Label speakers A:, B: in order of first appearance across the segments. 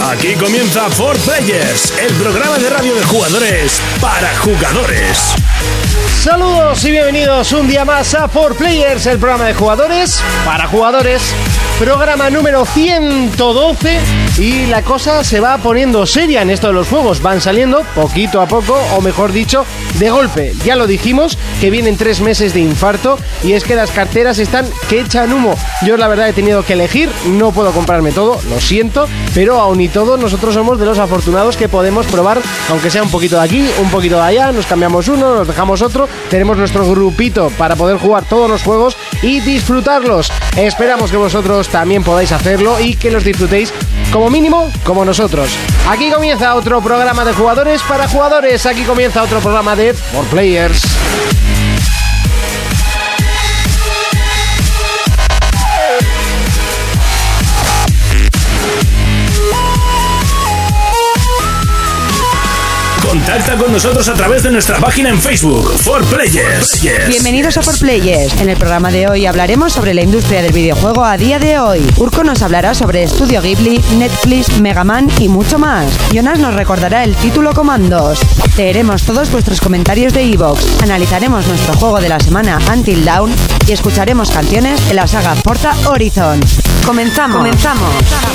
A: Aquí comienza For Players, el programa de radio de jugadores para jugadores.
B: Saludos y bienvenidos un día más a 4Players, el programa de jugadores para jugadores. Programa número 112 y la cosa se va poniendo seria en esto de los juegos. Van saliendo poquito a poco, o mejor dicho, de golpe. Ya lo dijimos, que vienen tres meses de infarto y es que las carteras están que echan humo. Yo la verdad he tenido que elegir, no puedo comprarme todo, lo siento, pero aún y todo nosotros somos de los afortunados que podemos probar, aunque sea un poquito de aquí, un poquito de allá, nos cambiamos uno, nos dejamos otro, tenemos nuestro grupito para poder jugar todos los juegos y disfrutarlos. Esperamos que vosotros también podáis hacerlo y que los disfrutéis como mínimo como nosotros. Aquí comienza otro programa de jugadores para jugadores, aquí comienza otro programa de For Players.
A: Contacta con nosotros a través de nuestra página en Facebook, For Players. Yes.
C: Bienvenidos a For Players. En el programa de hoy hablaremos sobre la industria del videojuego a día de hoy. Urko nos hablará sobre Studio Ghibli, Netflix, Mega Man y mucho más. Jonas nos recordará el título Comandos. Leeremos todos vuestros comentarios de Evox. Analizaremos nuestro juego de la semana Until Down y escucharemos canciones de la saga Forza Horizon. Comenzamos. Comenzamos.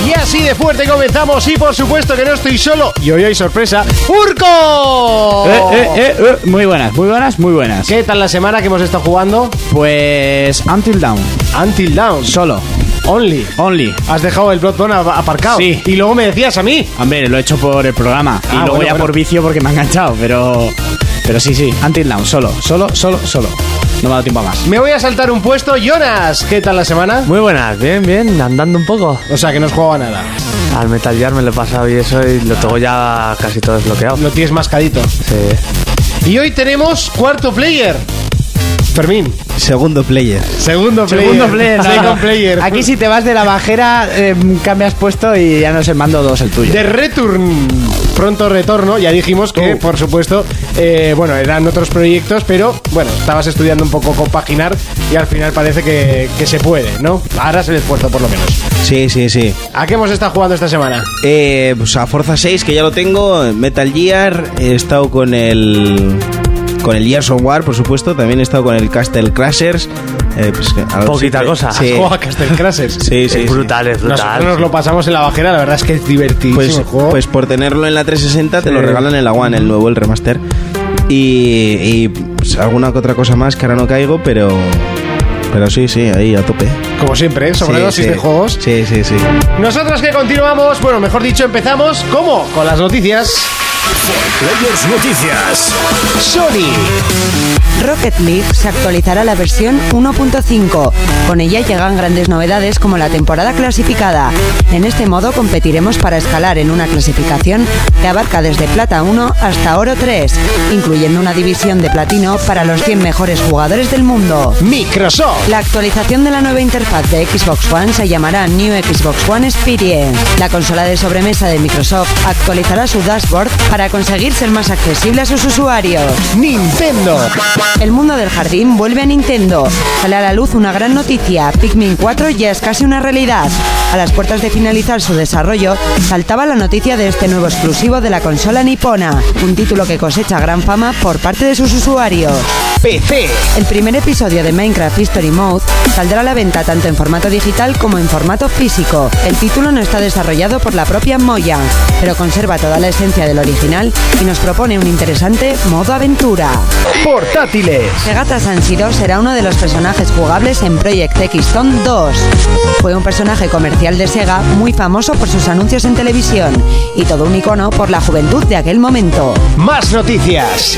B: Y así de fuerte comenzamos y por supuesto que no estoy solo. Y hoy hay sorpresa. ¡Urco!
D: Eh, eh, eh, eh, muy buenas, muy buenas, muy buenas.
B: ¿Qué tal la semana que hemos estado jugando?
D: Pues Until Down,
B: Until Down.
D: solo,
B: Only.
D: only.
B: Has dejado el Bloodborne a- aparcado.
D: Sí.
B: Y luego me decías a mí.
D: Hombre, lo he hecho por el programa y
B: Ah,
D: luego
B: bueno,
D: ya
B: bueno.
D: por vicio porque me ha enganchado, pero pero sí, sí, Until Down, solo, solo, solo, solo. No me ha dado tiempo a más.
B: Me voy a saltar un puesto. Jonas, ¿qué tal la semana?
E: Muy buenas, bien, bien, andando un poco.
B: O sea, que no has jugado a nada.
F: Mm.
E: Al Metal Gear me lo he pasado y eso y lo tengo ya casi todo desbloqueado.
B: Lo tienes mascadito.
E: Sí.
B: Y hoy tenemos cuarto player. Fermín.
F: Segundo player.
B: Segundo player.
D: Segundo player, no,
B: Second
D: no.
B: player.
D: Aquí si te vas de la bajera, eh, cambias puesto y ya no es el mando 2 el tuyo.
B: De Return, pronto retorno, ya dijimos que,
F: Uh.
D: Oh.
B: por supuesto, eh, bueno, eran otros proyectos, pero bueno, estabas estudiando un poco compaginar y al final parece que, que se puede, ¿no? Harás el esfuerzo por lo menos.
F: Sí, sí, sí.
B: ¿A qué hemos estado jugando esta semana?
F: Eh, pues a Forza 6, que ya lo tengo, Metal Gear, he estado con el... Con el Gears of War, por supuesto, también he estado con el Castle Crashers. eh, pues, que algo
E: Poquita cosa.
F: Sí,
B: Juega a Castle Crashers.
F: Eh. sí, sí.
E: es
F: sí.
E: brutal, es brutal.
B: Nosotros nos lo pasamos en la bajera, la verdad es que es divertidísimo
F: Pues,
B: el juego.
F: pues por tenerlo en la 360 te lo regalan en la One, el nuevo, el remaster. Y, y, pues, alguna que otra cosa más que ahora no caigo, pero... Pero sí, sí, ahí a tope.
B: como siempre, ¿eh? sobre
F: Sí,
B: dosis
F: sí.
B: de juegos.
F: Sí, sí, sí.
B: Nosotros que continuamos, bueno, mejor dicho, empezamos, ¿cómo? Con las noticias.
A: Players Noticias.
B: Sony.
C: Rocket League se actualizará a la versión 1.5. Con ella llegan grandes novedades como la temporada clasificada. En este modo competiremos para escalar en una clasificación que abarca desde Plata 1 hasta Oro 3, incluyendo una división de platino para los 100 mejores jugadores del mundo.
B: Microsoft.
C: La actualización de la nueva interfaz de Xbox One se llamará New Xbox One Experience. La consola de sobremesa de Microsoft actualizará su dashboard para conseguir ser más accesible a sus usuarios.
B: Nintendo.
C: El mundo del jardín vuelve a Nintendo. Sale a la luz una gran noticia. Pikmin 4 ya es casi una realidad. A las puertas de finalizar su desarrollo, saltaba la noticia de este nuevo exclusivo de la consola nipona, un título que cosecha gran fama por parte de sus usuarios.
B: PC.
C: El primer episodio de Minecraft History Mode saldrá a la venta tanto en formato digital como en formato físico. El título no está desarrollado por la propia Moya, pero conserva toda la esencia del original y nos propone un interesante modo aventura.
B: Portátiles.
C: Segata Sanshiro será uno de los personajes jugables en Project X Zone 2. Fue un personaje comercial de Sega muy famoso por sus anuncios en televisión y todo un icono por la juventud de aquel momento.
B: Más noticias.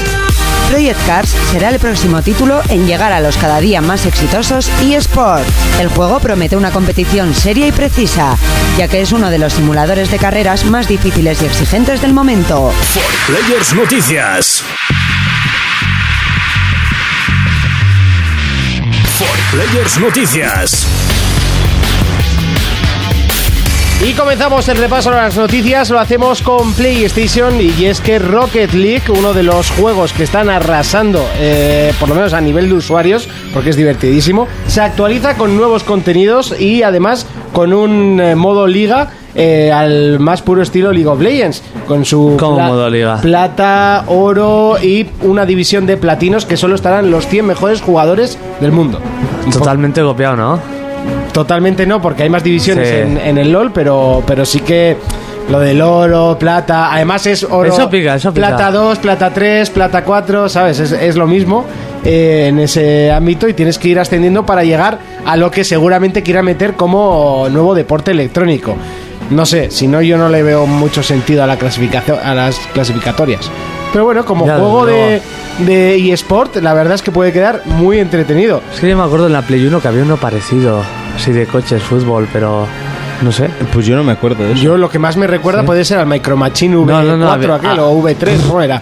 C: Project Cars será el próximo título en llegar a los cada día más exitosos eSports. El juego promete una competición seria y precisa, ya que es uno de los simuladores de carreras más difíciles y exigentes del momento.
A: Players Noticias. For Players Noticias.
B: Y comenzamos el repaso a las noticias, lo hacemos con PlayStation y es que Rocket League, uno de los juegos que están arrasando, eh, por lo menos a nivel de usuarios, porque es divertidísimo, se actualiza con nuevos contenidos y además con un eh, modo liga eh, al más puro estilo League of Legends, con su
E: Como modo liga.
B: plata, oro y una división de platinos que solo estarán los 100 mejores jugadores del mundo. Un po-
E: Totalmente copiado, ¿no?
B: Totalmente no, porque hay más divisiones
E: Sí.
B: en, en el LOL, pero, pero sí que lo del oro, plata, además es oro.
E: Eso pica, eso pica.
B: Plata 2, plata 3, plata 4, ¿sabes? Es, es lo mismo eh, en ese ámbito y tienes que ir ascendiendo para llegar a lo que seguramente quiera meter como nuevo deporte electrónico. No sé, si no yo no le veo mucho sentido a la clasificación a las clasificatorias. Pero bueno, como
E: Ya, desde
B: juego de,
E: luego.
B: de eSport, la verdad es que puede quedar muy entretenido.
E: Es que yo me acuerdo en la Play 1 que había uno parecido, así de coches, fútbol, pero no sé.
F: Pues yo no me acuerdo de eso.
B: Yo lo que más me recuerda puede ser al Micro Machine V4
E: No, no, no, a ver,
B: aquel
E: ah.
B: o V3, ¿cómo era?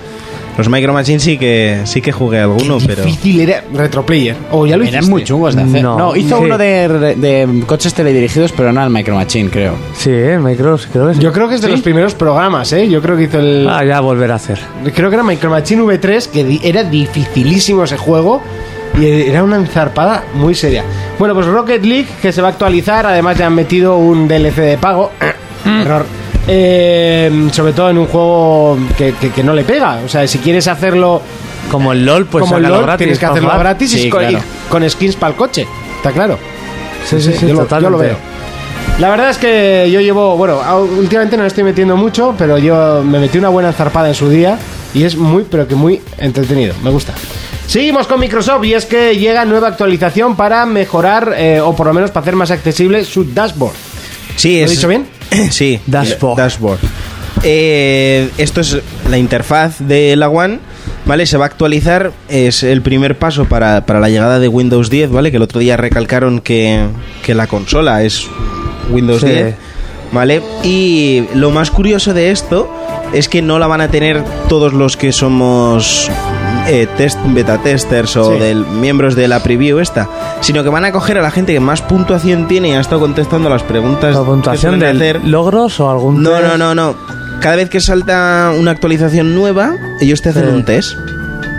F: Los Micro Machines sí que, sí que jugué alguno, pero...
B: Difícil era Retroplayer. O ya lo hiciste.
D: Eran muy chungos de hacer. No,
E: No.
D: hizo
E: Sí.
D: uno de, de coches teledirigidos, pero no al Micro Machine, creo.
E: Sí, ¿eh? Micros, creo que sí.
B: Yo creo que es de los primeros programas, ¿eh? Yo creo que hizo el...
E: Ah, ya volver a hacer.
B: Creo que era Micro Machine V3, que di- era dificilísimo ese juego. Y era una enzarpada muy seria. Bueno, pues Rocket League, que se va a actualizar. Además, ya han metido un DLC de pago.
E: Mm.
B: Error. Eh, sobre todo en un juego que, que- que no le pega. O sea, si quieres hacerlo
E: Como el LOL, pues
B: como el
E: sácalo
B: LOL,
E: gratis,
B: tienes que
E: para
B: hacerlo
E: jugar.
B: gratis y
D: Sí,
B: con, y
D: claro.
B: con skins para el coche. Está claro.
E: Sí, sí, sí,
B: yo, lo, yo
E: totalmente.
B: lo veo. La verdad es que yo llevo, bueno, a- últimamente no estoy metiendo mucho, pero yo me metí una buena zarpada en su día y es muy, pero que muy entretenido. Me gusta. Seguimos con Microsoft y es que llega nueva actualización para mejorar eh, o por lo menos para hacer más accesible su dashboard.
F: Sí,
B: ¿Lo he
F: es-
B: dicho bien?
F: Sí.
E: Dashboard.
F: Eh, Dashboard. Eh, esto es la interfaz de la One, ¿vale? Se va a actualizar, es el primer paso para, para la llegada de Windows 10, ¿vale? Que el otro día recalcaron que, que la consola es Windows
E: Sí.
F: 10, ¿vale? Y lo más curioso de esto es que no la van a tener todos los que somos eh, test, beta testers o
B: Sí.
F: del- miembros de la preview esta, sino que van a coger a la gente que más puntuación tiene y ha estado contestando las preguntas
E: ¿La puntuación
F: que
E: de
F: suelen hacer.
E: logros o algún
F: No,
E: test?
F: no, no, no. Cada vez que salta una actualización nueva, ellos te hacen
E: Sí.
F: un test.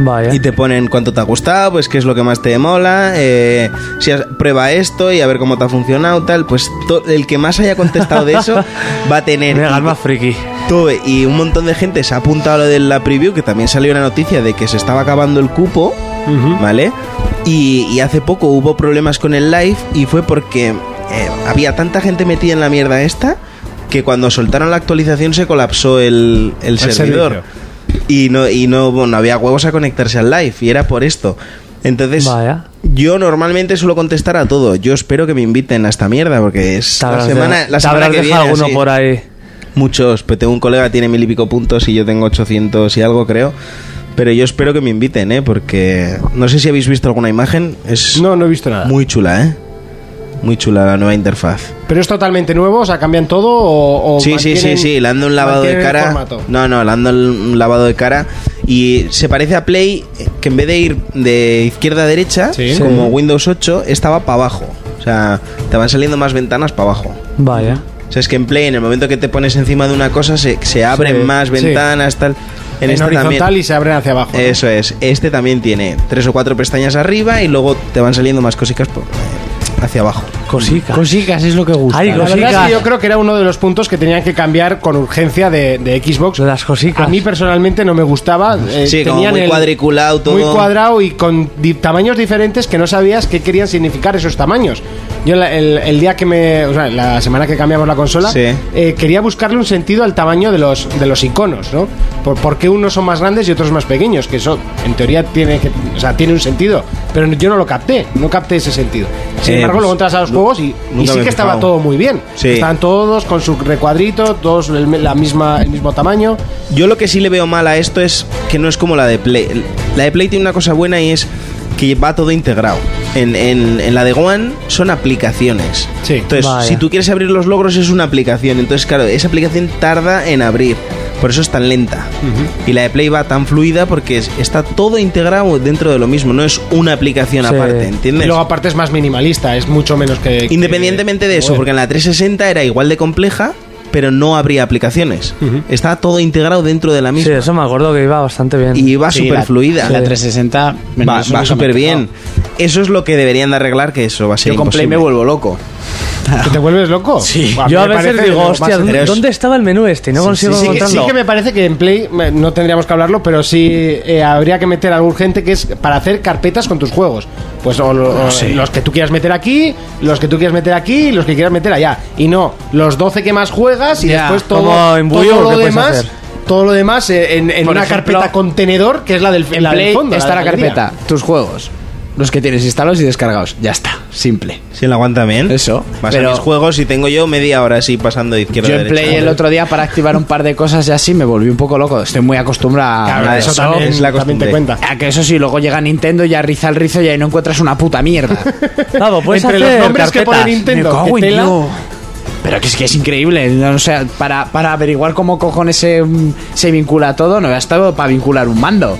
E: Vaya.
F: Y te ponen cuánto te ha gustado, pues qué es lo que más te mola, eh, si has- prueba esto y a ver cómo te ha funcionado, tal. Pues to- el que más haya contestado de eso va a tener...
E: Mira,
F: y-
E: alma friki.
F: todo, y un montón de gente se ha apuntado a lo de la preview, que también salió una noticia de que se estaba acabando el cupo, ¿vale? Y, y hace poco hubo problemas con el live y fue porque eh, había tanta gente metida en la mierda esta que cuando soltaron la actualización se colapsó el, el servidor. Y no, y no, bueno, había huevos a conectarse al live y era por esto. Entonces,
E: Vaya.
F: yo normalmente suelo contestar a todo. Yo espero que me inviten a esta mierda porque es
E: Te
F: la
E: habrás
F: semana,
E: dejado-
F: la
E: te
F: semana
E: habrás
F: que viene.
E: dejado alguno
F: sí.
E: por ahí.
F: Muchos, pero tengo un colega que tiene mil y pico puntos y yo tengo 800 y algo, creo. Pero yo espero que me inviten, ¿eh? Porque no sé si habéis visto alguna imagen. Es
B: No, no he visto nada.
F: muy chula, ¿eh? Muy chula la nueva interfaz.
B: Pero es totalmente nuevo, o sea, cambian todo o... o
F: Sí, sí, sí,
B: mantienen-
F: sí, le ando un lavado de
B: mantienen el
F: cara.
B: formato?
F: No, no, le ando un lavado de cara. Y se parece a Play, que en vez de ir de izquierda a derecha,
B: Sí.
F: como Windows 8, estaba para abajo. O sea, te van saliendo más ventanas para abajo.
E: Vaya.
F: O sea, es que en Play, en el momento que te pones encima de una cosa, se, se abren
B: Sí,
F: más
B: sí.
F: ventanas, tal.
B: En,
F: En, este
B: horizontal
F: también.
B: y se abren hacia abajo. ¿no?
F: Eso es. Este también tiene tres o cuatro pestañas arriba y luego te van saliendo más cositas por- eh, hacia abajo.
E: Cosica.
D: Cosicas es lo que gusta.
E: Ay,
B: La verdad es
E: cosica.
B: que yo creo que era uno de los puntos que tenían que cambiar con urgencia de, de Xbox.
E: Las cosicas.
B: A mí personalmente no me gustaba. eh,
F: Sí, como
B: tenían
F: muy
B: el-
F: cuadriculado todo.
B: Muy cuadrado y con di- tamaños diferentes que no sabías qué querían significar esos tamaños. Yo la- el, el día que me. O sea, la semana que cambiamos la consola,
F: Sí.
B: eh, quería buscarle un sentido al tamaño de los, de los iconos, ¿no? Por, por qué unos son más grandes y otros más pequeños, que eso en teoría tiene, que, o sea, tiene un sentido. Pero yo no lo capté, no capté ese sentido. Sin
F: Eh,
B: embargo,
F: pues,
B: luego entras a los
F: nu-
B: juegos y, y
F: nunca
B: sí
F: me he
B: que estaba
F: fijado.
B: todo muy bien.
F: Sí.
B: Estaban todos con su recuadrito, todos el, la misma, el mismo tamaño.
F: Yo lo que sí le veo mal a esto es que no es como la de Play. La de Play tiene una cosa buena y es que va todo integrado. En, en- en la de One son aplicaciones.
B: Sí.
F: Entonces,
E: Vaya.
F: si tú quieres abrir los logros es una aplicación. Entonces, claro, esa aplicación tarda en abrir. Por eso es tan lenta. Y la de Play va tan fluida porque es- está todo integrado dentro de lo mismo. No es una aplicación
E: Sí.
F: aparte, ¿entiendes?
B: Y luego aparte es más minimalista, es mucho menos que... que-
F: Independientemente de eso,
B: Joder.
F: porque en la 360 era igual de compleja, pero no habría aplicaciones. Está todo integrado dentro de la
E: Sí,
F: misma.
E: eso me acuerdo que iba bastante bien.
F: y va
D: Sí,
F: súper
D: la-
F: fluida.
D: La 360 bueno,
F: va
D: eso nunca me he
F: súper bien.
D: fijado.
F: Eso es lo que deberían de arreglar, que eso va a ser
D: Yo con Play
F: imposible.
D: me vuelvo loco.
B: ¿Que te vuelves loco? mí
D: Sí.
E: Yo a
B: me
E: veces
B: parece de
E: digo,
B: lo
E: hostia,
B: más
E: ¿dónde,
F: asqueroso".
E: dónde estaba el menú este? No consigo
B: Sí, que-
E: encontrarlo.
B: sí que me parece que en Play eh, no tendríamos que hablarlo, pero sí eh, habría que meter algo urgente que es para hacer carpetas con tus juegos. Pues o lo- o los que tú quieras meter aquí, los que tú quieras meter aquí y los que quieras meter allá. Y no, los 12 que más juegas y
E: Ya,
B: después
E: como
B: todo,
E: en Buyo,
B: todo
E: ¿qué
B: lo
E: puedes
B: demás.
E: hacer?
B: Todo lo demás eh, en, en
D: Por
B: una
D: ejemplo,
B: carpeta contenedor que es la del,
D: En
B: la del
D: Play
B: fondo.
D: está la
B: del galería.
D: carpeta, tus juegos, los que tienes instalados y descargados. Ya está, simple.
F: Si lo aguanta bien.
D: Eso,
F: Vas
D: pero-
F: a mis juegos y tengo yo media hora así pasando de izquierda
D: Yo
F: a
D: en
F: derecha.
D: Play el otro día para activar un par de cosas y así me volví un poco loco. Estoy muy acostumbrado
B: Claro,
F: Ah,
B: eso
F: eso
B: también,
F: es la
B: también te
F: costumbre.
B: cuenta.
D: a que eso sí, luego llega Nintendo y ya riza el rizo y ahí no encuentras una puta mierda.
E: Claro, puedes
B: Entre los
E: hacer
B: nombres que pone
E: carpetas.
B: Nintendo,
D: Me cago
B: que
D: en
B: tela,
D: Dios. Pero que es que es increíble, no, o sea, para, para averiguar cómo cojones se, se vincula todo, no he estado para vincular un mando.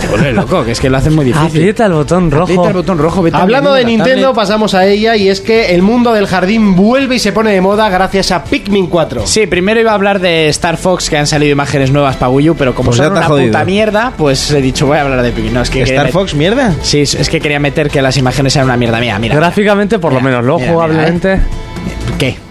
D: Te vuelves loco, que es que lo hacen muy
F: Ah,
D: difícil.
E: Aprieta el botón rojo.
D: Aprieta el botón rojo, vete al
B: Hablando
D: menú
B: de
D: la
B: Nintendo,
D: tablet.
B: pasamos a ella y es que el mundo del jardín vuelve y se pone de moda gracias a Pikmin 4.
D: Sí, primero iba a hablar de Star Fox, que han salido imágenes nuevas para Wii U, pero como
F: Pues ya
D: son
F: te
D: una
F: has jodido.
D: puta mierda, pues he dicho, voy a hablar de Pikmin. No, es que quería
F: ¿Star
D: met-
F: Fox, mierda?
D: Sí, es que quería meter que las imágenes eran una mierda mía, mira.
E: Gráficamente, por lo
D: Mira,
E: menos, luego
D: mira, mira,
E: jugablemente.
D: ¿Qué?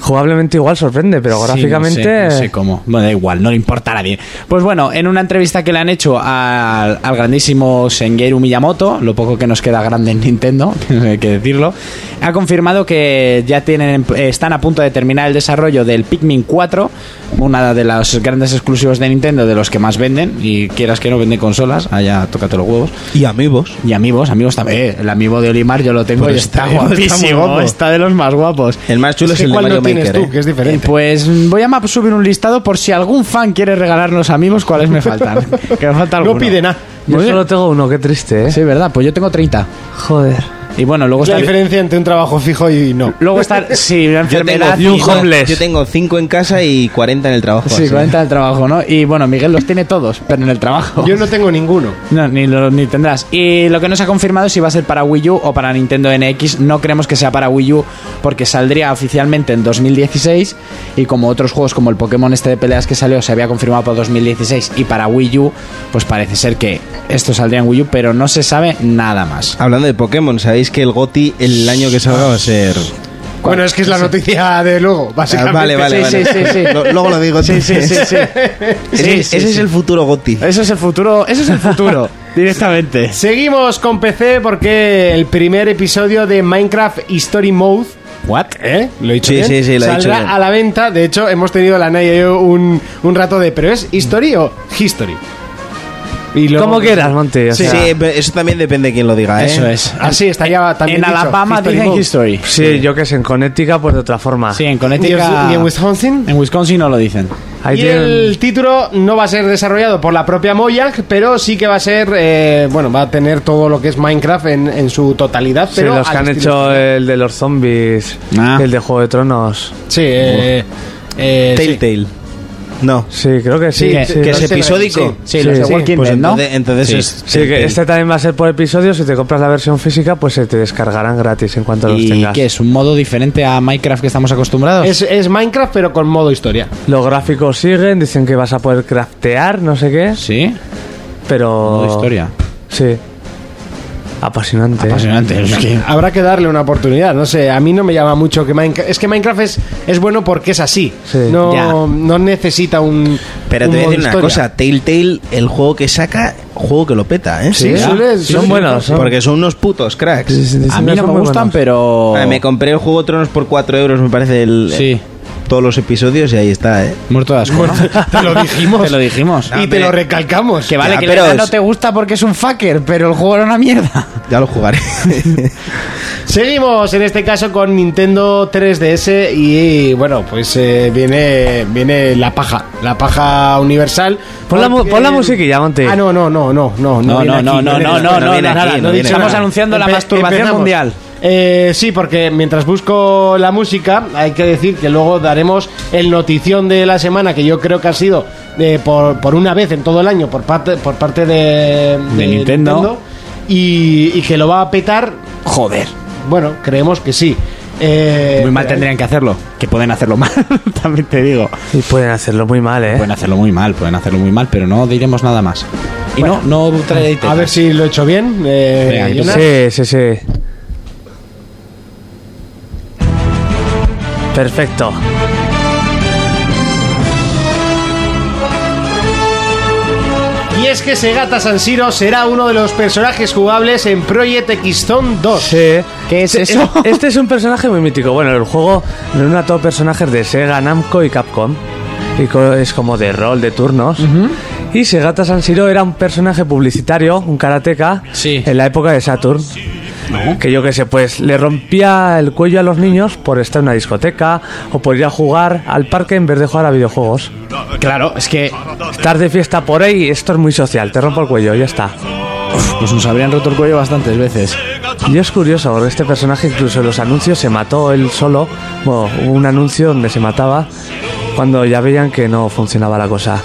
E: Jugablemente igual sorprende, pero gráficamente.
D: Sí, no, sé, no sé cómo. Bueno, da igual, no le importa a nadie. Pues bueno, en una entrevista que le han hecho al, al grandísimo Sengeru Miyamoto, lo poco que nos queda grande en Nintendo, hay que decirlo, ha confirmado que ya tienen, eh, están a punto de terminar el desarrollo del Pikmin 4, una de las grandes exclusivos de Nintendo, de los que más venden, y quieras que no venden consolas, allá tócate los huevos.
F: Y amigos.
D: Y amigos, amigos también. eh, el amigo de Olimar yo lo tengo
F: Pero
D: y está,
F: está- está muy
D: guapísimo,
F: guapo.
D: está de los más guapos.
F: El más chulo
B: Es
F: es,
B: que
F: el de
B: ¿cuál
F: Mario
B: no tienes
F: Maker.
B: tú?
F: ¿eh?
B: Que es diferente.
D: Eh, Pues mm, voy a ma- subir un listado por si algún fan quiere regalarnos amigos cuáles me faltan. que me falta alguno.
B: no pide nada.
E: Yo
D: Muy
E: solo tengo uno, qué triste, eh.
D: Sí, verdad, pues yo tengo 30.
E: Joder.
D: Y bueno, luego
B: Es la
D: está
B: diferencia entre un trabajo fijo y no.
D: luego está sí, la
F: Yo tengo,
D: enfermedad
E: un
D: y-
E: home- homeless.
F: yo tengo cinco en casa y 40 en el trabajo.
B: Pues
D: Sí,
F: así.
D: 40 del trabajo, ¿no? Y bueno, Miguel los tiene todos, pero en el trabajo.
B: Yo no tengo ninguno.
D: No, ni, lo, ni tendrás. Y lo que no se ha confirmado es si va a ser para Wii U o para Nintendo NX. No creemos que sea para Wii U porque saldría oficialmente en 2016. Y como otros juegos como el Pokémon este de peleas que salió se había confirmado para 2016 y para Wii U, pues parece ser que esto saldría en Wii U, pero no se sabe nada más.
F: Hablando de Pokémon, ¿sabéis que el GOTI el año que salga va a ser...
B: Bueno, es que es la noticia de luego,
F: Ah,
B: básicamente.
F: vale, vale,
D: Sí,
F: vale.
D: sí, sí, sí.
F: Lo- luego lo digo. Sí, sí,
D: sí.
F: Ese,
D: Sí, sí,
F: ese es
D: sí.
F: el futuro GOTI.
D: Eso es el futuro, eso es el futuro, directamente.
B: Seguimos con PC porque el primer episodio de Minecraft Story Mode
D: ¿What?
B: ¿Eh? ¿Lo he dicho
F: Sí,
B: bien?
F: sí, sí, lo he dicho
B: Saldrá
F: bien.
B: a la venta. De hecho, hemos tenido la Naya y yo un, un rato de... ¿Pero es History o History? Y luego-
E: Como quieras, Monty. o
F: Sí,
E: sea,
F: sí, pero eso también depende de quién lo diga, ¿eh?
D: Eso es.
B: Así estaría también
D: en
B: dicho,
D: Alabama
B: History
D: dicen
B: Mode.
D: History.
E: sí, yo que sé, en Connecticut, pues de otra forma.
D: Sí, en
B: ¿Y
D: Connecticut.
B: en- y en Wisconsin?
D: En Wisconsin no lo dicen.
E: Ahí
B: y
E: tienen-
B: el título no va a ser desarrollado por la propia Mojang, pero sí que va a ser, eh, bueno, va a tener todo lo que es Minecraft en, en su totalidad.
E: sí,
B: Pero
E: los que
B: al
E: han
B: estilo-
E: hecho el de los zombies,
D: Ah.
E: el de Juego de Tronos.
B: Sí, eh, eh, sí.
F: Telltale. No.
E: Sí, creo que sí.
D: Sí,
E: sí.
F: que es
B: sí,
F: episódico.
B: sí,
D: Sí, los de
E: sí.
D: Walking
F: Pues
D: Dead, ¿no?
F: entonces, entonces
D: Sí.
F: es...
E: Sí, que este también va a ser por episodio. Si te compras la versión física, pues se te descargarán gratis en cuanto los
D: ¿Y
E: tengas.
D: qué es? ¿Un modo diferente a Minecraft que estamos acostumbrados?
B: Es, es Minecraft, pero con modo historia.
E: Los gráficos siguen, dicen que vas a poder craftear, no sé qué,
D: Sí,
E: pero...
D: modo historia.
E: Sí. Apasionante. ¿eh?
D: Apasionante. es que-
B: Habrá que darle una oportunidad, no sé, a mí no me llama mucho que Minecraft... Es que Minecraft es, es bueno porque es así,
E: Sí.
B: no,
D: Ya.
B: no necesita un...
F: Pero
B: un
F: te voy a
B: modo
F: decir una
B: historia.
F: cosa, Telltale, el juego que saca, juego que lo peta, ¿eh?
B: Sí,
E: Sí,
B: suele-
E: son
B: suele-
E: buenos, son-
F: Porque son unos putos cracks.
E: Sí, sí, sí,
D: A mí no
E: son
D: me
E: muy
D: gustan,
E: buenos.
D: pero...
F: Ah, me compré el juego Tronos por 4 euros, me parece, el,
D: Sí.
F: todos los episodios y ahí está, ¿eh?
D: Muerto de asco, ¿no?
B: Te lo dijimos.
D: Te lo dijimos.
B: Y te lo recalcamos.
D: Que vale,
F: Ya,
D: que
F: pero
D: la verdad
F: es-
D: no te gusta porque es un fucker, pero el juego era una mierda.
F: Ya lo jugaré.
B: Seguimos en este caso con Nintendo 3DS y bueno, pues eh, viene viene la paja, la paja universal.
E: Pon la mu-
B: Porque-
E: pon la musiquilla, Monty.
B: Ah, no, no, no, no, no,
D: No,
B: viene
D: no, no,
B: aquí,
D: no,
B: viene
D: no,
B: aquí.
D: no,
F: no
D: no,
F: viene
D: nada.
F: aquí,
D: no
F: no viene
D: Estamos
F: aquí.
D: anunciando la
B: Empe-
D: masturbación
B: empezamos.
D: mundial.
B: Eh, sí, porque mientras busco la música, hay que decir que luego daremos el notición de la semana, que yo creo que ha sido eh, por, por una vez en todo el año por parte, por parte de,
D: De Nintendo.
B: y, y que lo va a petar.
D: Joder.
B: Bueno, creemos que sí. Eh,
D: Muy mal
B: pero-
D: tendrían que hacerlo. Que pueden hacerlo mal, también te digo.
E: Y pueden hacerlo muy mal, ¿eh?
D: Pueden hacerlo muy mal, pueden hacerlo muy mal, pero no diremos nada más. Y no, no traeré
B: eh, A ver si lo he hecho bien. eh,
D: Venga, que tú
B: Jonas.
E: Sí, sí, sí. Perfecto.
B: Y es que Segata Sansiro será uno de los personajes jugables en Project X Zone 2.
D: ¿Qué es
E: Este-
D: eso?
E: Este es un personaje muy mítico. Bueno, el juego reúne a todos personajes de Sega, Namco y Capcom. Y co- es como de rol, de turnos. Y Segata Sanshiro era un personaje publicitario, un karateca,
D: Sí.
E: en la época de Saturn. Que yo qué sé, pues le rompía el cuello a los niños por estar en una discoteca o por ir a jugar al parque en vez de jugar a videojuegos.
D: Claro, es que
E: Estar de fiesta por ahí, esto es muy social, te rompo el cuello, ya está.
D: pues nos habrían roto el cuello bastantes veces.
E: Y es curioso, porque este personaje incluso en los anuncios se mató él solo. Bueno, hubo un anuncio donde se mataba cuando ya veían que no funcionaba la cosa.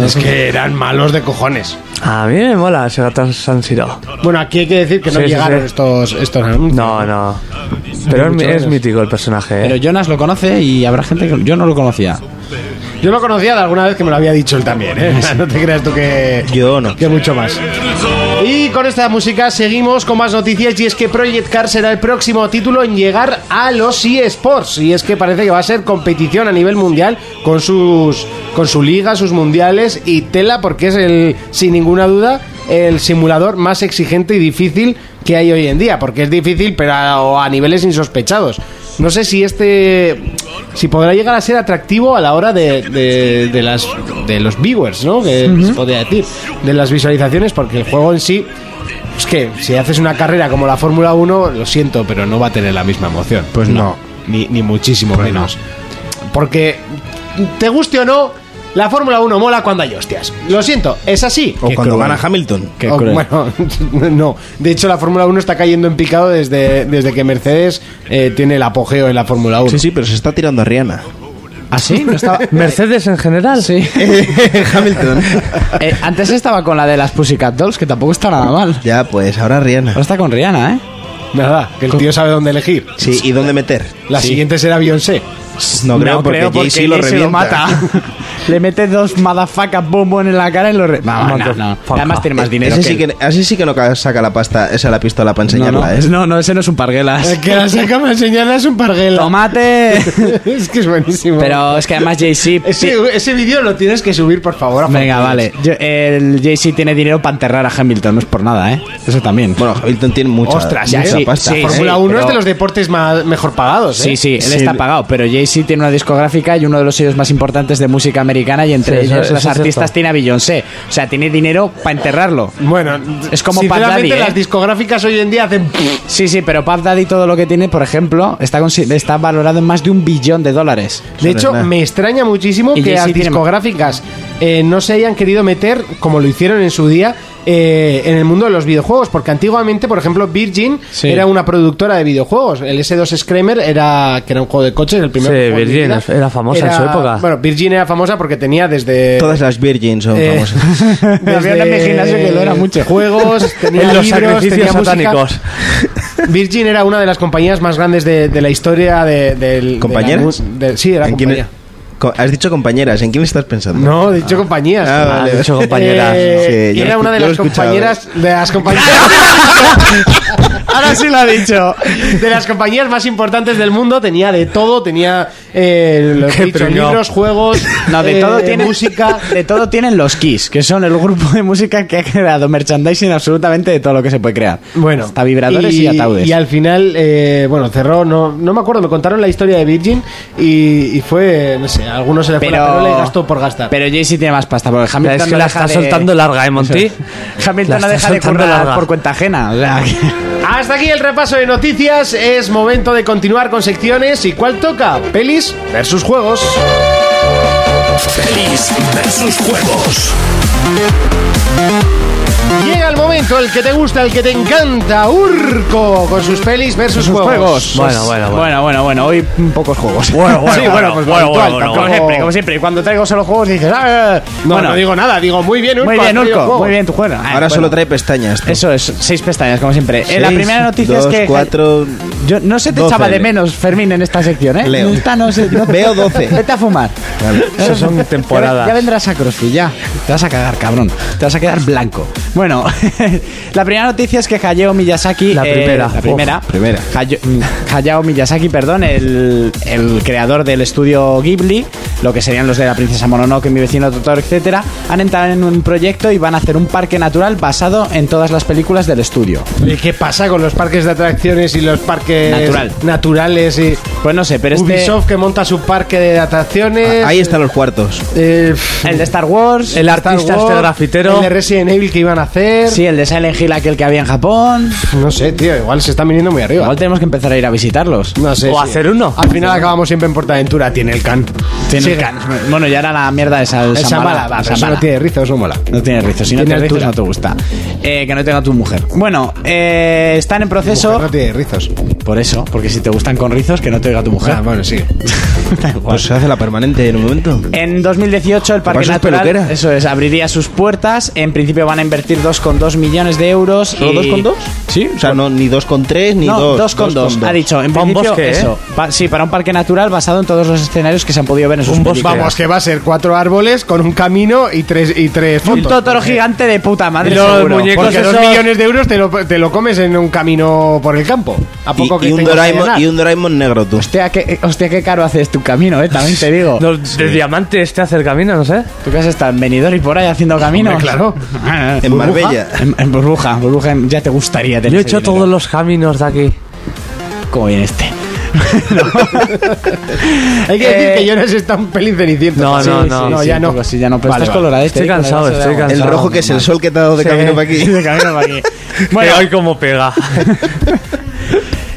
B: Es que eran malos de cojones.
E: A mí me mola ese gato San Siro.
B: Bueno, aquí hay que decir que no
E: Sí, sí,
B: llegaron
E: sí.
B: estos, estos anuncios.
E: No, no. Pero es, mi- es mítico el personaje. ¿eh?
D: Pero Jonas lo conoce y habrá gente que yo no lo conocía.
B: Yo lo conocía de alguna vez que me lo había dicho él también, ¿eh? No te creas tú que...
F: Yo no.
B: Que mucho más. Y con esta música seguimos con más noticias y es que Project Car será el próximo título en llegar a los eSports y es que parece que va a ser competición a nivel mundial con sus con su liga, sus mundiales y tela porque es el sin ninguna duda el simulador más exigente y difícil que hay hoy en día, porque es difícil pero a, a niveles insospechados. No sé si este si podrá llegar a ser atractivo a la hora de, de- de las de los viewers, ¿no? Que se podría decir, de las visualizaciones, porque el juego en sí es que si haces una carrera como la Fórmula 1, lo siento, pero no va a tener la misma emoción. Pues no, ni, ni muchísimo
F: Pues
B: menos. Porque te guste o no, la Fórmula 1 mola cuando hay hostias. Lo siento, es así.
F: O
D: Qué
F: cuando
D: cruel.
F: gana Hamilton.
D: Qué
B: Oh,
D: cruel.
B: Bueno, no. De hecho, la Fórmula 1 está cayendo en picado desde, desde que Mercedes eh, tiene el apogeo en la Fórmula 1.
F: Sí, sí, pero se está tirando a Rihanna.
D: ¿Ah, sí? ¿No estaba?
E: Mercedes en general.
D: Sí.
F: Hamilton.
D: Eh, antes estaba con la de las Pussycat Dolls, que tampoco está nada mal.
F: ya, pues ahora Rihanna.
D: Ahora está con Rihanna, ¿eh?
B: Nada, que el tío sabe dónde elegir.
F: Sí, ¿y dónde meter?
B: La siguiente será Beyoncé.
F: No creo, porque Jay-Z lo
D: Jay-Z
F: revienta.
D: mata. Le mete dos motherfuckers bombón en la cara y lo re... Vamos, no, no.
E: Motherfucker.
D: Además tiene más dinero
F: E-, Ese
D: que
F: sí que,
D: él.
F: así sí que no ca- saca la pasta, esa la pistola para
D: no,
F: enseñarla,
D: no,
F: ¿eh?
D: es- no, no, ese no es un parguelas.
B: El que la saca más señala es un parguela.
D: ¡Tomate!
B: es que es buenísimo.
D: Pero es que además Jay-Z...
B: Ese, ese vídeo lo tienes que subir, por favor. a
D: Venga,
B: Fortnite.
D: vale. Yo- el Jay-Z tiene dinero para enterrar a Hamilton, no es por nada, ¿eh? Eso también.
F: Bueno, Hamilton tiene mucha,
B: Ostras,
F: mucha
D: ¿eh? Sí,
F: pasta.
D: sí, sí.
B: Fórmula 1 es
D: pero-
B: de los deportes más, mejor pagados, ¿eh?
D: Sí, sí, él
F: Sí.
D: está pagado, pero Jay-Z tiene una discográfica y uno de los sellos más importantes de música americana y entre
E: Sí, eso-
D: ellos
E: eso
D: las
E: es
D: artistas
E: cierto.
D: tiene a Beyoncé. O sea, tiene dinero para enterrarlo.
B: Bueno,
D: Es como Bad
B: sinceramente
D: Daddy, ¿eh?
B: las discográficas hoy en día hacen...
D: Sí, sí, pero Puff Daddy todo lo que tiene, por ejemplo, está, consi- está valorado en más de un billón de dólares.
B: De hecho, me extraña muchísimo
D: Y
B: que
D: Jay-Z
B: las
D: tiene-
B: discográficas eh, no se hayan querido meter, como lo hicieron en su día, eh, en el mundo de los videojuegos. Porque antiguamente, por ejemplo, Virgin
D: Sí.
B: era una productora de videojuegos. El S2 Screamer era, que era un juego de coches, el primer
E: Sí,
B: juego de mi
E: Virgin
B: vida.
E: era famosa en su época.
B: Bueno, Virgin era famosa porque tenía desde...
F: Todas las Virgins son
B: Eh,
F: famosas.
B: desde
D: Había una en mi gimnasio que lo era mucho.
B: Juegos, tenía
E: En los
B: libros,
E: sacrificios
B: tenía música.
E: satánicos.
B: Virgin era una de las compañías más grandes de, de la historia de, del... de
F: ¿Compañeras?
B: la mu- de- sí, era
F: ¿En quién-
B: compañía.
F: co- Has dicho compañeras, ¿en quién estás pensando?
B: No, he dicho compañías.
F: Ah, vale.
E: Ha dicho compañeras.
B: Eh,
F: Sí, yo
B: era
F: lo
B: una de
F: escu- yo
B: las
F: lo he escuchado.
B: compañeras de las compañías
D: Ahora sí lo ha dicho.
B: de las compañías más importantes del mundo tenía de todo tenía eh, los
E: Qué
B: dicho,
E: pringao.
B: libros juegos
D: No, de
B: eh,
D: todo tienen
B: música
D: De todo tienen los Kiss, que son el grupo de música que ha creado merchandising absolutamente de todo lo que se puede crear.
B: bueno
D: hasta vibradores y, ataúdes.
B: y al final eh, bueno cerró no, no me acuerdo me contaron la historia de Virgin y, y fue no sé a algunos se le fue la
D: pero
B: perola y gastó por gastar
D: Pero Jay-Z tiene más pasta, porque Hamilton
E: Es que
D: no
E: la
D: deja
E: está
D: de-
E: soltando larga, ¿eh, Monty? La
D: Hamilton no deja
E: está
D: de
E: soltando
D: currar
E: larga.
D: por cuenta ajena. o sea, que-
B: hasta aquí el repaso de noticias es momento de continuar con secciones y cuál toca pelis versus juegos
A: Pelis versus juegos.
B: Llega el momento, el que te gusta, el que te encanta, Urco, con sus pelis versus
D: Sus
B: juegos.
D: juegos.
E: Bueno, bueno, bueno.
D: Bueno, bueno, bueno, hoy pocos juegos.
E: bueno,
D: Sí,
E: bueno,
D: pues lo
E: bueno,
D: habitual,
E: bueno,
D: tampoco-
E: bueno.
D: Como siempre, como siempre. Cuando traigo solo juegos dices, "Ah, eh".
B: No,
D: Bueno,
B: no digo nada, digo muy bien, Urco.
D: Muy
B: has
D: bien,
B: traído
D: Urco,
B: juego.
D: muy bien tu juego. Ah,
F: Ahora
D: bueno.
F: solo trae pestañas. tú.
D: Eso es, seis pestañas, como siempre. Eh, la
F: Seis,
D: primera noticia
F: dos,
D: es que.
F: cuatro,
D: Yo no se te
F: doce.
D: echaba de menos, Fermín, en esta sección, ¿eh?
F: Leo.
D: Esta no se- no-
F: Veo doce.
D: Vete a fumar.
F: Vale.
E: Esas son
D: Ya,
E: temporadas.
D: vendrás a CrossFit, ya. Te vas a cagar, cabrón. Te vas a quedar blanco. Bueno, la primera noticia es que Hayao Miyazaki.
E: La
D: eh,
E: primera.
D: la primera.
F: Uf, primera.
D: Hayo- Hayao Miyazaki, perdón, el, el creador del estudio Ghibli, lo que serían los de la princesa Mononoke, mi vecino Totoro, etcétera, han entrado en un proyecto y van a hacer un parque natural basado en todas las películas del estudio.
B: ¿Y qué pasa con los parques de atracciones y los parques
D: Natural.
B: naturales? Y
D: Pues no sé, pero este
B: Ubisoft que monta su parque de atracciones.
F: Ah, Ahí están los cuartos.
B: Eh, pf,
D: el de Star Wars,
E: El artista
B: Star Wars,
E: este grafitero.
B: El de Resident Evil que iban a hacer.
D: sí, el de Silent Hill aquel que había en Japón.
B: No sé, tío, igual se están viniendo muy arriba.
D: Igual tenemos que empezar a ir a visitarlos.
B: No sé.
E: O hacer uno.
B: Al final acabamos siempre en Portaventura, tiene el can.
D: Tiene-
B: Sigue.
D: Bueno, ya era la mierda de esa,
B: El Shambhala, va, pero eso no tiene rizo, eso mola.
D: No tiene rizos, si no
B: Tiene
D: tiene rizos
B: altura.
D: no te gusta. Eh, que no tenga tu mujer. Bueno, eh, están en proceso.
B: Mujer no tiene rizos.
D: Por eso, porque si te gustan con rizos, que no te oiga tu mujer.
B: Ah, bueno, sí.
D: Da igual.
F: Pues se hace la permanente en un momento.
D: En 2018 el Parque
F: Además, es
D: Natural
F: peluquera.
D: eso es, abriría sus puertas. En principio van a invertir 2,2 millones de euros.
F: ¿Solo
D: y-
F: 2,2?
D: Sí,
F: O sea, no, ni dos con tres, ni
D: no,
F: dos.
D: 2,2. Ha dicho, en
E: Para un
D: principio
E: bosque, ¿eh?
D: eso. Pa- sí, para un parque natural basado en todos los escenarios que se han podido ver en sus
E: Un bosque.
D: películas.
B: Vamos, que va a ser cuatro árboles con un camino y tres, y tres
D: Un
B: fotos.
D: totoro gigante de puta madre.
E: Y los
D: seguro.
E: muñecos
B: Porque dos
E: esos-
B: millones de euros te lo, te lo comes en un camino por el campo. ¿A
F: Y,
B: poco que
F: y un
B: tengas que
F: Doraemon,
B: ganar?
F: y un Doraemon negro, tú.
D: Hostia, qué, hostia, qué caro haces tu camino, eh. También te digo.
E: No, De diamante este hace el camino, no sé.
D: ¿Tú qué has estado en Benidorm y por ahí haciendo camino?
B: Hombre, claro.
F: En Marbella.
D: En, en burbuja, burbuja, en- ya te gustaría tener
E: Yo he
D: ese
E: hecho
D: dinero.
E: todos los caminos de aquí.
D: Como bien este.
B: Hay que decir
D: Eh,
B: que Jonas está un pelín ceniciento.
E: No,
B: Sí,
E: no,
B: Eh, sí,
E: no.
B: no, ya no.
D: Si ya no, pero
B: Vale,
D: estás
B: vale.
D: colorado, este,
E: Estoy cansado,
D: colorado,
E: estoy
D: se da
E: cansado.
F: El rojo que es el sol que te ha dado de
E: Sí.
F: camino para aquí.
D: De camino para aquí.
E: Bueno,
D: Bueno,
E: hoy cómo pega.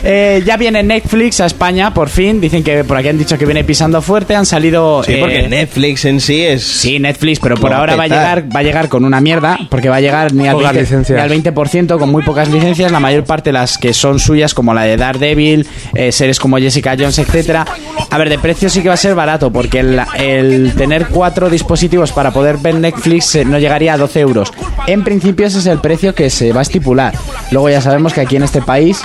D: eh, ya viene Netflix a España, por fin. Dicen que por aquí han dicho que viene pisando fuerte. Han salido.
F: Sí,
D: eh,
F: porque Netflix en sí es.
D: Sí, Netflix, pero por
F: Lo va a
D: ahora va a
F: petar.
D: llegar, va a llegar con una mierda, porque va a llegar ni al,
E: Pocas
D: 20,
E: licencias.
D: ni al 20%, con muy pocas licencias, la mayor parte las que son suyas, como la de Daredevil, eh, series como Jessica Jones, etcétera. A ver, de precio sí que va a ser barato, porque el, el tener cuatro dispositivos para poder ver Netflix eh, no llegaría a 12 euros. En principio ese es el precio que se va a estipular. Luego ya sabemos que aquí en este país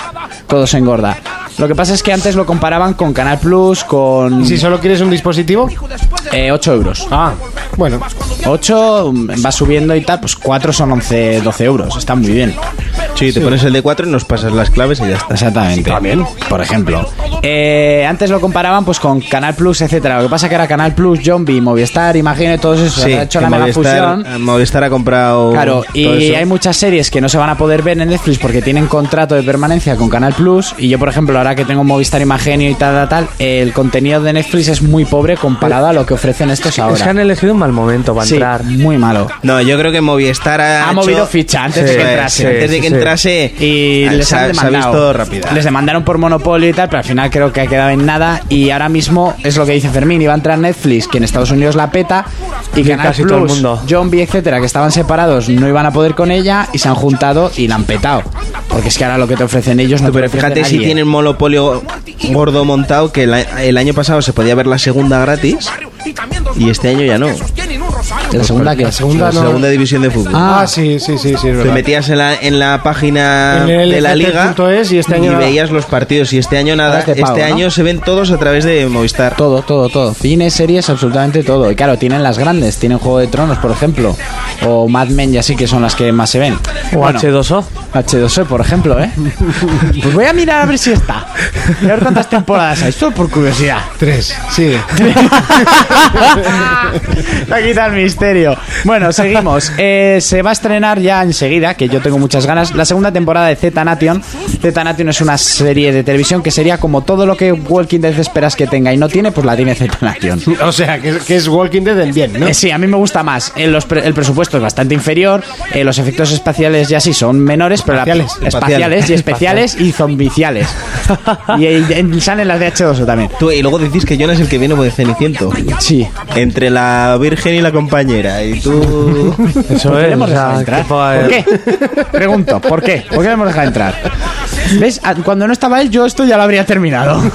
D: todo se engorda. Lo que pasa es que antes lo comparaban con Canal Plus, con
B: Si solo quieres un dispositivo.
D: eh, 8 euros.
B: Ah, bueno.
D: 8 va subiendo y tal, pues 4 son 11, 12 euros. Está muy bien.
F: Sí, te pones el de 4 y nos pasas las claves y ya está.
D: Exactamente. También. Por ejemplo. Eh, antes lo comparaban pues con Canal Plus, etcétera. Lo que pasa que era Canal Plus, Zombie, Movistar, imagínate todos esos.
F: Sí,
D: ha hecho
F: que
D: la mega
F: Movistar,
D: fusión.
F: eh, Movistar ha comprado.
D: Claro,
F: todo
D: y
F: eso.
D: hay muchas series que no se van a poder ver en Netflix porque tienen contrato de permanencia con Canal Plus. Y yo, por ejemplo, ahora que tengo Movistar Imagenio y tal, tal, tal, el contenido de Netflix es muy pobre comparado a lo que ofrecen estos ahora.
E: Es que han elegido un mal momento para
D: Sí,
E: entrar.
D: muy malo.
F: No, yo creo que Movistar ha.
D: Ha
F: hecho-
D: movido ficha antes de
F: Sí,
D: que entrase.
F: sí, antes de
E: sí,
F: que
E: sí.
F: entrase.
D: y
F: ah,
D: les
F: se,
D: han
F: ha- se ha
D: demandado.
F: visto rápida.
D: Les demandaron por monopolio y tal, pero al final creo que ha quedado en nada. Y ahora mismo es lo que dice Fermín: iba a entrar Netflix, que en Estados Unidos la peta, y Canal
E: casi
D: Plus,
E: todo el mundo.
D: Zombie, etcétera, que estaban separados, no iban a poder con ella y se han juntado y la han petado. Porque es que ahora lo que te ofrecen ellos no te
F: Pero
D: ofrece
F: fíjate si
D: nadie.
F: tienen monopolio gordo montado que el, a- el año pasado se podía ver la segunda gratis y este año ya no.
D: La segunda que.
B: segunda
F: la
B: no.
F: segunda división de fútbol.
B: Ah, sí, sí, sí, sí, es
F: Te
B: verdad.
F: metías en la, en la página
B: En el
F: de la liga
B: LCT.es y este año nada.
F: veías los partidos y este año
D: Ahora
F: nada.
D: es de pago,
F: este
D: ¿no?
F: año se ven todos a través de Movistar.
D: Todo, todo, todo. Cine, series, absolutamente todo. Y claro, tienen las grandes. Tienen Juego de Tronos, por ejemplo. O Mad Men, y así que son las que más se ven.
E: O
D: Bueno,
E: H2O.
D: H2O, por ejemplo, ¿eh? Pues voy a mirar a ver si está. Y a ver cuántas temporadas hay. Solo por curiosidad.
B: Tres, sí.
D: La quita el misterio. Bueno, seguimos. Eh, se va a estrenar ya enseguida, que yo tengo muchas ganas, la segunda temporada de Z Nation. Z Nation es una serie de televisión que sería como todo lo que Walking Dead esperas que tenga y no tiene, pues la tiene Z Nation.
B: O sea, que, que es Walking Dead del bien, ¿no?
D: Eh, sí, a mí me gusta más. Eh, los pre- el presupuesto es bastante inferior, eh, los efectos espaciales ya sí son menores, pero la-
B: Espaciales.
D: espaciales y especiales y zombiciales. y, y- y salen las de H2O también.
F: Tú, y luego decís que Jonas es el que viene de Ceniciento.
D: Sí.
F: Entre la virgen y la compañera. Y tú.
E: Eso
D: ¿Por qué
E: es.
D: le hemos
E: o sea,
D: dejado
E: eh,
D: entrar?
E: que pa-
D: ¿Por qué? Pregunto, ¿por qué? ¿Por qué le hemos dejado entrar? ¿Ves? Ah, Cuando no estaba él, yo esto ya lo habría terminado.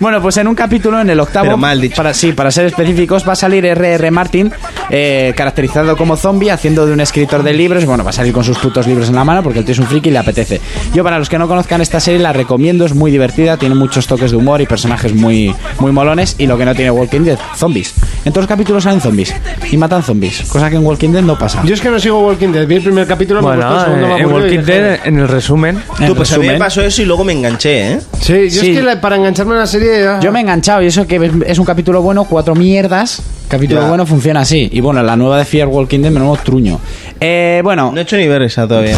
D: Bueno, pues en un capítulo, en el octavo.
F: Pero mal dicho.
D: Para, sí, para ser específicos, va a salir R.R. Martin, eh, caracterizado como zombie, haciendo de un escritor de libros. Bueno, va a salir con sus putos libros en la mano, porque el tío es un friki y le apetece. Yo, para los que no conozcan esta serie, la recomiendo, es muy divertida, tiene muchos toques de humor y personajes muy, muy molones. Y lo que no tiene Walking Dead, zombies. En todos los capítulos salen zombies y matan zombies, cosa que en Walking Dead no pasa.
B: Yo es que no sigo Walking Dead. Vi el primer capítulo, me gustó, el
E: Bueno,
B: segundo me
E: eh, en
B: aburrió y
E: Walking
B: dejé.
E: Dead, en el resumen,
D: En
F: Tú, pues a mí me
D: resumen,
F: pasó eso y luego me enganché, ¿eh?
B: Sí, yo
D: Sí.
B: es que la- para engancharme a una serie. ah,
D: Yo me he enganchado y eso que es un capítulo bueno, cuatro mierdas. Capítulo
F: Ya.
D: bueno funciona así. Y bueno, la nueva de Fear Walking Dead, menudo truño. Eh, bueno,
F: No he hecho ni ver esa todavía.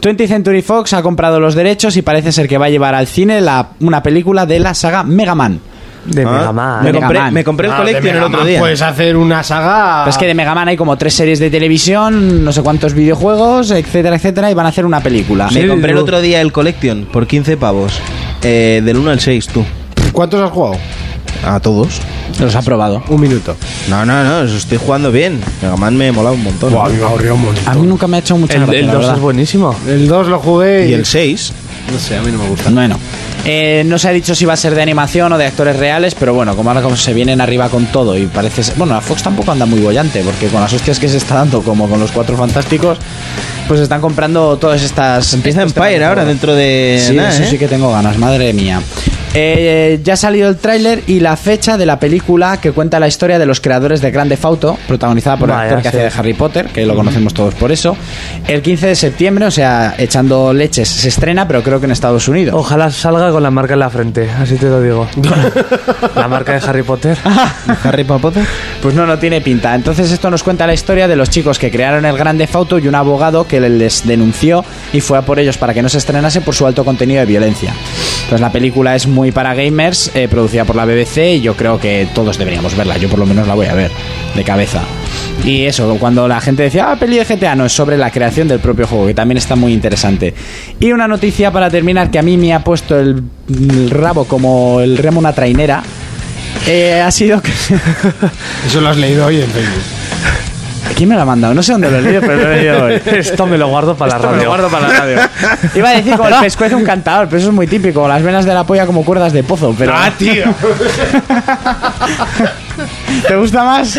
D: 20th Century Fox ha comprado los derechos y parece ser que va a llevar al cine la- una película de la saga Mega Man.
E: de
F: Ah,
E: Mega Man.
F: Me
D: Mega
F: compré,
D: Man.
F: me compré el
B: ah, de
F: Collection el
B: Mega
F: otro
B: Man
F: día.
B: Puedes hacer una saga.
F: Ah.
D: Pero es que de Mega Man hay como tres series de televisión, no sé cuántos videojuegos, etcétera, etcétera, y van a hacer una película.
F: me
E: Sí,
F: compré el
E: lo-
F: otro día el Collection por 15 pavos. Eh, del 1 al 6, tú.
B: ¿Cuántos has jugado?
F: A todos.
D: Los ha probado.
B: Un minuto.
F: No, no, no, eso estoy jugando bien. Mega Man me molaba un montón.
B: Buah, a mí me aburrió un
D: A
B: montón.
D: mí nunca me ha hecho mucha
E: El,
D: gracia,
E: el
D: la
E: 2
D: verdad.
E: es buenísimo.
B: El 2 lo jugué
F: Y el 6.
B: No sé, a mí no me gusta.
D: Bueno, eh, no se ha dicho si va a ser de animación o de actores reales, pero bueno, como ahora como se vienen arriba con todo y parece ser- Bueno, la Fox tampoco anda muy bollante, porque con las hostias que se está dando, como con los cuatro fantásticos, pues están comprando todas estas...
F: Empieza
D: estos temas
F: Empire
D: de
F: ahora
D: juego.
F: dentro de.
D: Este Sí,
F: nada,
D: eso
F: ¿eh?
D: sí que tengo ganas, madre mía. Eh, ya ha salido el tráiler y la fecha de la película que cuenta la historia de los creadores de Grande Fauto, protagonizada por el
E: Vaya,
D: actor que
E: sí.
D: hacía de Harry Potter, que lo conocemos todos por eso. El 15 de septiembre, o sea, echando leches, se estrena, pero creo que en Estados Unidos.
E: Ojalá salga con la marca en la frente, así te lo digo. la marca de Harry Potter.
F: Harry Potter.
D: Pues no, no tiene pinta. Entonces esto nos cuenta la historia de los chicos que crearon el Grande Fauto y un abogado que les denunció y fue a por ellos para que no se estrenase por su alto contenido de violencia. Entonces la película es muy para gamers, eh, producida por la BBC y yo creo que todos deberíamos verla. Yo por lo menos la voy a ver de cabeza. Y eso, cuando la gente decía, ah, peli de GTA, no, es sobre la creación del propio juego, que también está muy interesante. Y una noticia para terminar que a mí me ha puesto el, el rabo como el remo una trainera. eh, ha sido que
B: Eso lo has leído hoy en Facebook.
D: ¿Quién me lo ha mandado? No sé dónde lo he leído, pero lo he leído hoy.
E: Esto me lo guardo para la
D: Me
E: radio.
D: lo guardo para la radio. Iba a decir como el pescuezo de un cantador, pero eso es muy típico. Las venas de la polla como cuerdas de pozo, pero...
B: Ah, tío.
D: ¿Te gusta más?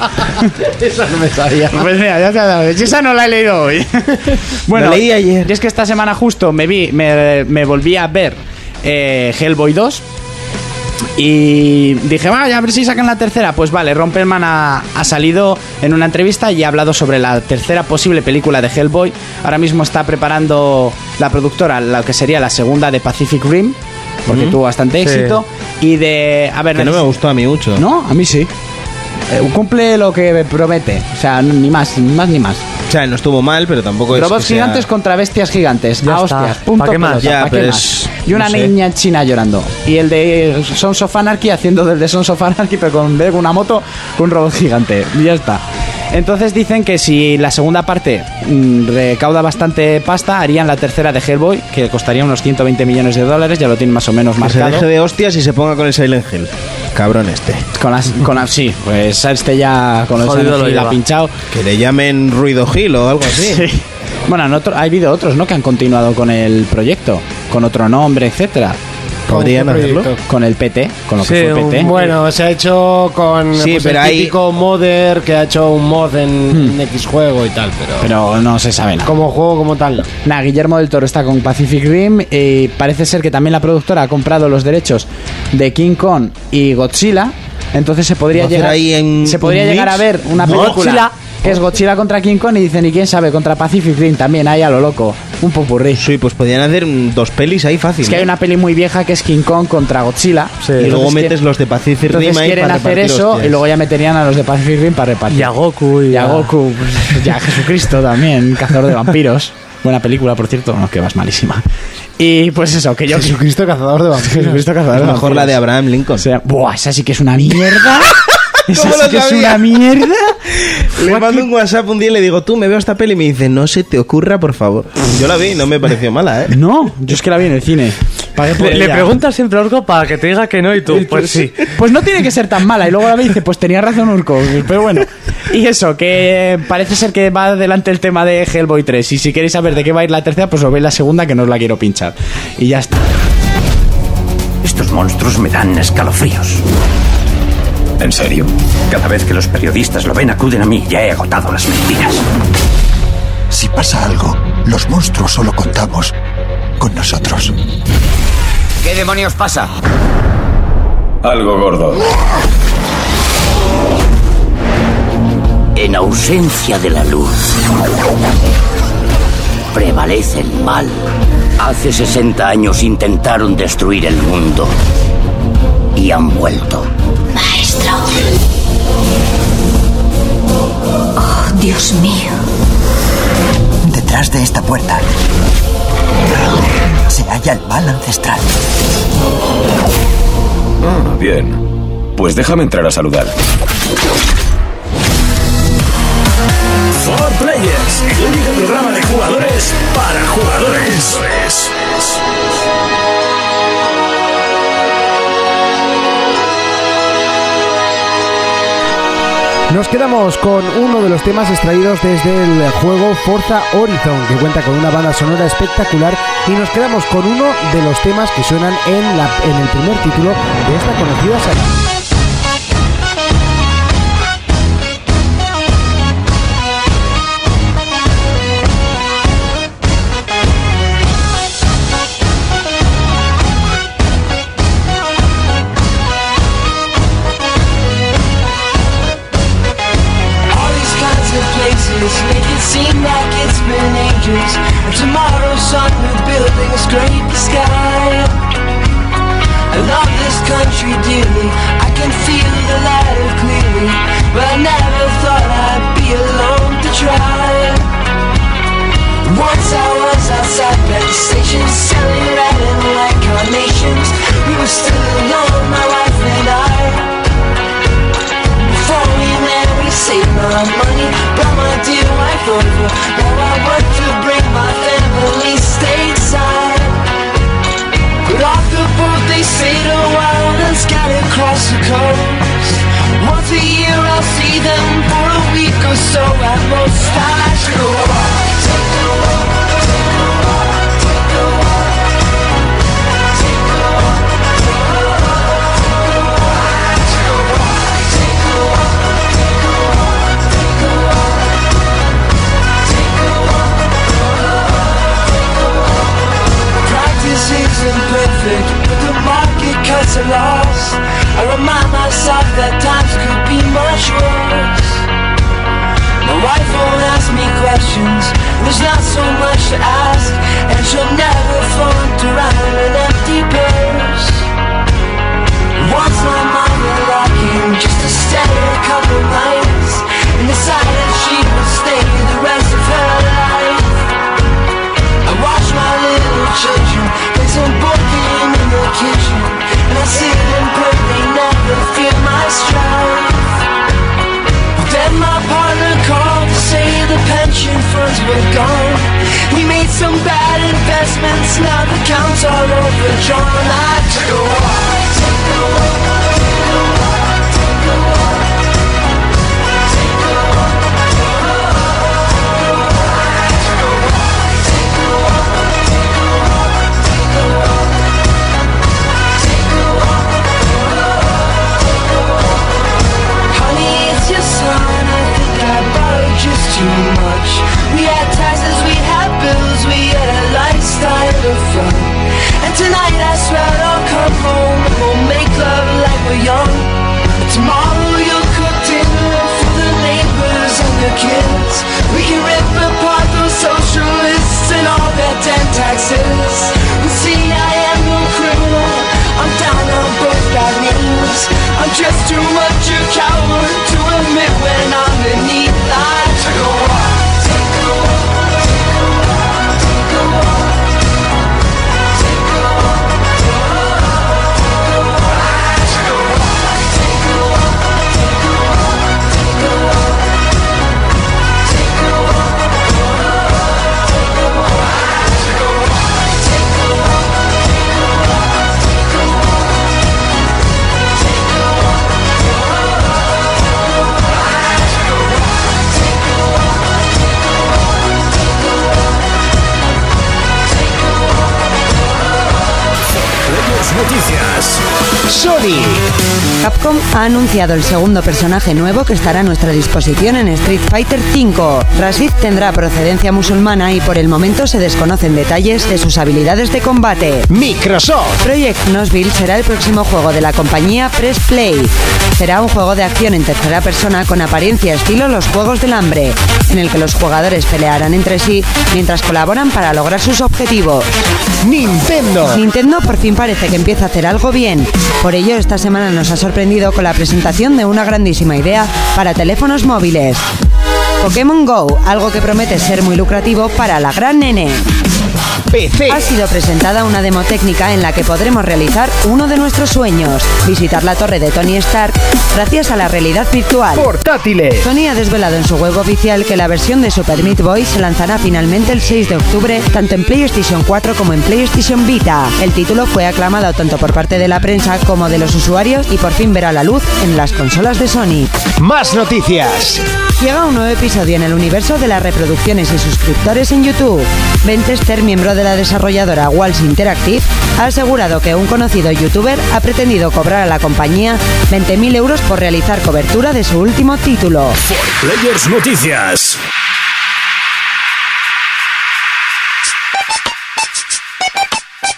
B: Esa no me sabía.
D: Pues mira, ya te la sabes. Y Esa no la he leído hoy.
F: La leí ayer.
D: Y es que esta semana justo me vi, me, me volví a ver eh, Hellboy 2. Y dije, vaya, a ver si sacan la tercera. Pues vale, Romperman ha, ha salido en una entrevista y ha hablado sobre la tercera posible película de Hellboy. Ahora mismo está preparando la productora lo que sería la segunda de Pacific Rim, porque tuvo bastante
E: Sí.
D: éxito. Y de. A ver,
F: Que no me
D: neces-
F: gustó a mí mucho.
D: no, a mí sí. Eh, cumple lo que promete. O sea, ni más, ni más, ni más.
F: O sea, no estuvo mal, pero tampoco es.
D: Robots
F: Pues que sea-
D: gigantes contra bestias gigantes.
E: Ya
D: a
E: está.
D: hostias. Punto.
E: ¿Pa' qué más?
D: pelota,
F: Ya,
D: ¿pa' qué
F: pero
D: más?
F: es-
D: Y una
F: no sé.
D: niña china llorando. Y el de Sons of Anarchy haciendo del de Sons of Anarchy, pero con, en vez de con una moto, con un robot gigante. Y ya está. Entonces dicen que si la segunda parte mm, recauda bastante pasta, harían la tercera de Hellboy, que costaría unos 120 millones de dólares, ya lo tienen más o menos
F: Que se
D: marcado.
F: deje de hostias y se ponga con el Silent Hill. Cabrón este.
D: Con las, con las- sí, pues este ya con el
E: Jodido
D: Silent
E: lo
D: Hill la ha
E: lleva.
D: pinchado.
F: Que le llamen Ruido Hill o algo así.
D: Sí. Bueno, en otro- ha habido otros, ¿no? Que han continuado con el proyecto, con otro nombre, etcétera.
F: Podrían
B: Con qué
F: hacerlo.
B: proyecto.
D: Con el PT, con lo
E: Sí,
D: que fue
E: un-
D: el PT.
B: Bueno, se ha hecho con
F: ¿Eh? Sí,
B: pues,
F: pero
B: el
F: hay- Hmm.
B: típico modder que ha hecho un mod en, en X juego y tal, pero,
D: Pero no se sabe nada.
B: como juego como tal. no.
D: Nah, Guillermo del Toro está con Pacific Rim y parece ser que también la productora ha comprado los derechos de King Kong y Godzilla. Entonces se podría
F: ¿Va a hacer
D: llegar,
F: ahí en-
D: se podría
F: un
D: llegar
F: mix?
D: a ver una
F: ¿No?
D: película
F: Godzilla.
D: que es Godzilla contra King Kong y dicen, y quién sabe, contra Pacific Rim también, ahí a lo loco. Un popurrí.
F: Sí, pues podrían hacer mm, dos pelis ahí fácil.
D: Es que hay
F: ¿eh?
D: una peli muy vieja que es King Kong contra Godzilla.
E: Sí.
F: Y
D: Entonces
F: luego
D: quiere-
F: metes los de Pacific
D: Entonces
F: Rim ahí
D: quieren
F: para
D: hacer
F: repartir
D: eso
F: hostias.
D: y luego ya meterían a los de Pacific Rim para repartir.
E: Y a Goku y
D: Y a
E: a-
D: Goku, y a Jesucristo también, cazador de vampiros. Buena película, por cierto, no, que vas malísima. Y pues eso, que yo...
B: Jesucristo cazador de vampiros.
D: Jesucristo
F: A
D: cazador
F: lo
D: de
F: mejor la de
D: vampiros.
F: Abraham Lincoln.
D: O sea, buah, esa sí que es una mierda. Esa
F: ¿Cómo
D: sí
F: lo
D: que es
F: sabía?
D: una mierda.
F: Le mando un WhatsApp un día y le digo, tú me veo esta peli y me dice, no se te ocurra, por favor. Yo la vi y no me pareció mala, ¿eh?
D: No, yo es que la vi en el cine. Pagué por
E: Le, le
D: ella.
E: preguntas siempre a Urco para que te diga que no y tú, pues sí.
D: Pues no tiene que ser tan mala. Y luego la ve y dice, pues tenía razón Urco. Pero bueno. Y eso, que parece ser que va adelante el tema de Hellboy 3. Y si queréis saber de qué va a ir la tercera, pues os veis la segunda que no os la quiero pinchar. Y ya está.
G: Estos monstruos me dan escalofríos. ¿En serio? Cada vez que los periodistas lo ven, acuden a mí. Ya he agotado las mentiras.
H: Si pasa algo, los monstruos solo contamos con nosotros.
G: ¿Qué demonios pasa?
I: Algo gordo.
G: En ausencia de la luz, prevalece el mal. Hace 60 años intentaron destruir el mundo y han vuelto.
J: Maestro. Oh, Dios mío.
H: Detrás de esta puerta se halla el mal ancestral.
I: Ah, bien. Pues déjame entrar a saludar.
A: For Players, el único programa de jugadores para jugadores.
K: Nos quedamos con uno de los temas extraídos desde el juego Forza Horizon, que cuenta con una banda sonora espectacular, y nos quedamos con uno de los temas que suenan en, la, en el primer título de esta conocida saga.
L: All these kinds of places make it seem like it's been ages. And tomorrow's sun with buildings scrape the sky. I love this country dearly. I can feel the light of clearly. But I never thought I'd be alone to try. Once I was outside at the station selling red and white carnations. We were still alone, my wife and I. Before we met, we saved my money, brought my dear wife over. Now I work to bring my family stateside. But off the boat they sail a while and scatter across the coast. Once a year I'll see them for a week or so at most. I should go walk, take a walk, take a walk, take a walk. Take a walk, take a walk, take a walk, take a walk, take a walk. Practice isn't perfect, but the market cuts a loss. I remind myself that times could be much worse. My wife won't ask me questions, there's not so much to ask, and she'll never flaunt around an empty purse. Once my mind went locking, just to stay a couple nights, and decided she would stay the rest of her life. I watch my little children play some booking in the kitchen, and I see them pray they never feel my strife. But then my partner called to say the pension funds were gone. We made some bad investments, now the accounts are overdrawn. I took a walk, take a walk, take a walk, take a walk. Take a walk, take a walk, take a walk, take a walk. Take a walk, take a walk, take a walk. Take a walk, take a walk, take a walk. Honey, it's your son. I think I borrowed just too much. We had taxes, we had bills, we had a lifestyle of fun. And tonight I swear I'll come home and we'll make love like we're young. Tomorrow you'll cook dinner for the neighbors and the kids. We can rip apart those socialists and all their damn taxes. And see, I am no criminal. I'm down on both bad knees. I'm just too much a coward to admit when I'm in need. I took a walk, take a walk, take a walk, take a walk. Take a walk, take a walk, take a walk. I took a walk, take a walk, take a walk, take a walk.
A: Players Noticias.
B: Sony
C: Capcom ha anunciado el segundo personaje nuevo que estará a nuestra disposición en Street Fighter V. Rashid tendrá procedencia musulmana y por el momento se desconocen detalles de sus habilidades de combate.
B: Microsoft.
C: Project Nosville será el próximo juego de la compañía Press Play. Será un juego de acción en tercera persona con apariencia estilo los Juegos del Hambre, en el que los jugadores pelearán entre sí mientras colaboran para lograr sus objetivos.
B: Nintendo.
C: Nintendo por fin parece que empieza a hacer algo bien. Por ello, esta semana nos ha sorprendido con la presentación de una grandísima idea para teléfonos móviles. Pokémon Go, algo que promete ser muy lucrativo para la gran nene.
B: PC.
C: Ha sido presentada una demo técnica en la que podremos realizar uno de nuestros sueños, visitar la torre de Tony Stark gracias a la realidad virtual.
B: Portátiles.
C: Sony ha desvelado en su web oficial que la versión de Super Meat Boy se lanzará finalmente el 6 de octubre, tanto en PlayStation 4 como en PlayStation Vita. El título fue aclamado tanto por parte de la prensa como de los usuarios y por fin verá la luz en las consolas de Sony.
B: Más noticias.
C: Llega un nuevo episodio en el universo de las reproducciones y suscriptores en YouTube. Ben Tester, miembro de la desarrolladora Walls Interactive, ha asegurado que un conocido youtuber ha pretendido cobrar a la compañía 20.000 euros por realizar cobertura de su último título.
A: Players Noticias.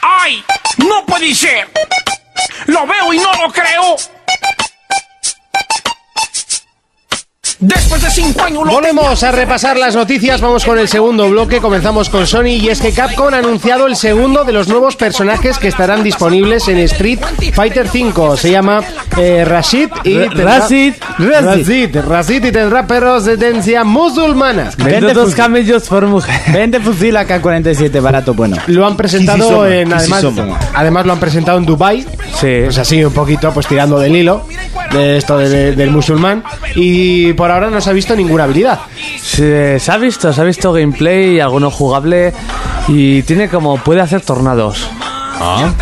M: ¡Ay! ¡No puede ser! ¡Lo veo y no lo creo! Después de cinco años lo
B: Volvemos a repasar las noticias, vamos con el segundo bloque, comenzamos con Sony y es que Capcom ha anunciado el segundo de los nuevos personajes que estarán disponibles en Street Fighter 5. Se llama eh, Rashid y
E: R-
B: tendrá-
E: Rashid.
B: Rashid, Rashid y tendrá perros de tendencia musulmana.
E: Vende dos camellos por mujer.
D: Vende fusil AK-47, barato, bueno.
B: Lo han presentado
D: Kisisoma,
B: en además,
D: Kisisoma.
B: además lo han presentado en Dubai.
E: Sí.
B: Pues así un poquito pues tirando del hilo de esto de- de- del musulmán y por ahora no se ha visto ninguna habilidad.
E: Se, se ha visto, se ha visto gameplay, alguno jugable y tiene como puede hacer tornados.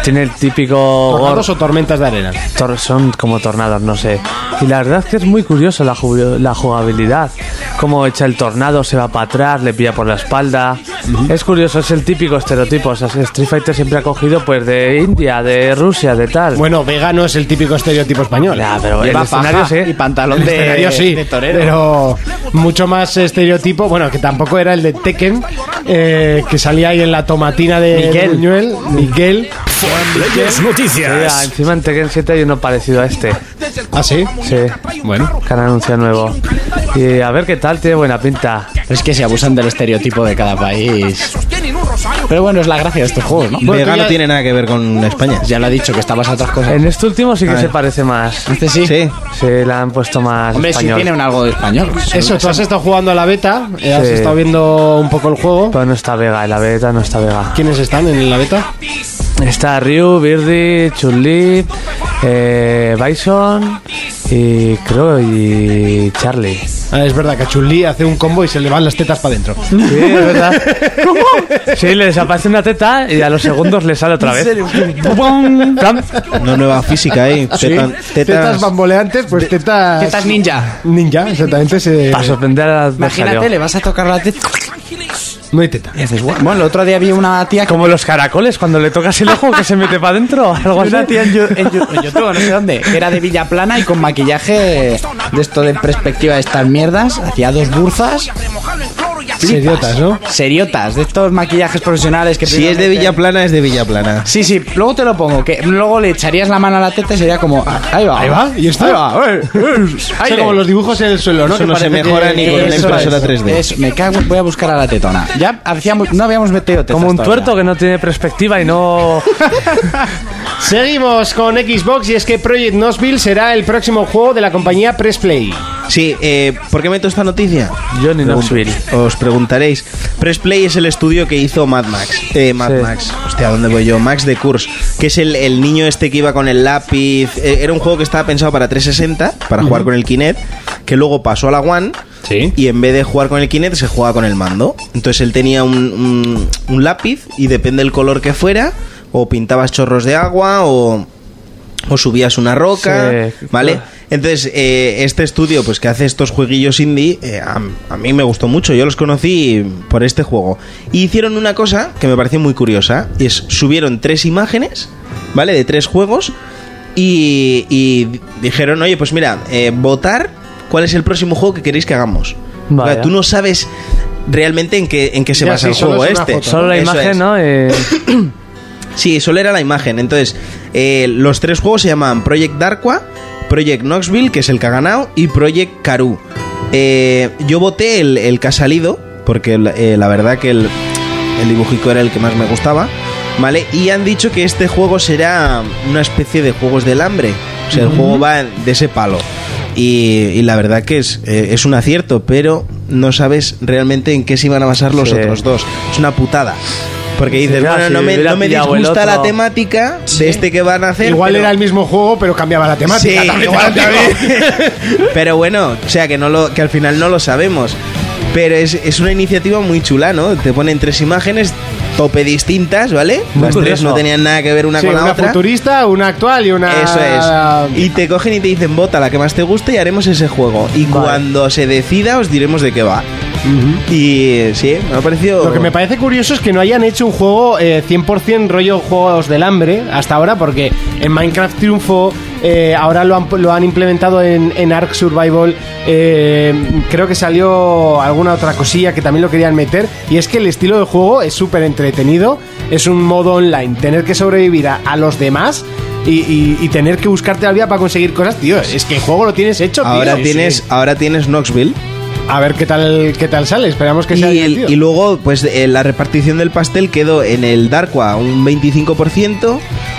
E: Tiene el típico
B: ¿Tornados o tormentas de arena?
E: Tor- son como tornados, no sé. Y la verdad es que es muy curioso la, ju- la jugabilidad. Cómo echa el tornado, se va para atrás, le pilla por la espalda. Es curioso, es el típico estereotipo. O sea, Street Fighter siempre ha cogido pues de India, de Rusia, de tal.
B: Bueno, vegano es el típico estereotipo español.
E: Ya, pero
D: Lleva
E: el escenario
D: faja
E: sí.
D: y pantalón
B: El
D: de,
B: escenario sí,
D: de torero.
B: pero mucho más estereotipo, bueno, que tampoco era el de Tekken, eh, que salía ahí en la tomatina de
E: Miguel.
B: Buñuel, Miguel.
A: Players
E: Sí,
A: Noticias.
E: encima en Tekken 7 hay uno parecido a este.
B: ¿Ah, sí?
E: Sí.
D: Bueno.
E: Que han anunciado nuevo. Y a ver qué tal, tiene buena pinta.
D: Es que se abusan del estereotipo de cada país. Pero bueno, es la gracia de estos juegos, ¿no?
F: Vegano tiene nada que ver con España.
D: Ya lo ha dicho, que estabas a otras cosas.
E: En este último sí que
F: Ah.
E: se parece más.
D: Este sí.
F: Sí.
E: Se la han puesto más
D: Hombre, sí
E: español.
D: tiene un algo de español.
B: Eso, tú has estado jugando a la beta, eh, has
E: Sí.
B: estado viendo un poco el juego.
E: Pero no está Vega, en la beta no está Vega.
B: ¿Quiénes están en la beta?
E: Está Ryu, Birdy, Chun-Li, eh, Bison y creo y Charlie.
B: Ah, es verdad que a Chun-Li hace un combo y se le van las tetas para adentro.
E: Sí, es verdad. Sí, le desaparece una teta y a los segundos le sale otra vez. Pam.
F: No nueva física ahí. Tetan-
B: Tetas
F: tetas.
B: bamboleantes, pues tetas...
D: Tetas ninja.
B: Ninja, exactamente. Se...
E: Para sorprender a
D: Imagínate, le vas a tocar la teta.
B: No hay teta.
D: Y dices, bueno, el otro día vi una tía que...
E: Como los caracoles, cuando le tocas el ojo que se mete para adentro o algo así.
D: Una tía en, Yo- en Yo- en YouTube, no sé dónde, que era de Villaplana y con maquillaje de esto de perspectiva de estas mierdas, hacía dos burzas
B: Seriotas, ¿no?
D: seriotas, de estos maquillajes profesionales que...
F: Si
D: primero
F: es de
D: meten-
F: Villaplana, es de Villaplana.
D: Sí, sí, luego te lo pongo, que luego le echarías la mano a la teta y sería como... ah, Ahí va,
B: Ahí va, ¿y esto?
D: Ahí va, eh, eh,
B: O sea,
D: aire.
B: como los dibujos en el suelo, ¿no?
F: Eso
B: Que
F: no se
B: parece que-
F: mejora ni con una
D: Eso
F: impresora
D: es,
F: 3D.
D: eso, me cago, voy a buscar a la tetona. Ya hacíamos, no habíamos metido tetas
E: Como un
D: todavía.
E: tuerto que no tiene perspectiva y no.
B: Seguimos con Xbox y es que Project Nosville será el próximo juego de la compañía Press Play.
F: Sí, eh, ¿por qué meto esta noticia?
E: Johnny
F: Pregun-
E: Knoxville.
F: Os preguntaréis. Press Play es el estudio que hizo Mad Max. Eh, Mad
E: Sí.
F: Max. Hostia, ¿dónde voy yo? Max de Curse. Que es el, el niño este que iba con el lápiz. Eh, era un juego que estaba pensado para 360, para jugar con el Kinect. Que luego pasó a la One.
B: Sí.
F: Y en vez de jugar con el Kinect, se jugaba con el mando. Entonces él tenía un, un- un lápiz y depende del color que fuera, o pintabas chorros de agua, o, o subías una roca,
E: Sí.
F: ¿vale? Entonces, eh, este estudio, pues que hace estos jueguillos indie, eh, a, a mí me gustó mucho, yo los conocí por este juego. Y hicieron una cosa que me pareció muy curiosa, y es subieron tres imágenes, ¿vale? De tres juegos, Y, y dijeron, oye, pues mira, eh, votar cuál es el próximo juego que queréis que hagamos. O sea,
E: Vaya.
F: tú no sabes realmente en qué, en qué se
E: Ya,
F: basa
E: sí,
F: el
E: solo
F: juego
E: es una
F: este.
E: foto, ¿no? Solo la
F: Eso
E: imagen,
F: es.
E: ¿no? Eh,
F: Sí, solo era la imagen. Entonces, eh, los tres juegos se llaman Project Darkwa, Project Knoxville, que es el que ha ganado, y Project Karu. Eh, yo voté el, el que ha salido, porque el- eh, la verdad que el, el dibujico era el que más me gustaba, ¿vale? Y han dicho que este juego será una especie de juegos del hambre. O sea, el
B: Ujú.
F: juego va de ese palo. Y, y la verdad que es, eh, es un acierto, pero no sabes realmente en qué se iban a basar los
E: Sí.
F: otros dos. Es una putada. Porque
E: Sí,
F: dices,
E: ya,
F: bueno,
E: si
F: no me,
E: hubiera
F: no me
E: pillado el
F: disgusta la
E: otro".
F: temática de este que van a hacer.
B: Igual
F: pero-
B: era el mismo juego, pero cambiaba la temática.
F: Sí,
B: también te
F: igual
B: lo digo.
F: Pero bueno, o sea, que, no lo, que al final no lo sabemos. Pero es, es una iniciativa muy chula, ¿no? Te ponen tres imágenes tope distintas, ¿vale?
B: Muy
F: Las tres
B: curioso.
F: no tenían nada que ver una
B: Sí,
F: con la
B: una
F: otra.
B: futurista, una actual y una.
F: Eso es. Y te cogen y te dicen, vota la que más te guste y haremos ese juego. Y cuando se decida, os diremos de qué va. Y sí, me ha parecido.
B: Lo que me parece curioso es que no hayan hecho un juego eh, 100% rollo juegos del hambre hasta ahora, porque en Minecraft triunfó, eh, ahora lo han, lo han implementado en, en Ark Survival, eh, creo que salió alguna otra cosilla que también lo querían meter, y es que el estilo de juego es súper entretenido, es un modo online, tener que sobrevivir a, a los demás. Y, y- y tener que buscarte la vida para conseguir cosas, tío. Es que el juego lo tienes hecho, tío.
F: Ahora
B: Sí,
F: tienes,
B: sí.
F: ahora tienes Knoxville.
B: A ver qué tal, qué tal sale. Esperamos que
F: y,
B: sea
F: el-
B: divertido.
F: y luego, pues eh, la repartición del pastel quedó en el Darkwa un 25%,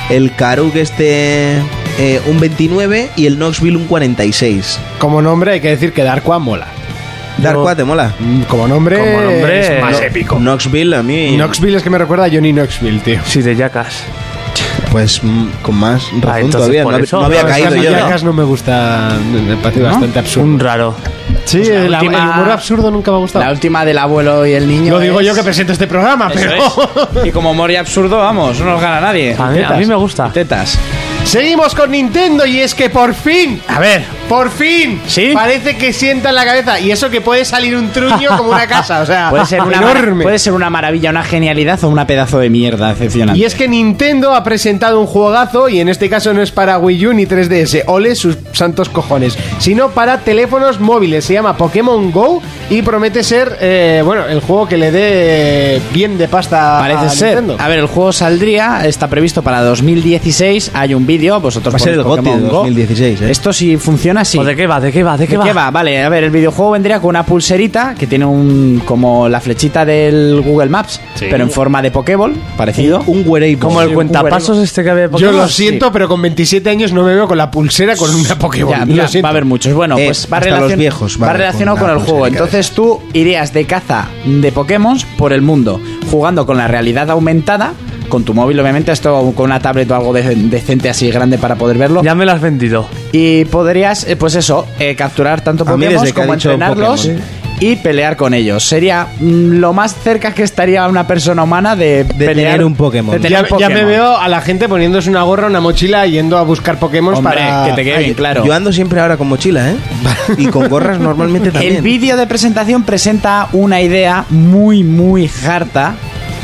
F: el Karuk este eh, un 29% y el Knoxville un 46%.
B: Como nombre hay que decir que Darkwa mola.
F: Darkwa te mola.
B: Mm, Como nombre,
F: Como nombre,
B: es más
F: no-
B: épico.
F: Knoxville a mí.
B: Knoxville es que me recuerda a Johnny Knoxville, tío.
E: Sí, de Jackass.
F: Pues mm, con más razón
B: entonces
F: todavía. No,
B: por
F: hab-
B: eso.
F: no había
B: No, es que
F: caído
B: a mí
F: yo.
B: Jackass no me gusta. Me parece bastante absurdo.
E: Un raro.
B: Sí, el, el humor absurdo nunca me ha gustado.
D: La última del abuelo y el niño.
B: Lo digo
D: es-
B: yo que presento este programa,
D: Eso
B: pero.
D: es. Y como humor y absurdo, vamos, no nos gana nadie.
E: A mí- a mí me gusta.
D: Tetas.
B: Seguimos con Nintendo y es que por fin. A ver. Por fin. Sí. Parece que sienta en la cabeza. Y eso que puede salir un truño como una casa. O sea,
D: Puede ser, una mara-
B: Ah, enorme.
D: puede ser una maravilla, una genialidad o una pedazo de mierda excepcional.
B: Y es que Nintendo ha presentado un juegazo y en este caso no es para Wii U ni 3DS, ole sus santos cojones, sino para teléfonos móviles. Se llama Pokémon Go y promete ser, eh, bueno, el juego que le dé bien de pasta a
D: Parece ser.
B: Nintendo.
D: A ver, el juego saldría, está previsto para 2016. Hay un vídeo, vosotros
F: Va a
D: ponéis
F: ser el GOTY
D: Pokémon
F: de
D: Go. Este
F: 2016, ¿eh?
D: Esto sí funciona, sí.
E: ¿O Pues, de qué va? ¿De qué va? ¿De qué
D: ¿De
E: va?
D: qué va? Vale, a ver, el videojuego vendría con una pulserita que tiene un como la flechita del Google Maps, pero en forma de Pokéball, parecido.
F: Un wearable.
E: Como el
D: Sí, un
E: cuentapasos
D: wearable.
E: este que había de
B: Yo
E: Pokémon.
B: lo siento, pero con 27 años no me veo con la pulsera con una
D: Ya,
B: Pokéball.
D: mira,
B: Lo siento.
D: va a haber muchos. Bueno,
F: Eh,
D: pues va,
F: hasta
D: relacion-
F: los viejos,
D: va
F: vale,
D: relacionado
F: con
D: con,
F: una
D: el
F: pulsera
D: juego.
F: de cabeza.
D: Entonces tú irías de caza de Pokémon por el mundo, jugando con la realidad aumentada, con tu móvil, obviamente, esto con una tablet o algo de- decente así grande para poder verlo.
E: Ya me lo has vendido.
D: Y podrías, eh, pues eso, eh, capturar tanto
F: A mí desde
D: Pokémon
F: que ha
D: como
F: dicho
D: entrenarlos.
F: Pokémon.
D: Y pelear con ellos. Sería mm, lo más cerca que estaría una persona humana de, pelear-
F: tener un Pokémon.
D: de tener
B: Ya,
D: un
B: ya me
D: Pokémon.
B: veo a la gente poniéndose una gorra, una mochila yendo a buscar Pokémon
D: Hombre,
B: para.
D: que te quede bien claro.
F: Yo ando siempre ahora con mochila, ¿eh? Y con gorras normalmente
D: El
F: también.
D: vídeo de presentación presenta una idea muy, muy harta,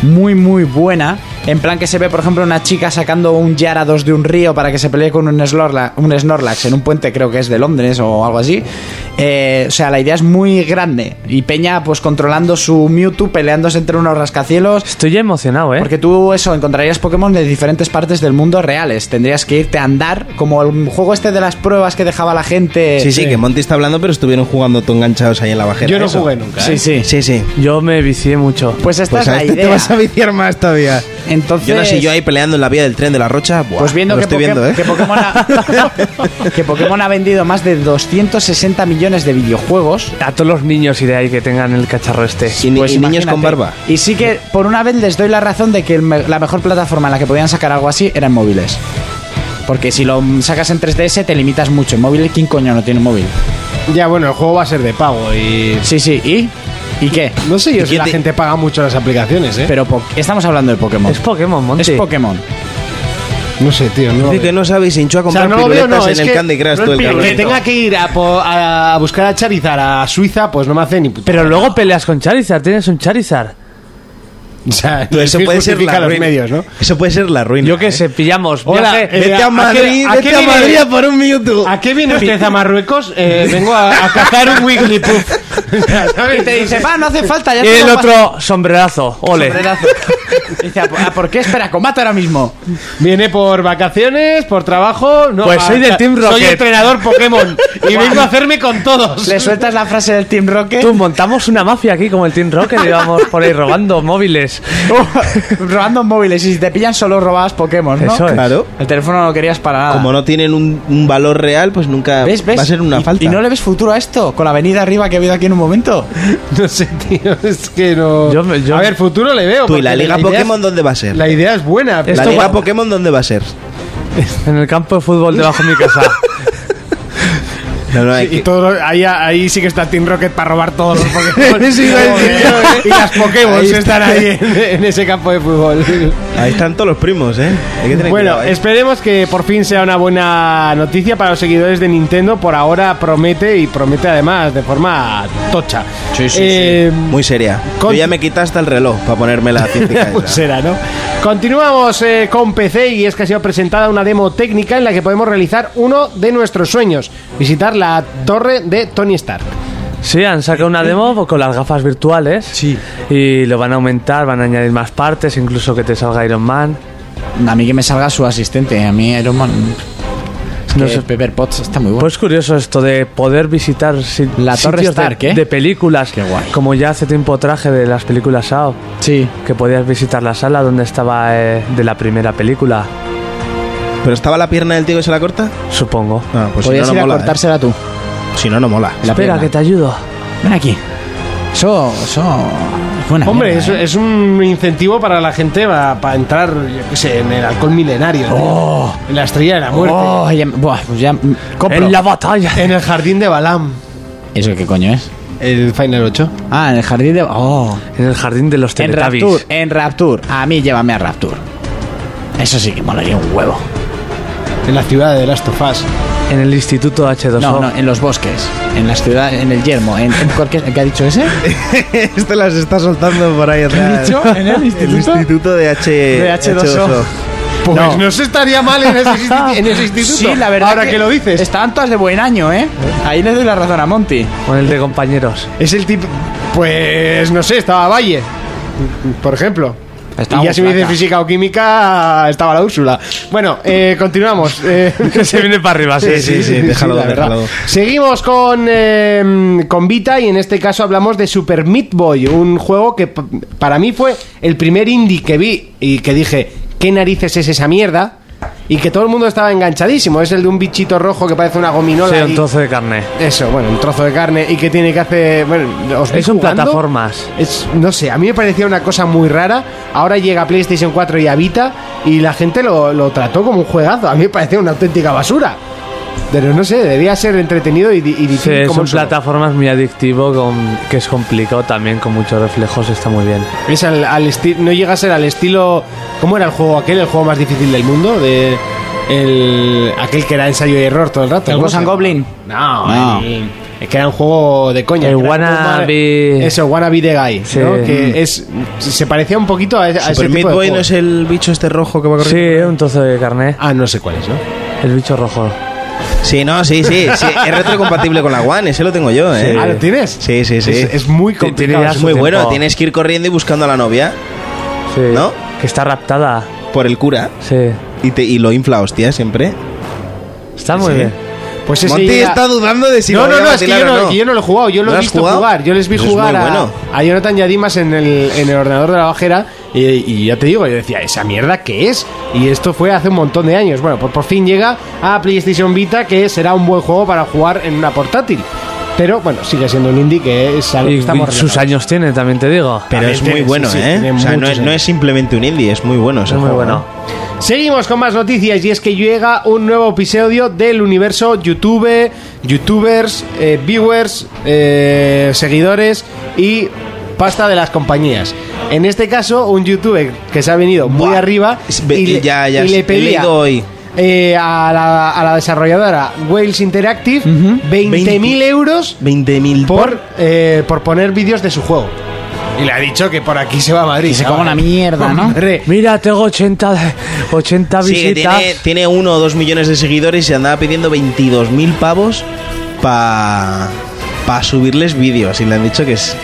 D: muy, muy buena. En plan que se ve, por ejemplo, una chica sacando un Yarados de un río para que se pelee con un Snorlax, un Snorlax en un puente, creo que es de Londres o algo así. Eh, o sea, la idea es muy grande. Y Peña, pues controlando su Mewtwo, peleándose entre unos rascacielos.
E: Estoy emocionado, ¿eh?
D: Porque tú eso, encontrarías Pokémon de diferentes partes del mundo reales. Tendrías que irte a andar, como el juego este de las pruebas que dejaba la gente.
F: Sí, sí, que Monty está hablando, pero estuvieron jugando todo enganchados ahí en la bajera.
B: Yo no
F: Eso.
B: jugué nunca.
D: Sí,
B: ¿eh?
D: sí.
F: Sí, sí.
E: Yo me vicié mucho.
D: Pues esta
F: Pues
D: es
F: a
D: la
F: este
D: idea.
F: te vas a viciar más todavía.
D: Entonces,
F: Yo no sé, yo ahí peleando en la vía del tren de la Rocha. buah,
D: pues viendo
F: lo
D: que,
F: estoy
D: Poké-
F: viendo, ¿eh?
D: que Pokémon ha, que Pokémon ha vendido más de 260 millones de videojuegos.
E: A todos los niños iré ahí que tengan el cacharro este.
F: Y, ni-
D: pues
F: y niños
D: imagínate.
F: con barba.
D: Y sí que por una vez les doy la razón de que el me- la mejor plataforma en la que podían sacar algo así eran móviles. Porque si lo sacas en 3DS te limitas mucho. En móvil, ¿quién coño no tiene móvil?
B: Ya, bueno, el juego va a ser de pago y.
D: Sí, sí, ¿y? ¿Y qué?
B: No sé yo si
F: quién
B: la
F: te-
B: gente paga mucho las aplicaciones, ¿eh?
D: Pero po- estamos hablando de Pokémon.
E: Es Pokémon, Monty.
D: Es Pokémon.
B: no sé, tío. No lo
F: Dice
B: veo.
F: que no sabéis, se hinchó a
B: O sea,
F: comprar
B: no lo veo,
F: piruletas
B: no, es
F: en el
B: que-
F: Candy Crush
B: no,
F: todo el
B: pero que
F: cabrón.
B: tenga que ir a, po- a buscar a Charizard a Suiza, pues no me hace ni puta.
E: Pero luego peleas con Charizard, tienes un Charizard.
D: O sea,
F: Tú, eso
D: el fin
F: puede ser
D: justifica
F: la
D: los
F: ruina.
D: medios, ¿no?
F: Eso puede ser la ruina. Yo
E: que sé, pillamos.
D: Hola,
F: viaje-
D: eh,
F: vete a Madrid,
D: qué-
F: vete a
D: viene-
F: Madrid a por un minuto.
D: ¿A qué viene usted a Marruecos? Eh, vengo a, a cazar un Wigglypuff. O sea, ¿sabes?
B: Y te dice, va, no hace falta, ya
E: Y
B: te
E: el
B: lo
E: otro sombrerazo, ole.
B: Sombrerazo. Dice, "¿A por- ¿a por qué? Espera, combate ahora mismo.
D: Viene por vacaciones, por trabajo. No,
B: Pues
D: a-
B: soy del
D: a-
B: Team
D: Soy
B: Rocket.
D: entrenador Pokémon y vengo a hacerme con todos.
B: Le sueltas la frase del Team Rocket.
E: Tú montamos una mafia aquí como el Team Rocket y vamos por ahí robando móviles.
B: Oh. robando móviles y si te pillan solo robabas Pokémon, ¿no?
F: Eso es. Claro.
B: El teléfono no lo querías para
D: Ah.
B: nada.
F: Como no tienen un, un valor real, pues nunca
B: ¿Ves? ¿Ves?
F: va a ser una
B: y,
F: falta.
B: y no le ves futuro a esto, con la avenida arriba que ha habido aquí en un momento.
D: No sé, tío, es que no. A ver, futuro le veo.
F: Tú, ¿y la
D: porque idea
F: Liga
D: es-
F: Pokémon dónde va a ser?
D: La idea es buena.
F: ¿La
D: pero-
F: Liga Pokémon dónde va a ser?
E: En el campo de fútbol debajo de mi casa.
F: No, no, hay
D: Y
F: que-
D: todo, ahí, ahí sí que está Team Rocket para robar todos los Pokémon.
F: Eso iba a decir
D: Joder,
F: yo, ¿eh?
D: Y las Pokémon
F: Ahí
D: están
F: está.
D: ahí ¿eh? en, en ese campo de fútbol.
F: Ahí están todos los primos, ¿eh? Hay que tener
D: Bueno,
F: cuidado ahí.
D: esperemos que por fin sea una buena noticia para los seguidores de Nintendo. Por ahora promete y promete además de forma tocha. Eh,
F: Muy seria.
D: con-
F: Yo ya me quité hasta el reloj para ponerme la científica
D: Pues
F: esa.
D: será, ¿no? Continuamos eh, con PC y es que ha sido presentada una demo técnica en la que podemos realizar uno de nuestros sueños, visitar la torre de Tony Stark.
E: Sí, han sacado una demo pues, con las gafas virtuales. Sí. Y lo van a aumentar, van a añadir más partes, incluso que te salga Iron Man.
B: A mí que me salga su asistente, a mí Iron Man.
E: No
B: No sé,
E: sé.
B: Pepper Potts está muy bueno.
E: Pues curioso esto de poder visitar si-
B: La Torre
E: sitios de-
B: Stark, ¿eh?
E: de películas. Como ya hace tiempo traje de las películas SAO.
D: Pues
B: Sí.
E: Que podías visitar la sala donde estaba eh, de la primera película,
F: ¿Pero estaba la pierna del tío que se la corta?
E: supongo.
F: No, pues si no,
B: Podrías
F: no
B: ir a
F: mola. ¿eh?
B: cortársela tú.
F: Si no, no mola.
B: La
E: Espera,
B: pierna.
E: que te ayudo.
B: Ven aquí. Eso, eso. Es buena
D: Hombre,
B: mierda,
D: es,
B: ¿eh?
D: es un incentivo para la gente va- para entrar, yo qué sé, en el alcohol milenario, tío.
F: Oh.
D: en la estrella de la muerte,
B: Oh, ya, buah, pues ya mm, compro.
E: En la batalla.
D: en el jardín de Balam.
B: ¿Eso qué coño es?
D: El Final 8.
B: Ah, en el jardín de. Oh.
E: En el jardín de los
B: En
E: Teletubbies.
B: Rapture, en Rapture. A mí llévame a Rapture. Eso sí que molaría un huevo.
D: En la ciudad de Last of Us.
E: En el instituto H2O.
B: No, no, en los bosques, en la ciudad, en el yermo, en, en cualquier... ¿Qué ha dicho ese?
F: este las está soltando por ahí atrás.
B: dicho? ¿En el instituto?
F: instituto de H...
B: De H2O.
D: Pues
B: No.
D: no, se estaría mal en ese, insti- en ese instituto.
B: Sí, la verdad
D: Ahora que, lo dices.
B: Estaban todas de buen año, ¿eh? Ahí le doy la razón a Monty.
E: O en el de compañeros.
D: Es el tipo. Pues no sé, estaba Valle, por ejemplo.
B: Estaba
D: y ya
B: muy
D: si me dices
B: flaca.
D: física o química, estaba la Úrsula. Bueno, eh, continuamos. Eh,
E: Se viene para arriba, sí, sí.
F: Sí, sí, déjalo,
D: la verdad.
F: déjalo.
D: Seguimos con, eh, con Vita y en este caso hablamos de Super Meat Boy, un juego que p- para mí fue el primer indie que vi y que dije, ¿qué narices es esa mierda? Y que todo el mundo estaba enganchadísimo. Es el de un bichito rojo que parece una gominola.
E: Sí, un
D: y-
E: trozo de carne.
D: Eso, bueno, un trozo de carne y que tiene que hacer... Bueno, os vi
E: Es un
D: jugando.
E: plataformas.
D: Es- no sé, a mí me parecía una cosa muy rara. Ahora llega PlayStation 4 y habita y la gente lo, lo trató como un juegazo. A mí me parecía una auténtica basura. Pero no sé, debía ser entretenido y, di- y
E: Sí,
D: difícil
E: es
D: como
E: un
D: el solo.
E: plataformas muy adictivo, con, que es complicado también, con muchos reflejos, está muy bien.
D: Es al, al esti- no llega a ser al estilo. ¿Cómo era el juego aquel? El juego más difícil del mundo. De el, aquel que era ensayo y error todo el rato.
B: El
D: ¿Cómo
B: Ghost
D: se
B: and
D: llama?
B: Goblin.
D: No,
B: No.
D: el- es que era un juego de coña. que
E: El
D: era un
E: Wanna
D: poco más-
E: Be-
D: Eso, Wannabe the Guy.
E: Sí.
D: ¿no? Que es, se parecía un poquito a, a ese
F: Super
D: tipo
F: Meat
D: de
F: Boy
D: juego.
F: no es el bicho este rojo que va
E: Sí,
F: corriendo.
E: un trozo de carne.
D: Ah, no sé cuál es, ¿no?
E: El bicho rojo.
F: Sí, no, sí, sí, sí. Es retrocompatible con la One, ese lo tengo yo, ¿eh?
D: Ah, ¿lo tienes?
F: Sí, sí, sí.
D: Es, es muy
E: Tiene
D: complicado.
E: ya
F: Es
E: su
F: muy bueno,
E: tiempo.
F: tienes que ir corriendo y buscando a la novia
E: Sí.
F: ¿No?
E: Que está raptada.
F: por el cura
E: Sí.
F: y, te, y lo infla, hostia, siempre.
E: Está muy
F: Sí.
E: bien.
D: Pues ese
F: Monty
D: ya-
F: está dudando de si
D: no,
F: lo
D: no,
F: voy a
D: no, es que
F: vacilar
D: yo
F: o
D: no, que yo no lo he jugado, yo lo,
F: ¿No
D: he
F: has
D: visto
F: jugado?
D: jugar, yo les vi
F: Eso es
D: jugar
F: muy
D: a,
F: bueno.
D: a Jonathan Yadimas en el, en el ordenador de la bajera y, y ya te digo, yo decía, ¿esa mierda qué es? Y esto fue hace un montón de años. Bueno, pues por fin llega a PlayStation Vita, que será un buen juego para jugar en una portátil. Pero bueno, sigue siendo un indie que es algo que
E: Y,
D: estamos
E: y sus
D: relajados.
E: años tiene, también te digo.
F: Pero
D: También
F: es
D: tiene-
F: muy
D: sí,
F: bueno,
D: sí,
F: ¿eh?
D: tiene
F: O sea, no
D: muchos
F: es, no
D: años.
F: es simplemente un indie, es muy bueno. ese
E: Es muy
F: juego,
E: bueno.
D: Seguimos con más noticias y es que llega un nuevo episodio del universo YouTube, youtubers, eh, viewers, eh, seguidores y pasta de las compañías. En este caso, un youtuber que se ha venido muy
F: Buah.
D: arriba
F: Es- ve-
D: y le,
F: ya, ya,
D: y le
F: he
D: pedía
F: leído hoy.
D: eh, a, la, a la desarrolladora Wales Interactive 20.000 euros
F: 20.000
D: por, eh, por poner vídeos de su juego.
B: Y le ha dicho que por aquí se va a Madrid.
N: se come una mierda, ¿no?
E: Mira, tengo 80, 80
F: Sí, que
E: visitas.
F: tiene, tiene uno o dos millones de seguidores y andaba pidiendo 22.000 pavos para pa subirles vídeos. Y le han dicho que es.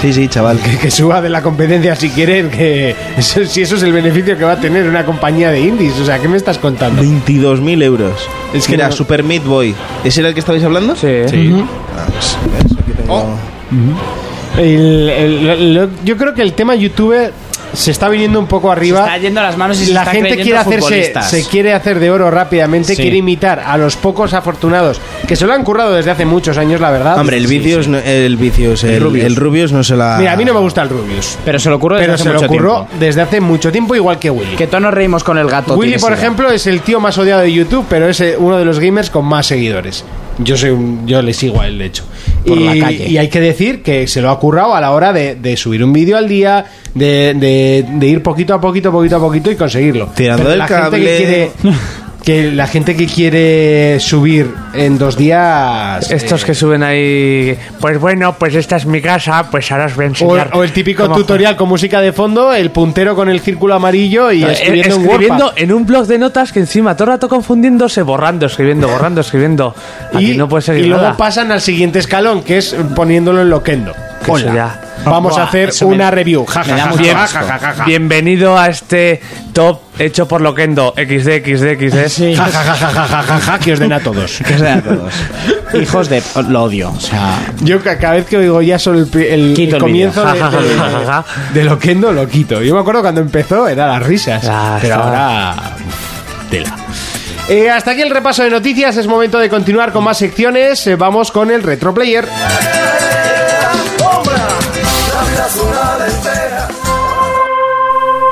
F: Sí, sí, chaval.
B: Que, que suba de la competencia si quieren, que eso- si eso es el beneficio que va a tener una compañía de indies. O sea, ¿qué me estás contando?
F: 22.000 euros. Es que era
B: una-
F: Super Meat Boy. ¿Ese era el que estabais hablando? Sí.
B: Ujú.
F: Ah, pues, eso que tengo-
B: El- el- lo- lo- yo creo que el tema YouTube se está viniendo un poco arriba.
N: Se está yendo a las manos y se
B: la
N: está
B: gente
N: creyendo
B: quiere hacerse,
N: futbolistas.
B: se quiere hacer de oro rápidamente,
N: Sí.
B: quiere imitar a los pocos afortunados que se lo han currado desde hace muchos años, la verdad.
F: Hombre, el Vicious, no- el Vicious, el, el Rubius.
B: Rubius.
F: no se la.
B: Mira, a mí no me gusta el Rubius.
N: Pero se lo ocurrió desde
B: Pero
N: hace
B: se lo
N: mucho
B: ocurrió
N: tiempo.
B: desde hace mucho tiempo, igual que Willy.
N: Que todos nos reímos con el gato.
B: Willy,
N: tienes
B: por
N: idea.
B: ejemplo, es el tío más odiado de YouTube, pero es eh, uno de los gamers con más seguidores. Yo soy un- yo le sigo a él, de hecho.
N: Por
B: y,
N: la calle.
B: y hay que decir que se lo ha currado a la hora de, de subir un vídeo al día, de, de- de ir poquito a poquito, poquito a poquito y conseguirlo.
F: Tirando
B: Pero
F: del
B: la gente que
F: cable.
B: quiere- que la gente que quiere subir en dos días.
E: Estos
B: eh,
E: que suben ahí. Pues bueno, pues esta es mi casa, pues ahora os voy
B: o,
E: a enseñar.
B: o el típico
E: cómo-
B: tutorial con música de fondo, el puntero con el círculo amarillo y
E: Eh,
B: escribiendo, en
E: escribiendo
B: WordPad.
E: en un blog de notas que encima todo el rato confundiéndose, borrando, escribiendo, borrando, escribiendo. Aquí
B: y,
E: no puede ser
B: y luego
E: nada.
B: pasan al siguiente escalón, que es poniéndolo en loquendo.
E: Que eso
B: Hola,
E: ya.
B: Vamos
E: Buah,
B: a hacer
E: eso me-
B: una review. Ja,
E: me
B: ja,
E: da
B: ja,
E: mucho
B: ja,
E: asco.
B: ja, ja, ja, ja.
E: Bienvenido a este top hecho por Loquendo XD, XD, XD.
B: Ja, ja, ja, ja, ja, ja, ja, ja, que os den a todos.
N: Que sea todos. Hijos de. Lo odio. O sea.
B: Yo ca- cada vez que oigo ya solo el, pri- el-
N: Quito el
B: el comienzo de,
N: vídeo. Ja, ja,
B: de-
N: ja, ja, ja.
B: de Loquendo, lo quito. Yo me acuerdo cuando empezó, era las risas.
E: Ah,
B: pero
E: está.
B: ahora. Tela. Eh, hasta aquí el repaso de noticias. Es momento de continuar con más secciones. Eh, vamos con el Retro Player.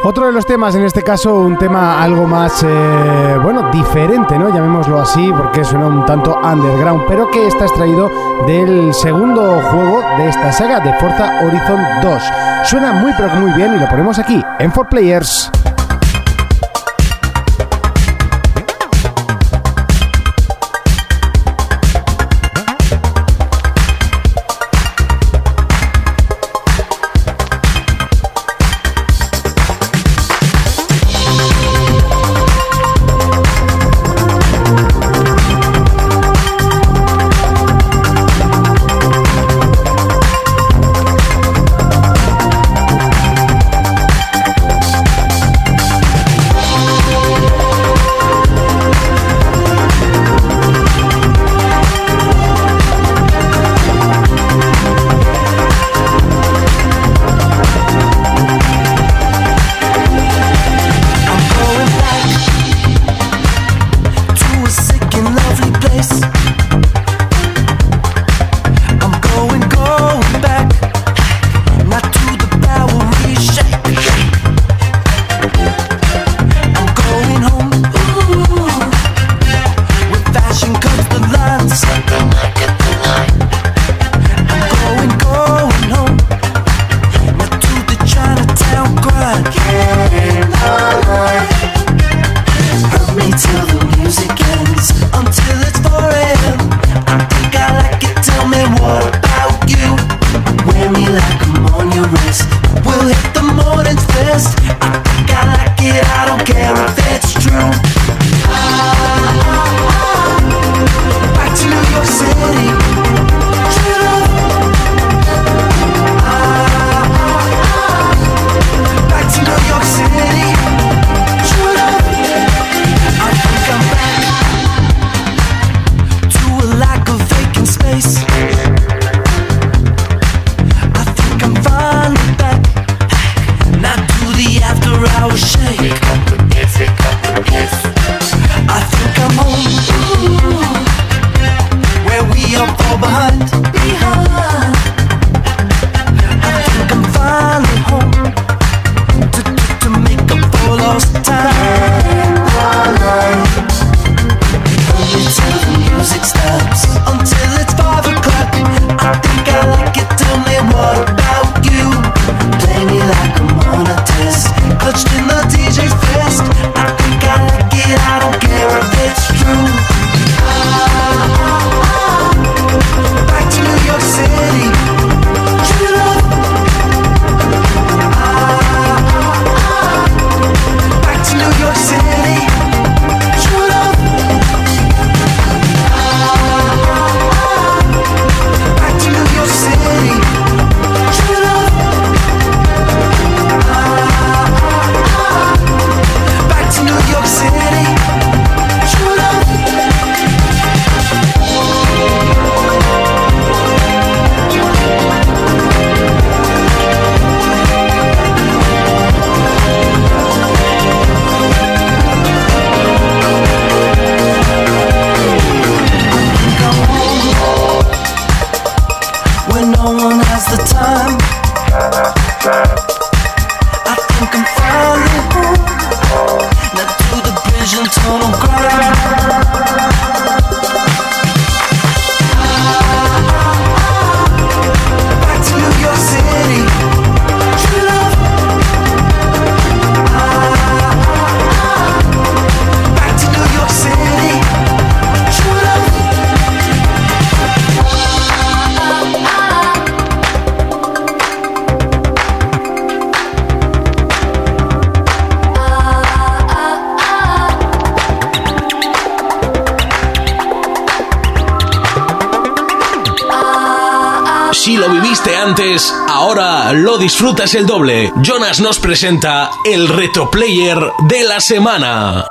D: Otro de los temas, en este caso un tema algo más, eh, bueno, diferente, ¿no? Llamémoslo así, porque suena un tanto underground, pero que está extraído del segundo juego de esta saga, de Forza Horizon 2. Suena muy, pero que muy bien y lo ponemos aquí, en 4Players.
L: Ah,
O: viste antes, ahora lo disfrutas el doble. Eh, Jonas nos presenta el Retro Player de la semana.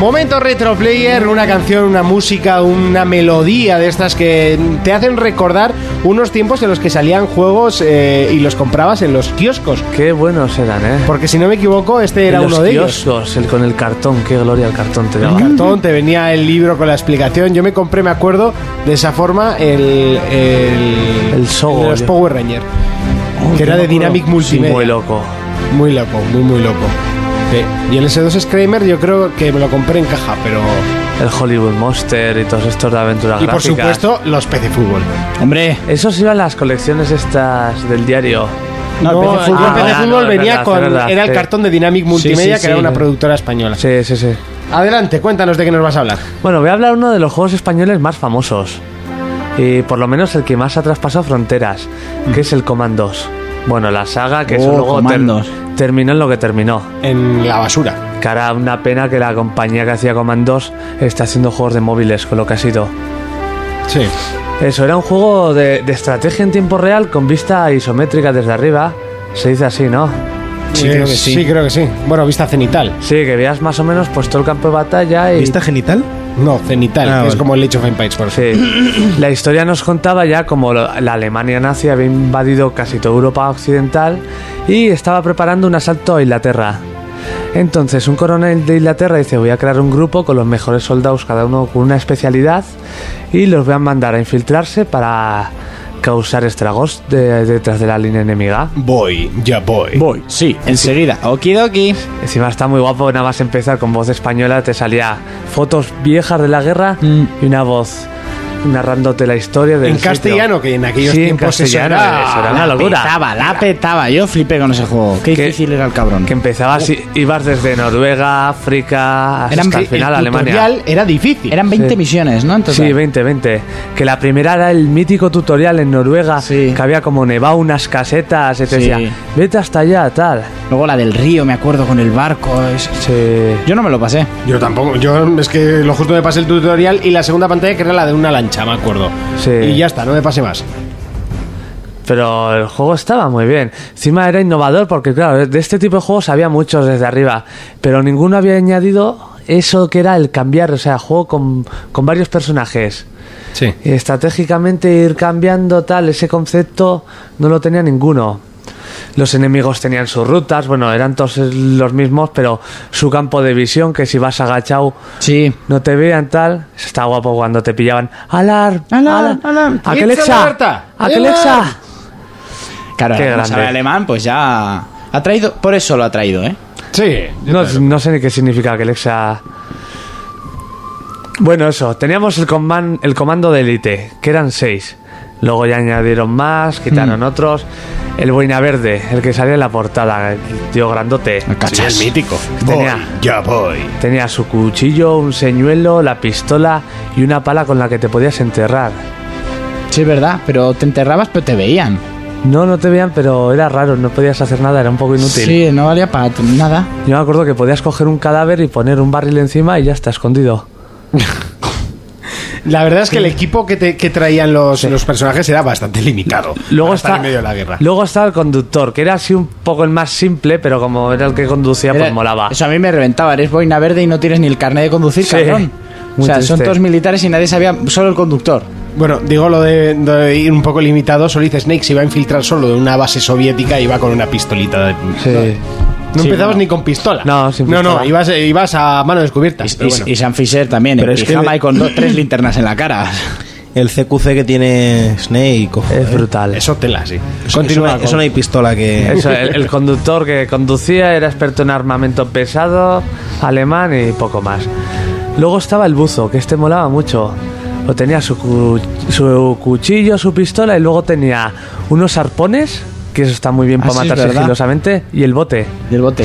B: Momento retro player, una canción, una música, una melodía de estas que te hacen recordar unos tiempos en los que salían juegos eh, y los comprabas en los kioscos.
E: Qué buenos eran, ¿eh?
B: Porque si no me equivoco, este era
E: Los
B: uno de ellos. Mm.
E: kioscos, el con el cartón, qué gloria el cartón te
B: El
E: daba.
B: cartón, te venía el libro con la explicación. Yo me compré, me acuerdo, de esa forma el. El,
E: Sogo,
B: el de los
E: yo.
B: Power Rangers. que era de Dynamic Multimedia.
E: Muy loco.
B: Muy loco, muy, muy loco. Sí. Y el S2 Screamer, yo creo que me lo compré en caja, pero.
E: El Hollywood Monster y todos estos de aventuras
B: Y por
E: gráficas.
B: supuesto, los PC Fútbol.
D: Hombre.
E: Esos iban las colecciones estas del diario.
B: No, el PC Fútbol,
E: Ah,
B: el PC
E: verdad,
B: Fútbol
E: es
B: venía
E: verdad,
B: con.
E: es verdad,
B: era el
E: sí.
B: cartón de Dynamic Multimedia,
E: sí,
B: que era
E: sí.
B: una productora española.
E: Sí, sí, sí.
B: Adelante, cuéntanos de qué nos vas a hablar.
E: Bueno, voy a hablar uno de los juegos españoles más famosos. Y por lo menos el que más ha traspasado fronteras, que es el Comandos. Bueno, la saga que eso
D: Oh,
E: luego ter-
D: Commandos.
E: terminó en lo que terminó.
B: En la basura.
E: Cara, una pena que la compañía que hacía Comandos está haciendo juegos de móviles con lo que ha sido.
B: Sí.
E: Eso, era un juego de, de estrategia en tiempo real con vista isométrica desde arriba. Se dice así, ¿no?
B: Sí, creo que sí. creo que sí. Bueno, vista cenital.
E: Sí, que veas más o menos pues todo el campo de batalla y...
F: ¿Vista genital?
B: No, cenital,
E: Ah,
B: que es
E: vale.
B: como el Age of Empires, por ejemplo.
E: Sí. La historia nos contaba ya como lo- la Alemania nazi había invadido casi toda Europa occidental y estaba preparando un asalto a Inglaterra. Entonces un coronel de Inglaterra dice voy a crear un grupo con los mejores soldados, cada uno con una especialidad, y los voy a mandar a infiltrarse para causar estragos de- detrás de la línea enemiga.
B: Voy, ya voy.
D: Voy, sí, enseguida. Okidoki.
E: Encima está muy guapo, nada más empezar con voz española, te salía fotos viejas de la guerra
D: Mm.
E: y una voz narrándote la historia del
B: En
E: sitio.
B: castellano, que en aquellos
E: Sí, en
B: tiempos eso
E: castellano,
B: era-
E: eso era una locura.
D: Petaba, la petaba. Yo flipé con ese juego. Qué difícil era el cabrón.
E: Que empezaba así, ibas desde Noruega, África, hasta
D: Eran
E: el
D: ve-
E: final
D: el
E: Alemania.
D: tutorial
B: era difícil.
D: Eran 20
E: Sí.
D: misiones, ¿no? En total.
E: Sí, 20, 20. Que la primera era el mítico tutorial en Noruega, que había como nevado unas casetas, y te
D: Sí.
E: decía, vete hasta allá, tal.
D: Luego la del río, me acuerdo, con el barco. es-
E: Eh,
D: Yo no me lo pasé.
B: Yo tampoco, yo es que lo justo me pasé el tutorial y la segunda pantalla que era la de una lancha, me acuerdo.
E: Sí.
B: Y ya está, no me pasé más.
E: Pero el juego estaba muy bien. Encima era innovador porque, claro, de este tipo de juegos había muchos desde arriba, pero ninguno había añadido eso que era el cambiar, o sea, juego con, con varios personajes.
B: Sí.
E: Y estratégicamente ir cambiando tal, ese concepto no lo tenía ninguno. Los enemigos tenían sus rutas, bueno, eran todos los mismos, pero su campo de visión, que si vas agachado,
D: sí.
E: no te vean tal. Está guapo cuando te pillaban. ¡Alarm!
D: Alarm, alarm.
E: ¡A
D: It's
E: que Lexa!
D: alerta.
E: ¡A que
D: Alarm.
E: Lexa!
D: Claro,
E: Qué
D: ahora como
E: grande.
D: sabe alemán, pues ya. Ha traído. Por eso lo ha traído, ¿eh?
B: Sí.
E: No, no sé ni qué significa que Lexa. Bueno, eso. Teníamos el, coman- el comando de élite, que eran seis. Luego ya añadieron más, quitaron otros. El boina verde, el que salía en la portada, el tío grandote.
B: cachas. Sí, el mítico.
E: Tenía,
B: ya voy.
E: tenía su cuchillo, un señuelo, la pistola y una pala con la que te podías enterrar.
D: Sí, es verdad. Pero te enterrabas, pero te veían.
E: No, no te veían, pero era raro, no podías hacer nada, era un poco inútil.
D: Sí, no valía para t- nada.
E: Yo me acuerdo que podías coger un cadáver y poner un barril encima y ya está escondido.
B: La verdad es que el equipo que, te- que traían los, los personajes era bastante limitado.
E: Luego
B: para estar
E: está,
B: en medio de la guerra.
E: luego está el conductor, que era así un poco el más simple, pero como era el que conducía, pues
D: Era-
E: molaba.
D: Eso a mí me reventaba. Eres boina verde y no tienes ni el carnet de conducir,
E: Sí.
D: cabrón.
E: Muy
D: o sea, son
E: triste.
D: todos militares y nadie sabía, solo el conductor.
B: Bueno, digo lo de, de ir un poco limitado. Solid Snake se iba a infiltrar solo de una base soviética y iba con una pistolita. de-
E: Sí.
B: No
D: Sí,
B: empezabas
D: bueno.
B: ni con pistola.
E: No, sin
B: No,
E: pistola.
B: ibas, ibas a mano descubierta.
D: Y,
B: pero bueno.
D: y Sam Fisher también,
F: Pero
D: en
F: es que
D: pijama
F: le-
D: y con dos, tres linternas en la cara.
F: El CQC que tiene Snake, ojo,
E: Es
F: eh.
E: brutal.
B: Eso tela, sí.
F: Eso-
B: Continúa
F: Eso, no hay-
B: con-
F: eso no hay pistola que.
E: Eso, el, el conductor que conducía era experto en armamento pesado, alemán y poco más. Luego estaba el buzo, que este molaba mucho. O tenía su, cu- su cuchillo, su pistola y luego tenía unos arpones, que eso está muy bien
D: Ah,
E: para
D: sí, es
E: matar
D: verdad.
E: sigilosamente, y el bote.
D: Del bote.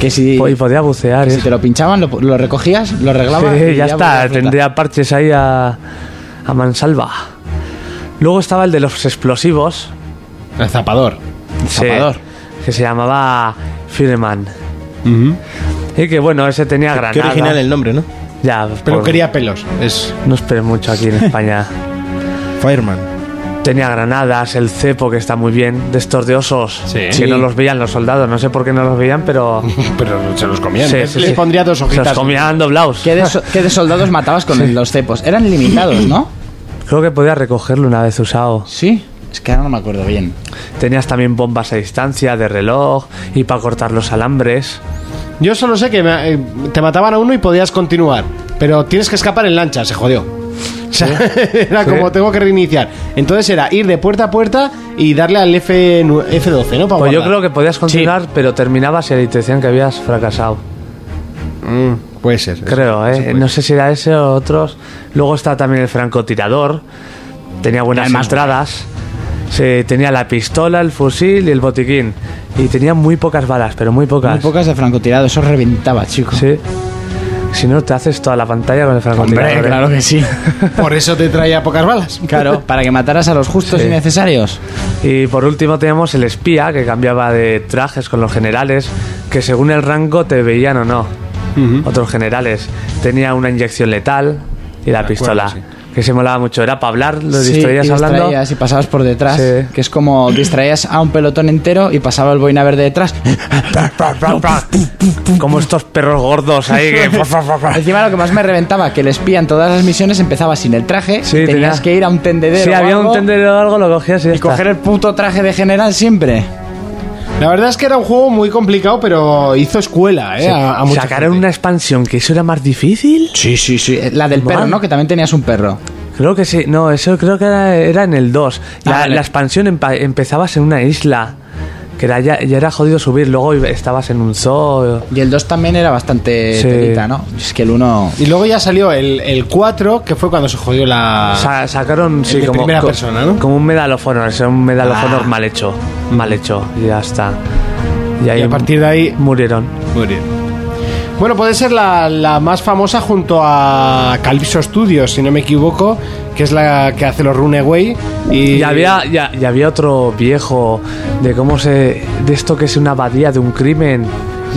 D: Que si,
E: Y podía bucear.
D: que si
E: eso.
D: te lo pinchaban, lo, lo recogías, lo arreglabas.
E: Sí,
D: y
E: ya
D: volvías a
E: está,
D: flotar.
E: tendría parches ahí a, a mansalva. Luego estaba el de los explosivos,
B: El zapador.
E: sí,
D: Zapador.
E: que se llamaba Fireman. Y que bueno, ese tenía granadas.
F: Qué original el nombre, ¿no?
E: Ya,
B: Pero
E: por-
B: quería pelos. Es...
E: No esperes mucho aquí en España.
F: Fireman.
E: Tenía granadas, el cepo que está muy bien, de estos de osos. Que
B: Sí.
E: no los veían los soldados, no sé por qué no los veían, pero.
B: pero se los
E: comían.
B: Les- les pondría dos hojitas.
E: Se los comían doblados.
D: ¿Qué de, so- qué de soldados matabas con los cepos? Eran limitados, ¿no?
E: Creo que podías recogerlo una vez usado.
D: Sí, es que ahora no me acuerdo bien.
E: Tenías también bombas a distancia, de reloj y para cortar los alambres.
B: Yo solo sé que me- eh, te mataban a uno y podías continuar, pero tienes que escapar en lancha, se jodió. O sea, era
E: Sí.
B: como tengo que reiniciar. Entonces era ir de puerta a puerta y darle al F, 12 ¿no? Para
E: Pues yo
B: guardar.
E: creo que podías continuar, pero terminabas y te decían que habías fracasado.
B: Mm, puede ser.
E: Creo, ¿eh? No sé si era ese o otros. Luego está también el francotirador. Tenía buenas entradas. Sí, tenía la pistola, el fusil y el botiquín. Y tenía muy pocas balas, pero muy pocas.
D: Muy pocas de francotirado, eso reventaba, chico.
E: Sí. Si no, te haces toda la pantalla con el francotirador.
D: Hombre,
E: ¿eh?
D: claro que sí.
B: Por eso te traía pocas balas.
D: Claro, para que mataras a los justos y necesarios.
E: Y por último teníamos el espía que cambiaba de trajes con los generales, que según el rango te veían o no. Otros generales. Tenía una inyección letal y la pistola. Que se molaba mucho, era para hablar, lo
D: Sí,
E: distraías
D: y
E: hablando.
D: distraías y pasabas por detrás.
E: Sí.
D: Que es como distraías a un pelotón entero y pasaba el boina verde detrás.
E: Como estos perros gordos ahí que.
D: Encima lo que más me reventaba, que el espía en todas las misiones empezaba sin el traje.
E: Sí,
D: tenías
E: tenía-
D: que ir a un tendedero.
E: Si
D: o
E: había
D: algo,
E: un tendero o algo, lo cogías y, ya
D: Y
E: está.
D: coger el puto traje de general siempre.
B: La verdad es que era un juego muy complicado, pero hizo escuela, ¿eh?
D: Sí.
B: A, a mucha
E: Sacaron una expansión que eso era más difícil.
D: Sí, sí, sí. Eh, La del perro,
E: Man.
D: ¿no? Que también tenías un perro.
E: Creo que sí, no, eso creo que era, era en el 2. La,
D: Ah, vale.
E: la expansión empa- empezabas en una isla, que era ya, ya era jodido subir, luego iba- estabas en un zoo.
D: Y el 2 también era bastante
E: Sí.
D: telita, ¿no? Es que el 1...
B: Y luego ya salió el, el 4, que fue cuando se jodió la...
E: Sa- sacaron, sí,
B: Ah. de
E: como,
B: primera
E: co-
B: persona, ¿no?
E: como un medalofono, es un medalofono
B: Ah.
E: mal hecho, mal hecho, y ya está. Y, ahí
B: a partir de ahí-
E: murieron.
B: Bueno, puede ser la, la más famosa junto a Calypso Studios, si no me equivoco, que es la que hace los Runaway. Y,
E: Y había, ya, y había otro viejo de cómo se. de esto que es una abadía de un crimen.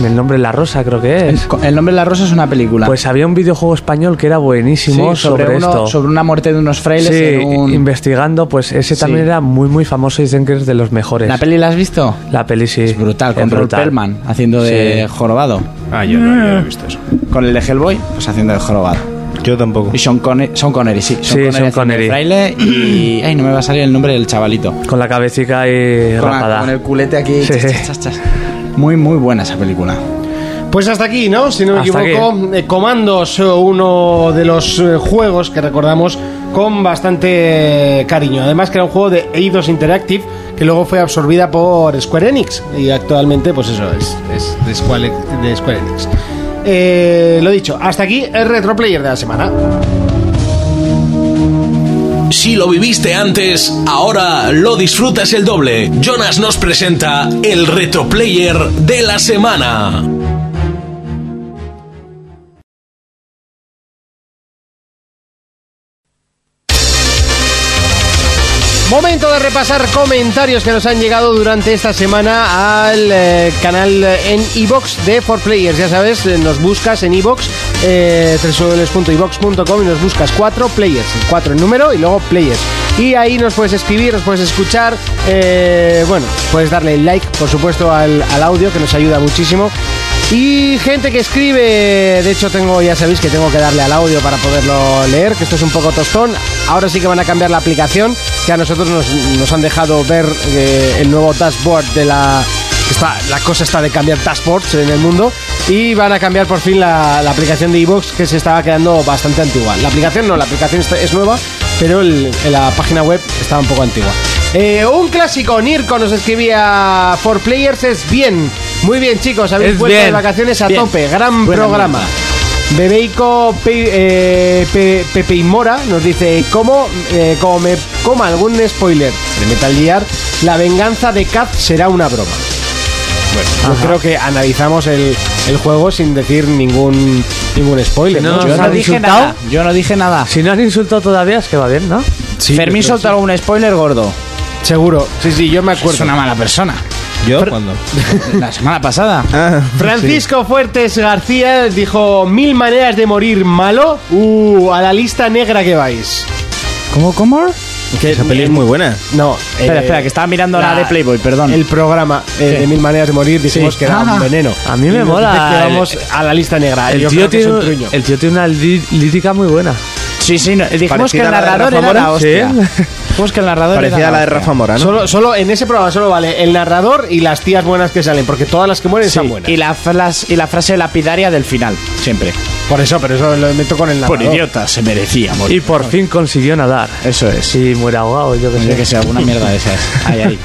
E: El nombre de la rosa, creo que es.
D: El nombre de la rosa es una película.
E: Pues había un videojuego español que era
D: Sí,
E: buenísimo sobre,
D: sobre, uno-
E: esto.
D: sobre una muerte de unos frailes
E: Sí,
D: en un...
E: investigando, pues ese también
D: Sí.
E: era muy, muy famoso y dicen que es de los mejores.
D: ¿La peli la has visto?
E: La peli sí. Es
D: brutal, con Robert Perlman haciendo de
E: Sí.
D: jorobado.
B: Ah, yo no, yo no he visto eso.
D: Con el de Hellboy, pues haciendo de jorobado.
F: Yo tampoco.
D: Y Sean, Conne- Sean Connery, sí. Sean
E: Sí,
D: Connery
E: Sean
D: haciendo
E: Connery.
D: de fraile y... Ay, no me va a salir el nombre del chavalito.
E: Con la cabecita
D: Con,
E: y
D: la- con
E: rapada.
D: el culete aquí.
E: Sí.
D: chas, chas, chas, chas. Muy, muy buena esa película.
B: Pues hasta aquí, ¿no? Si no me
E: Hasta
B: equivoco, eh, Comandos, eh, uno de los eh, juegos que recordamos con bastante cariño. Además que era un juego de Eidos Interactive que luego fue absorbida por Square Enix y actualmente, pues eso, es, es de, Square, de Square Enix. Eh, lo dicho, hasta aquí el Retro Player de la semana.
A: Si lo viviste antes, ahora lo disfrutas el doble. Jonas nos presenta el Reto Player de la semana.
B: Momento de repasar comentarios que nos han llegado durante esta semana al eh, canal eh, en iBox de 4Players. Ya sabes, eh, nos buscas en iBox, eh, www.ibox.com y nos buscas 4Players, 4 en número y luego Players. Y ahí nos puedes escribir, nos puedes escuchar. eh, bueno, puedes darle like, por supuesto, al, al audio que nos ayuda muchísimo. Y gente que escribe, de hecho tengo, ya sabéis que tengo que darle al audio para poderlo leer, que esto es un poco tostón. Ahora sí que van a cambiar la aplicación, que a nosotros nos, nos han dejado ver eh, el nuevo dashboard de la... que Está, la cosa está de cambiar dashboards en el mundo y van a cambiar por fin la, la aplicación de iVoox que se estaba quedando bastante antigua. La aplicación no, la aplicación está- es nueva, pero el- la página web estaba un poco antigua. Eh, un clásico, Nirko nos escribía For Players es bien. Muy bien chicos, habéis
E: Es
B: vuelto de
E: bien.
B: vacaciones a
E: Bien.
B: tope, gran
E: Buena
B: programa. Bebeico Pe- eh, Pe- Pepe y Mora nos dice ¿Cómo, eh, como me coma algún spoiler de Metal Gear, la venganza de Cap será una broma. Bueno, yo creo que analizamos el, el juego sin decir ningún ningún spoiler.
E: Si no
B: ¿no?
E: nos
B: Yo
E: han
B: dije
E: insultado,
B: nada.
D: Yo no dije nada.
E: Si no han insultado todavía, es que va bien, ¿no?
D: Fermín soltó algún spoiler gordo.
B: Seguro, sí, Pues sí, yo me
D: Es
B: acuerdo.
D: una mala persona.
F: ¿Yo? ¿Cuándo?
D: La semana pasada.
B: Francisco Fuertes García dijo mil maneras de morir malo. Uh, a la lista negra que vais.
D: ¿Cómo, cómo?
F: Esa peli es muy buena.
B: No, eh,
D: Espera, espera, que estaba mirando la de Playboy, perdón.
B: El programa eh,
D: Sí.
B: de Mil Maneras de Morir dijimos
D: Sí.
B: que era
D: Ah.
B: un veneno.
E: A mí
B: Y
E: me
B: nos
E: mola
B: dice que
E: el-
B: vamos a la lista negra.
E: El
B: Yo
E: tío,
B: creo que es
E: tiene,
B: un truño.
E: el tío tiene una lí- lírica muy buena.
D: Sí, sí, no, dijimos que el
E: Parecida a la de
D: narrador era la
E: Rafa Mora, sí.
D: hostia. Dijimos que el narrador era hostia.
B: Solo, solo en ese programa solo vale el narrador y las tías buenas que salen, porque todas las que mueren
D: Sí,
B: están buenas.
D: y la, flas- y la frase lapidaria del final, siempre.
B: Por eso, pero eso lo meto con el narrador.
D: Por idiota, se merecía morir.
E: Y por fin consiguió nadar.
D: Eso es.
E: Y muere ahogado, yo que sé.
D: Yo que sé, alguna mierda de esas. Ay, ay.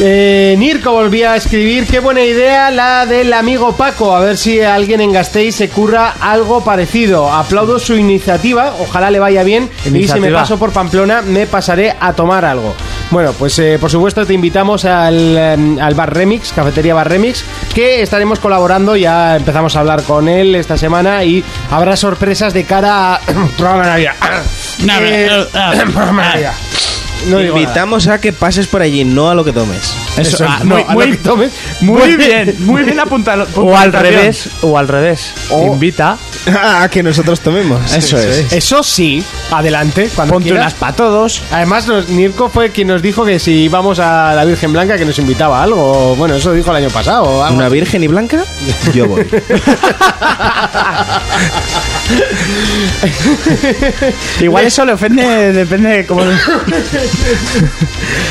B: Eh, Nirko volvía a escribir, qué buena idea la del amigo Paco, a ver si alguien en Gasteiz se curra algo parecido. Aplaudo su iniciativa, ojalá le vaya bien y si me
E: Iniciativa.
B: paso por Pamplona me pasaré a tomar algo. Bueno, pues eh, por supuesto te invitamos al, eh, al Bar Remix, Cafetería Bar Remix, que estaremos colaborando, ya empezamos a hablar con él esta semana y habrá sorpresas de cara a... Programa de Navidad. Eh, programa de
D: ah,
B: Navidad. No
F: Te
B: digo nada.
F: invitamos a que pases por allí, no a lo que tomes.
D: Eso, ah,
B: No,
D: muy,
B: a lo
D: muy-
B: que tomes.
D: muy bien, muy bien apuntado.
E: O al revés, o al revés. Invita.
B: Ah,
F: a que nosotros tomemos.
D: Eso es.
B: Eso sí, adelante, cuando
D: Ponte
B: quieras.
D: unas para todos.
B: Además, nos- Nirko fue quien nos dijo que si íbamos a la Virgen Blanca que nos invitaba a algo. Bueno, eso dijo el año pasado. o algo.
F: ¿Una virgen y blanca? Yo voy.
D: Igual eso le ofende, depende de cómo.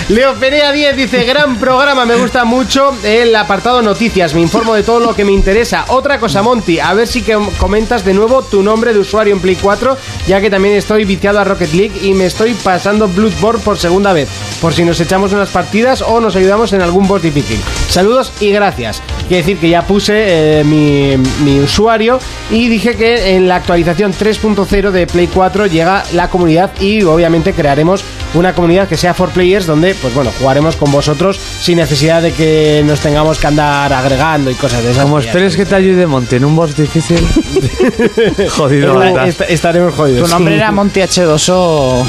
B: Leo Perea 10 dice, gran programa, me gusta mucho el apartado noticias, me informo de todo lo que me interesa. Otra cosa, Monty, a ver si que comentas de nuevo tu nombre de usuario en Play 4, ya que también estoy viciado a Rocket League y me estoy pasando Bloodborne por segunda vez, por si nos echamos unas partidas o nos ayudamos en algún boss difícil. Saludos y gracias. Quiere decir que ya puse eh, mi, mi usuario y dije que en la actualización 3.0 de Play 4 llega la comunidad y obviamente crearemos una comunidad que sea for players donde, pues bueno, jugaremos con vosotros sin necesidad de que nos tengamos que andar agregando y cosas de esas.
E: Como
B: que ya
E: esperes que te ayude Monte en un boss difícil. Jodido,
B: Esta-
E: ¿verdad?
B: esta- estaremos jodidos.
D: Tu nombre era Monty H2O.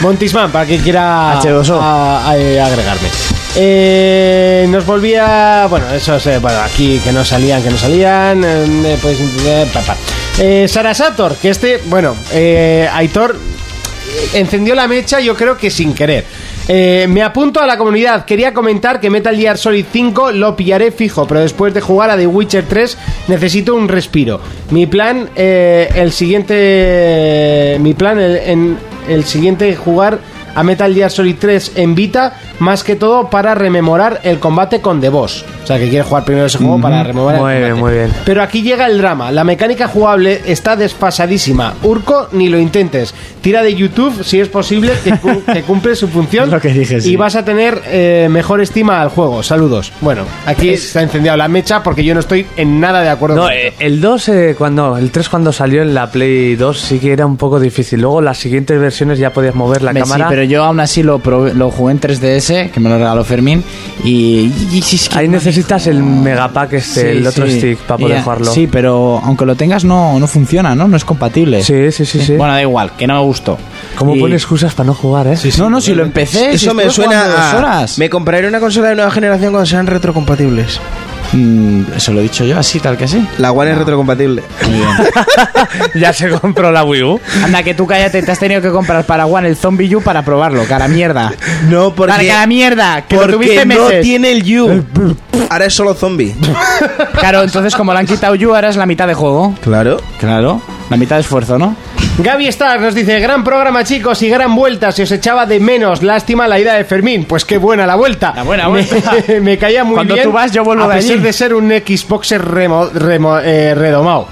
B: Montisman, para quien quiera
D: H2O.
B: a- a- eh, agregarme. Eh, nos volvía. Bueno, eso es. eh, bueno, aquí que no salían, que no salían. eh, pues, eh, pa, pa. Eh, Sara Sator, que este. Bueno, eh, Aitor eh, encendió la mecha, yo creo que sin querer. Eh, me apunto a la comunidad. Quería comentar que Metal Gear Solid 5 lo pillaré fijo, pero después de jugar a The Witcher 3 necesito un respiro. Mi plan, eh, el siguiente. Mi plan el- en el siguiente jugar a Metal Gear Solid 3 en Vita, más que todo para rememorar el combate con The Boss. O sea, que quiere jugar primero ese juego para rememorar
E: Muy
B: el
E: bien,
B: combate.
E: muy bien.
B: Pero aquí llega el drama. La mecánica jugable está desfasadísima. Urco, ni lo intentes. Tira de YouTube, si es posible, que, cu- que cumple su función.
D: Lo que dije, sí.
B: Y vas a tener eh, mejor estima al juego. Saludos. Bueno, aquí se ha encendido la mecha porque yo no estoy en nada de acuerdo
E: No,
B: con
E: eh, el 2, eh, cuando, el 3 cuando salió en la Play 2 sí que era un poco difícil. Luego las siguientes versiones ya podías mover la
D: Me- sí,
E: cámara.
D: pero yo aún así lo, probé- lo jugué en 3DS, que me lo regaló Fermín. Y, y- y- es que
E: Ahí
D: no-
E: necesitas el megapack este,
D: Sí,
E: el otro
D: sí.
E: stick para poder
D: Ya,
E: jugarlo.
D: Sí, pero aunque lo tengas no, no funciona, ¿no? No es compatible.
E: sí, sí, sí, sí.
D: Bueno, da igual, que no me gustó.
E: ¿Cómo
D: Y-
E: pone excusas para no jugar, eh?
D: no, no, si lo empecé, si
F: Eso me
D: estuve
F: suena
D: jugando dos
F: a-
D: horas.
F: Me compraré una consola de nueva generación cuando sean retrocompatibles.
D: Mm, eso lo he dicho yo, así, tal que sí.
F: La One es retrocompatible.
D: Muy bien.
E: ya se compró la Wii U.
D: Anda, que tú cállate, te has tenido que comprar para Juan el Zombie U para probarlo, cara mierda.
F: No, porque,
D: Para cara mierda, que lo
F: porque
D: tuviste
F: no
D: meses.
F: tiene el You. Ahora es solo zombie.
D: Claro, entonces como le han quitado U, ahora es la mitad de juego.
F: Claro.
D: Claro, la mitad de esfuerzo, ¿no?
B: Gaby Star nos dice, gran programa chicos y gran vuelta, si os echaba de menos, lástima la ida de Fermín, pues qué buena la vuelta.
D: La buena vuelta.
B: Me, me caía muy
D: Cuando
B: bien.
D: tú vas, yo vuelvo
B: a
D: de
B: pesar
D: allí.
B: de ser un Xboxer remo, remo- eh, redomado.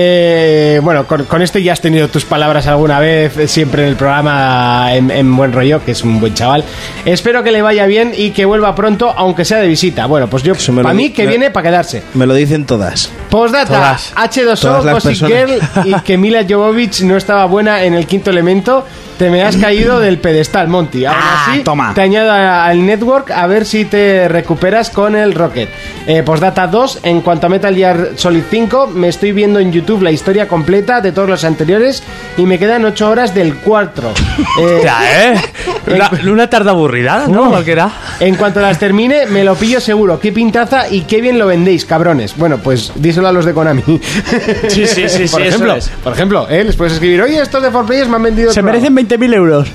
B: Eh, bueno, con, con este ya has tenido tus palabras alguna vez, eh, siempre en el programa en, en Buen Rollo, que es un buen chaval. Espero que le vaya bien y que vuelva pronto, aunque sea de visita. Bueno, pues yo,
F: Eso me lo
B: para
F: di-
B: mí, que
F: me-
B: viene para quedarse.
F: Me lo dicen todas.
B: Postdata,
E: Todas.
F: Todas
B: H2O,
F: las
B: Gossip Girl
F: personas.
B: y que Mila Jovovich no estaba buena en el quinto elemento. Te me has caído del pedestal, Monty. Aún
D: Ah,
B: así,
D: toma.
B: te añado a- al network a ver si te recuperas con el Rocket. Eh, postdata 2, en cuanto a Metal Gear Solid 5, me estoy viendo en YouTube la historia completa de todos los anteriores y me quedan 8 horas del 4. Eh,
E: Ya, ¿eh? Una, una tarde aburrida, ¿no? Cualquiera.
B: en cuanto las termine, me lo pillo seguro. Qué pintaza y qué bien lo vendéis, cabrones. Bueno, pues díselo a los de Konami.
D: Sí, sí, sí, sí,
B: por
D: eso
B: ejemplo,
D: es.
B: Por ejemplo, ¿eh? les puedes escribir, oye, estos de 4 Players me han vendido... el
D: Se
B: programa".
D: merecen 20.000 euros.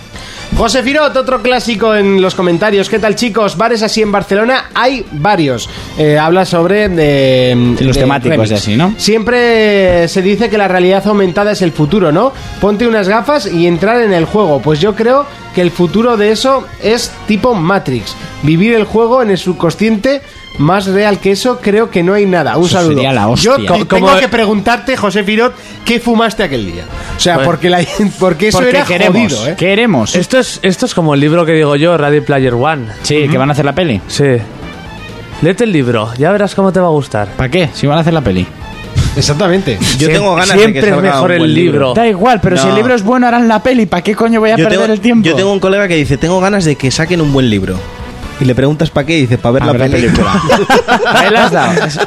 B: José Firot, otro clásico en los comentarios. ¿Qué tal, chicos? Bares así en Barcelona hay varios. Eh, habla sobre de,
D: Los
B: de
D: temáticos
B: remix.
D: y así, ¿no?
B: Siempre se dice que la realidad aumentada es el futuro, ¿no? Ponte unas gafas y entrar en el juego. Pues yo creo que el futuro de eso es tipo Matrix. Vivir el juego en el subconsciente. Más real que eso, creo que no hay nada. Un
D: Eso
B: saludo.
D: sería la
B: Yo
D: hostia.
B: co-
D: Co-
B: tengo
D: como-
B: que preguntarte, José Firot, ¿qué fumaste aquel día? O sea,
E: Pues-
B: porque, la, porque eso era jodido, ¿eh?
D: Queremos.
E: Esto es, esto es como el libro que digo yo, Ready Player One.
D: Sí, que van a hacer la peli.
E: Sí. Léete el libro, ya verás cómo te va a gustar.
D: ¿Para qué? Si van a hacer la peli.
B: Exactamente.
F: Yo tengo ganas de
E: Siempre
F: que
E: es
F: salga
E: mejor
F: un buen
E: el libro.
D: Da igual, pero si el libro es bueno, harán la peli. ¿Para qué coño voy a perder
F: tengo,
D: el tiempo?
F: yo tengo un colega que dice, tengo ganas de que saquen un buen libro. Y le preguntas para qué y dice, para ver,
D: A
F: la,
D: ver la
F: película.
D: Ahí la has dado. Ese-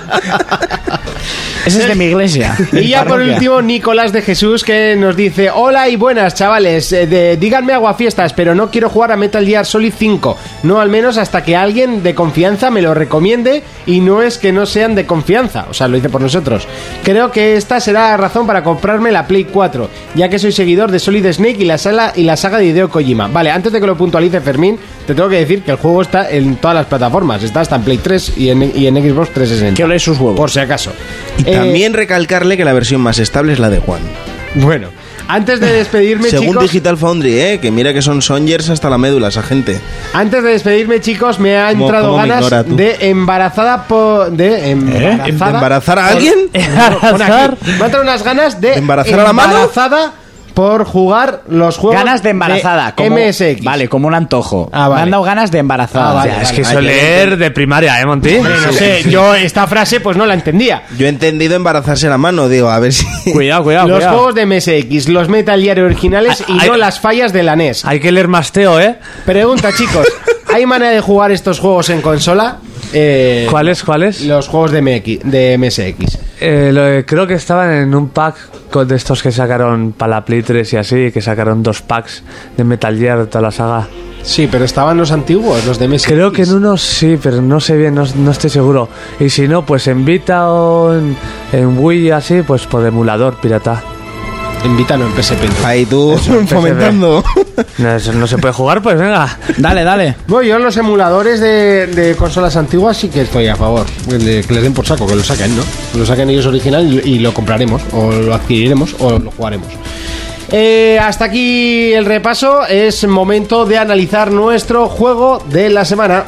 D: Ese es de mi iglesia.
B: Y ya
D: Mi
B: por
D: parroquia.
B: último, Nicolás de Jesús que nos dice: Hola y buenas, chavales. Eh, de- díganme aguafiestas, pero no quiero jugar a Metal Gear Solid 5. No al menos hasta que alguien de confianza me lo recomiende. Y no es que no sean de confianza, o sea, lo dice por nosotros. Creo que esta será la razón para comprarme la Play 4, ya que soy seguidor de Solid Snake y la, sala, y la saga de Hideo Kojima. Vale, antes de que lo puntualice Fermín, te tengo que decir que el juego está en todas las plataformas. Está hasta en Play 3 y en, y en Xbox 360. Que
D: ole sus huevos.
B: Por si acaso.
F: Y
B: Eh,
F: también recalcarle que la versión más estable es la de Juan.
B: bueno, antes de despedirme,
F: Según
B: chicos,
F: Digital Foundry, eh, que mira que son Songers hasta la médula esa gente.
B: antes de despedirme, chicos, me ha
F: ¿Cómo-
B: entrado
F: cómo me
B: ganas
F: ignora tú? ¿Eh?
B: de embarazada por de embarazada,
F: ¿De embarazar a alguien?
B: Por- por aquí. Me han entrado unas ganas de
F: ¿De embarazar a la mano?
B: embarazada por jugar los juegos
D: Ganas de embarazada. como-
B: MSX.
D: Vale, como un antojo.
B: Ah, vale.
D: Me han dado ganas de embarazada.
B: Ah,
E: O
B: vale,
E: sea, es
B: vale,
E: que eso
B: vale.
E: leer de primaria, ¿eh, Monty?
B: Hombre, no sé, yo esta frase pues no la entendía.
F: Yo he entendido embarazarse la mano, digo, a ver si.
D: Cuidado, cuidado,
B: Los
D: cuidado.
B: juegos de MSX, los Metal Gear originales y
E: Ay-
B: no las fallas de la NES.
E: Hay que leer más teo, ¿eh?
B: Pregunta, chicos, ¿hay manera de jugar estos juegos en consola? Eh,
E: ¿Cuáles, cuáles?
B: Los juegos de, MX, de MSX.
E: Eh, lo de- creo que estaban en un pack con- de estos que sacaron para la Play 3 y así, que sacaron dos packs de Metal Gear de toda la saga.
B: Sí, pero estaban los antiguos, los de MSX.
E: Creo que en unos sí, pero no sé bien, no, no estoy seguro. Y si no, pues en Vita o en, en Wii así, pues por emulador pirata.
B: En Vita no, en PSP. no.
F: Ahí tú fomentando.
E: No, eso no se puede jugar, pues venga.
D: Dale, dale.
B: Bueno, yo en los emuladores de, de consolas antiguas sí que estoy a favor. De que les den por saco, que lo saquen, ¿no? Que Lo saquen ellos original y, y lo compraremos, o lo adquiriremos, o lo jugaremos. Eh, hasta aquí el repaso. Es momento de analizar nuestro juego de la semana.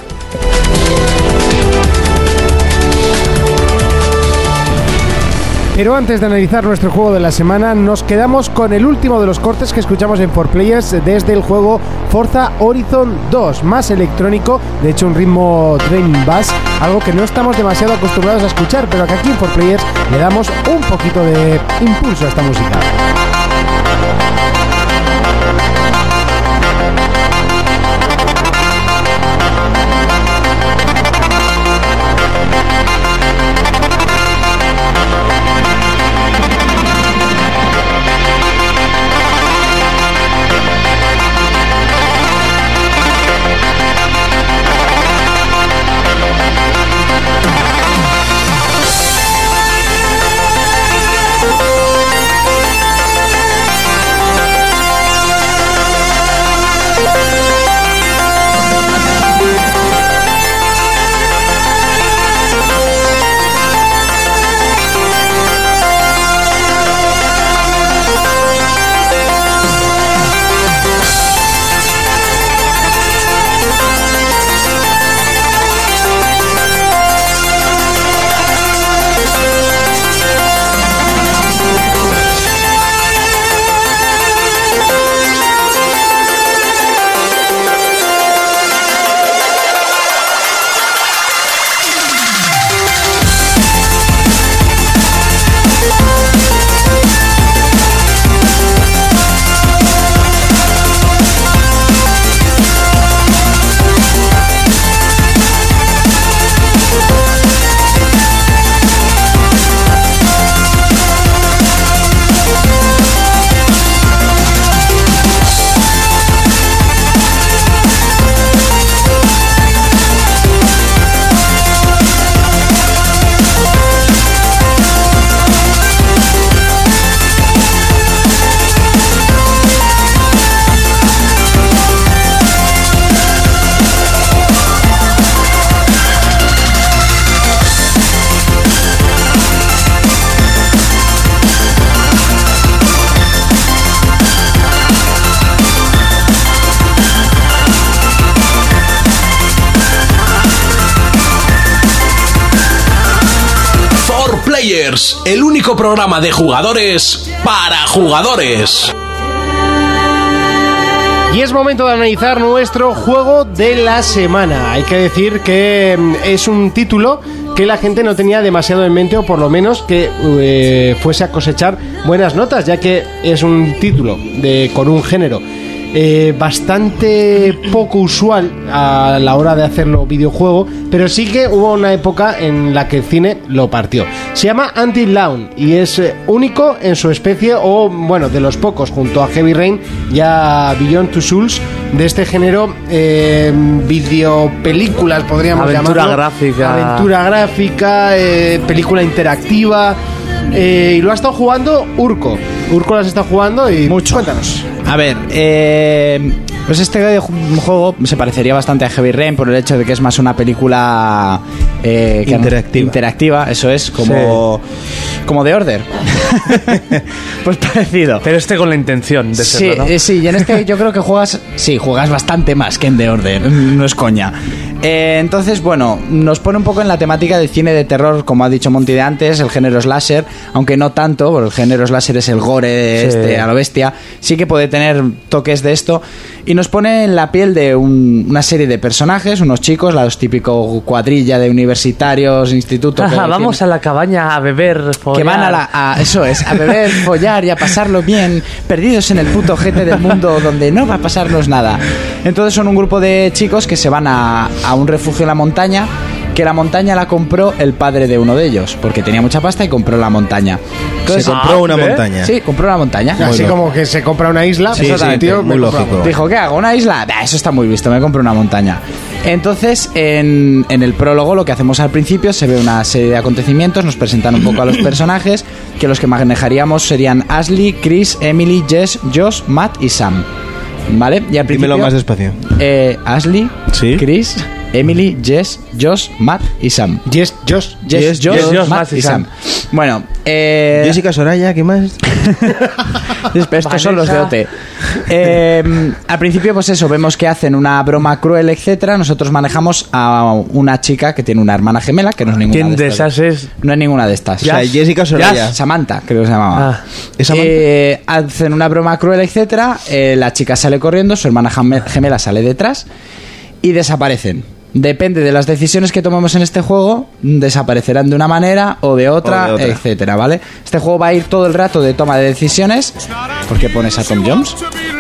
K: Pero antes de analizar nuestro juego de la semana, nos quedamos con el último de los cortes que escuchamos en 4Players desde el juego Forza Horizon 2, más electrónico, de hecho un ritmo train bass, algo que no estamos demasiado acostumbrados a escuchar, pero que aquí en 4Players le damos un poquito de impulso a esta música.
O: Players, el único programa de jugadores para jugadores.
B: Y es momento de analizar nuestro juego de la semana. Hay que decir que mm, es un título que la gente no tenía demasiado en mente o por lo menos que eh, fuese a cosechar buenas notas, ya que es un título de, con un género eh, bastante poco usual a la hora de hacerlo videojuego, pero sí que hubo una época en la que el cine lo partió. Se llama anti Lawn y es eh, único en su especie o, bueno, de los pocos, junto a Heavy Rain y a Beyond Two Souls, de este género eh, videopelículas, podríamos
E: Aventura
B: llamarlo.
E: gráfica.
B: Aventura gráfica, eh, película interactiva. eh, y lo ha estado jugando Urco. Urco las está jugando y. Mucho. Cuéntanos.
D: A ver, eh, pues este juego se parecería bastante a Heavy Rain por el hecho de que es más una película eh, que-
F: Interactiva.
D: interactiva, eso es, como, como The Order. pues parecido.
E: Pero este con la intención de
D: Sí,
E: serlo, ¿no?
D: eh, sí, y en este yo creo que juegas, sí, juegas bastante más que en The Order, no es coña. Eh, entonces, bueno, nos pone un poco en la temática de cine de terror, como ha dicho Monty de antes, el género slasher, aunque no tanto, porque el género slasher es el gore
E: Sí.
D: este, a lo bestia, sí que puede tener toques de esto, y nos pone en la piel de un- una serie de personajes, unos chicos, los típicos cuadrilla de universitarios, instituto... que
E: Ajá,
D: tienen-
E: vamos a la cabaña a beber.
D: que
E: follar.
D: van a la. a- eso es, a beber, follar y a pasarlo bien, perdidos en el puto ojete del mundo donde no va a pasarnos nada. Entonces son un grupo de chicos que se van a, a un refugio en la montaña, que la montaña la compró el padre de uno de ellos, porque tenía mucha pasta y compró la montaña. ah, ¿eh?
F: Se compró una montaña.
D: Sí, compró una montaña.
B: Así como que se compra una isla.
F: Sí,
B: pues,
F: sí,
B: tío,
F: muy
B: me compra
F: lógico.
B: una.
D: Dijo, ¿qué hago? ¿Una isla? Bah, eso está muy visto, me compro una montaña. Entonces, en, en el prólogo, lo que hacemos al principio, se ve una serie de acontecimientos, nos presentan un poco a los personajes, que los que manejaríamos serían Ashley, Chris, Emily, Jess, Josh, Matt y Sam. ¿Vale? Y al principio...
F: Dímelo más despacio.
D: eh, Ashley, Chris, Emily, Jess, Josh, Matt y Sam.
B: Jess, Josh,
D: Jess,
F: Jess,
D: Josh,
F: Jess, Josh,
D: Matt y Sam. Bueno, eh...
F: Jessica Soraya, ¿qué más?
D: Estos son los de
F: Vanessa.
D: OT. Eh, al principio, pues eso, vemos que hacen una broma cruel, etcétera. Nosotros manejamos a una chica que tiene una hermana gemela, que no es ninguna
E: ¿Quién
D: de
E: de
D: estas.
E: esas es?
D: No es ninguna de estas.
F: O sea, Jazz. Jessica Soraya.
D: Jazz. Samantha, creo que se llamaba.
E: Ah.
D: Eh, hacen una broma cruel, etcétera. Eh, la chica sale corriendo, su hermana jame- gemela sale detrás y desaparecen. Depende de las decisiones que tomemos en este juego, desaparecerán de una manera o de otra,
F: O de otra.
D: etcétera, ¿vale? Este juego va a ir todo el rato de toma de decisiones. ¿Por qué pones a Tom Jones?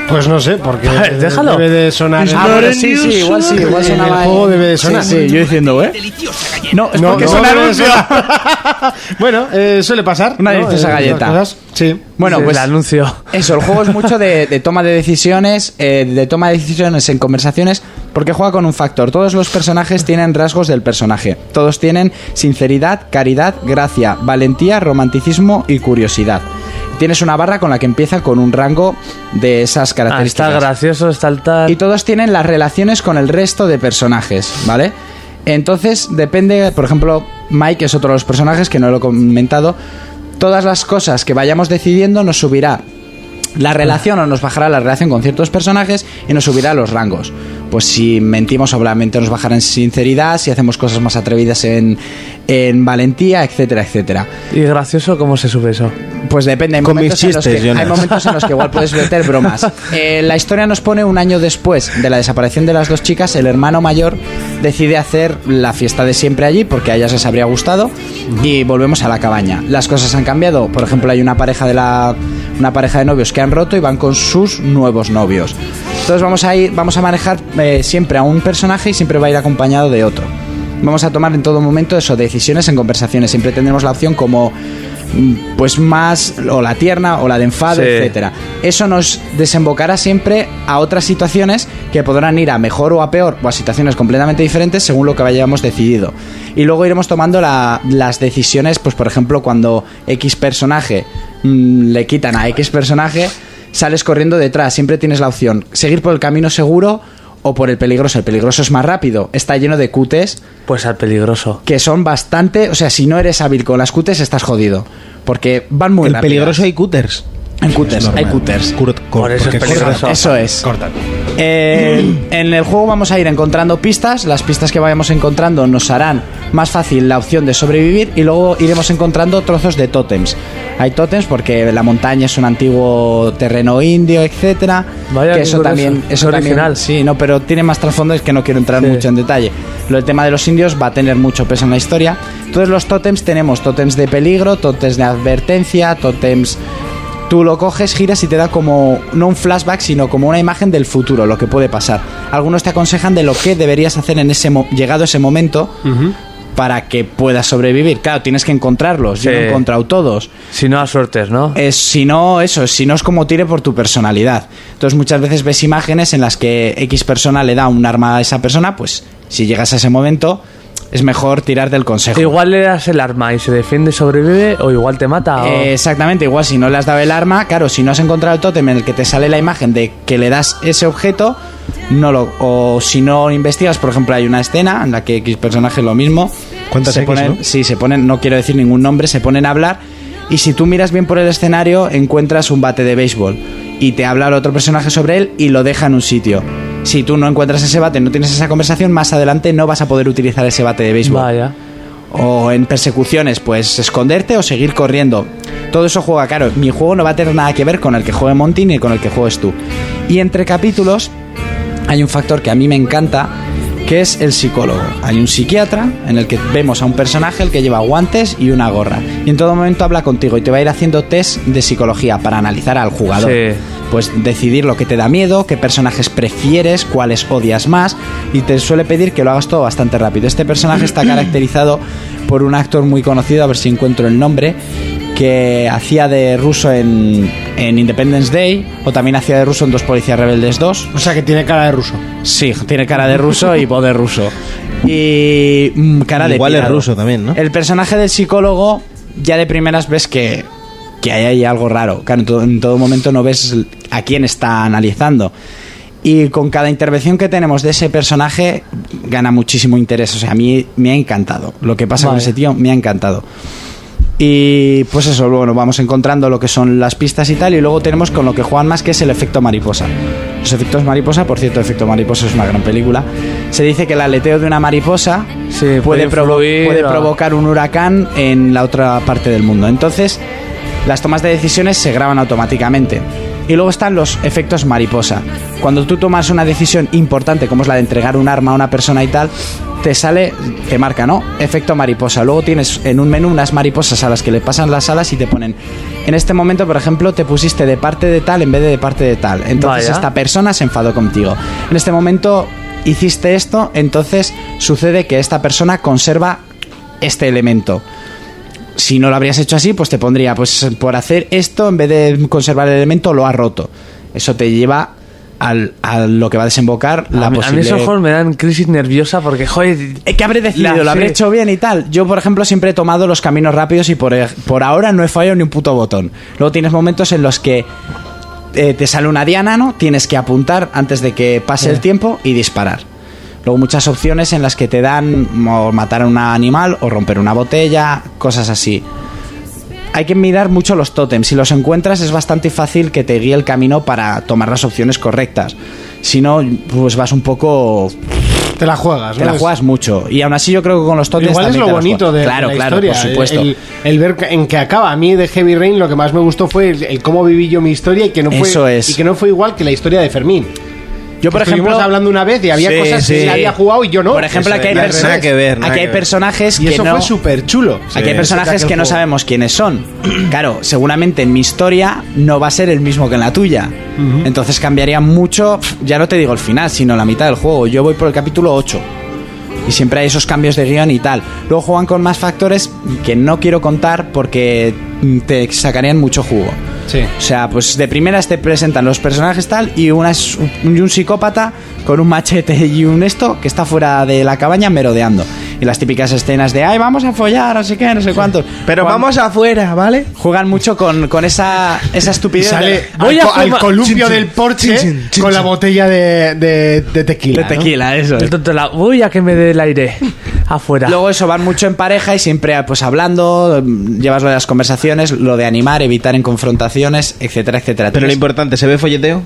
B: Pues no sé, porque
E: Vale, déjalo.
B: debe de sonar.
D: Ah, bueno, sí, sí, igual sí, igual
B: En el
D: sonaba ahí.
B: juego debe de sonar.
D: Sí, sí, yo diciendo, ¿eh? No, es
B: No,
D: porque
B: no,
D: son
B: no debe
D: anuncios.
B: sonar. bueno, eh, suele pasar.
D: Una
B: ¿no?
D: deliciosa
B: Eh,
D: galleta.
B: las cosas. Sí.
D: Bueno,
E: El
D: pues
E: anuncio.
D: Eso, el juego es mucho de, de toma de decisiones, eh, de toma de decisiones en conversaciones, porque juega con un factor. Todos los personajes tienen rasgos del personaje. Todos tienen sinceridad, caridad, gracia, valentía, romanticismo y curiosidad. Tienes una barra con la que empieza con un rango de esas
E: Ah, está
D: características.
E: gracioso, está el tal.
D: Y todos tienen las relaciones con el resto de personajes, ¿vale? Entonces depende, por ejemplo, Mike es otro de los personajes que no lo he comentado. Todas las cosas que vayamos decidiendo nos subirá la relación o nos bajará la relación con ciertos personajes y nos subirá los rangos. Pues si mentimos, obviamente nos bajará en sinceridad, si hacemos cosas más atrevidas en, en valentía, etcétera, etcétera.
E: Y gracioso, ¿cómo se sube eso?
D: Pues depende, hay
F: Con mis
D: momentos, en los
F: chistes,
D: que,
F: Jonas.
D: hay momentos en los que igual puedes meter bromas. Eh, la historia nos pone un año después de la desaparición de las dos chicas, el hermano mayor decide hacer la fiesta de siempre allí porque a ellas les habría gustado y volvemos a la cabaña. Las cosas han cambiado, por ejemplo hay una pareja de la una pareja de novios que han roto y van con sus nuevos novios. Entonces vamos a ir, vamos a manejar eh, siempre a un personaje y siempre va a ir acompañado de otro. Vamos a tomar en todo momento eso, decisiones en conversaciones. Siempre tendremos la opción como mm, pues más o la tierna o la de enfado,
E: Sí.
D: etcétera. Eso nos desembocará siempre a otras situaciones que podrán ir a mejor o a peor o a situaciones completamente diferentes según lo que hayamos decidido. Y luego iremos tomando la- las decisiones, pues por ejemplo, cuando X personaje mm, le quitan a X personaje, sales corriendo detrás, siempre tienes la opción seguir por el camino seguro o por el peligroso. El peligroso es más rápido, está lleno de cutes
E: Pues al peligroso.
D: que son bastante. O sea, si no eres hábil con las cutes, estás jodido. Porque van muy
F: El
D: rápidas.
F: peligroso hay cutters.
D: En cutters, hay cutters.
F: Por eso
D: porque
F: es peligroso.
D: cortan, Eso es. Eh, en el juego vamos a ir encontrando pistas. Las pistas que vayamos encontrando nos harán más fácil la opción de sobrevivir y luego iremos encontrando trozos de tótems. Hay tótems porque la montaña es un antiguo terreno indio, etcétera.
E: Vaya,
D: que
E: qué
D: eso
E: curioso.
D: también,
E: Qué
D: eso también-
E: original.
D: sí, no, pero tiene más trasfondo es que no quiero entrar mucho en detalle. Lo del tema de los indios va a tener mucho peso en la historia. Entonces los tótems tenemos tótems de peligro, tótems de advertencia, tótems Tú lo coges, giras y te da como, no un flashback, sino como una imagen del futuro, lo que puede pasar. Algunos te aconsejan de lo que deberías hacer en ese mo- llegado ese momento para que puedas sobrevivir. Claro, tienes que encontrarlos. Yo no
E: Sí.
D: he encontrado todos.
E: Si no, a suertes, ¿no?
D: Es, si no, eso, si no es como tire por tu personalidad. Entonces muchas veces ves imágenes en las que X persona le da un arma a esa persona, pues si llegas a ese momento, es mejor tirar del consejo.
E: Eh, Igual le das el arma y se defiende y sobrevive, o igual te mata. o-
D: Eh, exactamente, igual si no le has dado el arma, claro, si no has encontrado el tótem en el que te sale la imagen de que le das ese objeto, no lo. O si no investigas, por ejemplo, hay una escena en la que X personaje lo mismo.
F: ¿Cuántas
D: se
F: X,
D: ponen,
F: no?
D: Sí, se ponen, no quiero decir ningún nombre, se ponen a hablar. Y si tú miras bien por el escenario, encuentras un bate de béisbol. Y te habla el otro personaje sobre él y lo deja en un sitio. Si tú no encuentras ese bate, no tienes esa conversación, más adelante no vas a poder utilizar ese bate de béisbol.
E: Vaya.
D: O en persecuciones, pues esconderte o seguir corriendo. Todo eso juega caro. Mi juego no va a tener nada que ver con el que juegue Monty ni con el que juegues tú. Y entre capítulos hay un factor que a mí me encanta, que es el psicólogo. Hay un psiquiatra en el que vemos a un personaje el que lleva guantes y una gorra. Y en todo momento habla contigo y te va a ir haciendo test de psicología para analizar al jugador.
E: Sí.
D: Pues decidir lo que te da miedo, qué personajes prefieres, cuáles odias más. Y te suele pedir que lo hagas todo bastante rápido. Este personaje está caracterizado por un actor muy conocido, a ver si encuentro el nombre, que hacía de ruso en, en Independence Day o también hacía de ruso en Dos Policías Rebeldes 2. O sea que tiene cara de ruso. Sí, tiene cara de ruso y voz de ruso. Y mm, cara de
F: Igual es
D: pirado.
F: ruso también, ¿no?
D: El personaje del psicólogo, ya de primeras ves que, que hay ahí algo raro. Claro, en todo, en todo momento no ves a quién está analizando. Y con cada intervención que tenemos de ese personaje, gana muchísimo interés. O sea, a mí me ha encantado. Lo que pasa con
E: Vale.
D: ese tío me ha encantado. Y pues eso, bueno, vamos encontrando lo que son las pistas y tal, y luego tenemos con lo que juegan más, que es el efecto mariposa. Los efectos mariposa, por cierto, efecto mariposa es una gran película. Se dice que el aleteo de una mariposa puede,
E: puede
D: provo-
E: influir
D: puede
E: a-
D: provocar un huracán en la otra parte del mundo. Entonces, las tomas de decisiones se graban automáticamente. Y luego están los efectos mariposa. Cuando tú tomas una decisión importante, como es la de entregar un arma a una persona y tal, te sale, te marca, ¿no? Efecto mariposa. Luego tienes en un menú unas mariposas a las que le pasan las alas y te ponen. En este momento, por ejemplo, te pusiste de parte de tal en vez de de parte de tal. Entonces,
E: Vaya.
D: esta persona se enfadó contigo. En este momento hiciste esto, entonces sucede que esta persona conserva este elemento si no lo habrías hecho así, pues te pondría, pues por hacer esto, en vez de conservar el elemento, lo ha roto. Eso te lleva al, a lo que va a desembocar la
E: a, mí- a mí
D: posible...
E: esos juegos me dan crisis nerviosa porque, joder.
D: Es que Eh, habré decidido, lo habré hecho bien y tal. Yo, por ejemplo, siempre he tomado los caminos rápidos y por, por ahora no he fallado ni un puto botón. Luego tienes momentos en los que eh, te sale una diana, ¿no? Tienes que apuntar antes de que pase el tiempo y disparar. Luego muchas opciones en las que te dan o matar a un animal o romper una botella, cosas así. Hay que mirar mucho los tótems. Si los encuentras es bastante fácil que te guíe el camino para tomar las opciones correctas. Si no, pues vas un poco
P: Te la juegas,
D: te
P: ¿no?
D: la juegas mucho. Y aún así yo creo que con los tótems
P: Igual es
D: también
P: lo
D: te las
P: bonito
D: juegas.
P: de,
D: claro,
P: de la
D: claro,
P: historia.
D: por supuesto.
P: El, el ver en que acaba. A mí de Heavy Rain lo que más me gustó fue el, el cómo viví yo mi historia y que no fue,
D: Eso es.
P: y que no fue igual que la historia de Fermín.
D: Yo, por
P: Estuvimos
D: ejemplo-
P: hablando una vez y había
D: Sí,
P: cosas que
D: sí.
P: él había jugado y yo no.
D: Por ejemplo,
P: Eso
D: aquí hay,
P: es.
D: personas-
P: Nada que ver, nada
D: aquí hay
P: que ver.
D: personajes
P: Y
D: que
P: eso
D: no...
P: fue súper chulo.
D: Aquí hay personajes que no sabemos quiénes son. Claro, seguramente en mi historia no va a ser el mismo que en la tuya. Entonces cambiaría mucho, pf, ya no te digo el final, sino la mitad del juego. Yo voy por el capítulo 8. Y siempre hay esos cambios de guión y tal. Luego juegan con más factores que no quiero contar porque te sacarían mucho jugo.
P: Sí.
D: O sea, pues de primeras te presentan los personajes tal y, una, es- y un psicópata con un machete y un esto que está fuera de la cabaña merodeando. Y las típicas escenas de, ay, vamos a follar, no sé qué, no sé cuántos. Pero
F: vamos afuera, ¿vale?
D: Juegan mucho con, con esa, esa
P: Y
D: estupidez.
P: sale
D: de-
P: al, co- al columpio del porche con la botella de, de- de tequila.
D: De tequila, eso.
E: El tonto la. Voy a que me dé el aire. afuera.
D: Luego eso, van mucho en pareja y siempre pues hablando, mm, llevas lo de las conversaciones, lo de animar, evitar en confrontaciones, etcétera, etcétera.
F: Pero lo importante, ¿se ve folleteo?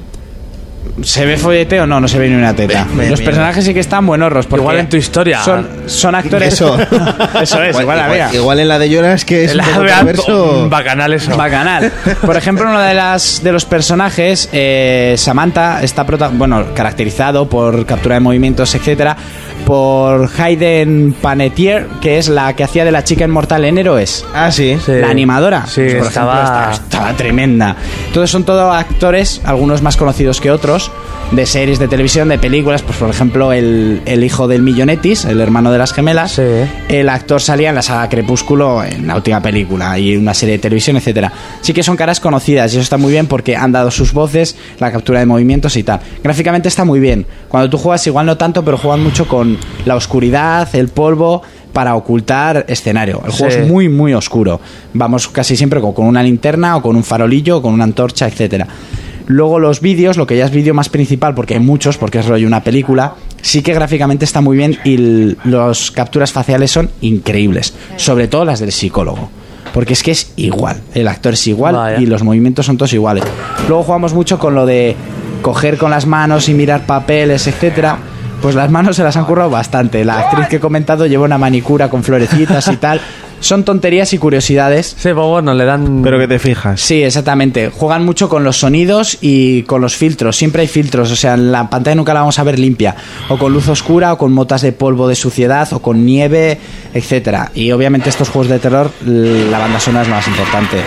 D: ¿Se ve folleteo? No, no se ve ni una teta.
F: Ve- ve
D: Los
F: mierda.
D: personajes sí que están buenorros. porque
F: Igual en tu historia.
D: Son, son actores.
F: Eso.
D: Eso es, igual, a
F: igual,
D: ver.
F: igual en la de Lloras que es
D: La
F: un poco
D: de Anto-
F: perverso.
E: Bacanal eso.
D: Bacanal. Por ejemplo, uno de las de los personajes, eh, Samantha, está prota- bueno, caracterizado por captura de movimientos, etcétera, por Hayden Panettiere, que es la que hacía de la chica inmortal en Héroes.
F: Ah, sí.
D: La animadora.
E: eh, Sí,
D: Pues, por
E: estaba-
D: ejemplo, esta- estaba tremenda. Entonces son todos actores, algunos más conocidos que otros, de series de televisión, de películas. Pues por ejemplo, el, el hijo del Millonetis, el hermano de las gemelas. El actor salía en la saga Crepúsculo, en la última película, y en una serie de televisión, etcétera. Sí que son caras conocidas y eso está muy bien porque han dado sus voces, la captura de movimientos y tal. Gráficamente está muy bien. Cuando tú juegas, igual no tanto, pero juegan mucho con la oscuridad, el polvo, para ocultar escenario. El juego
E: Sí.
D: es muy, muy oscuro. Vamos casi siempre con, con una linterna o con un farolillo o con una antorcha, etcétera. Luego los vídeos, lo que ya es vídeo más principal, porque hay muchos, porque es rollo una película, sí que gráficamente está muy bien y l- las capturas faciales son increíbles, sobre todo las del psicólogo, porque es que es igual, el actor es igual y los movimientos son todos iguales. Luego jugamos mucho con lo de coger con las manos y mirar papeles, etcétera. Pues las manos se las han currado bastante. La actriz que he comentado lleva una manicura con florecitas y tal. Son tonterías y curiosidades.
E: Sí, pues bueno, le dan.
F: Pero que te fijas.
D: Sí, exactamente. Juegan mucho con los sonidos y con los filtros. Siempre hay filtros. O sea, en la pantalla nunca la vamos a ver limpia. O con luz oscura, o con motas de polvo de suciedad, o con nieve, etcétera. Y obviamente estos juegos de terror, la banda sonora es más importante.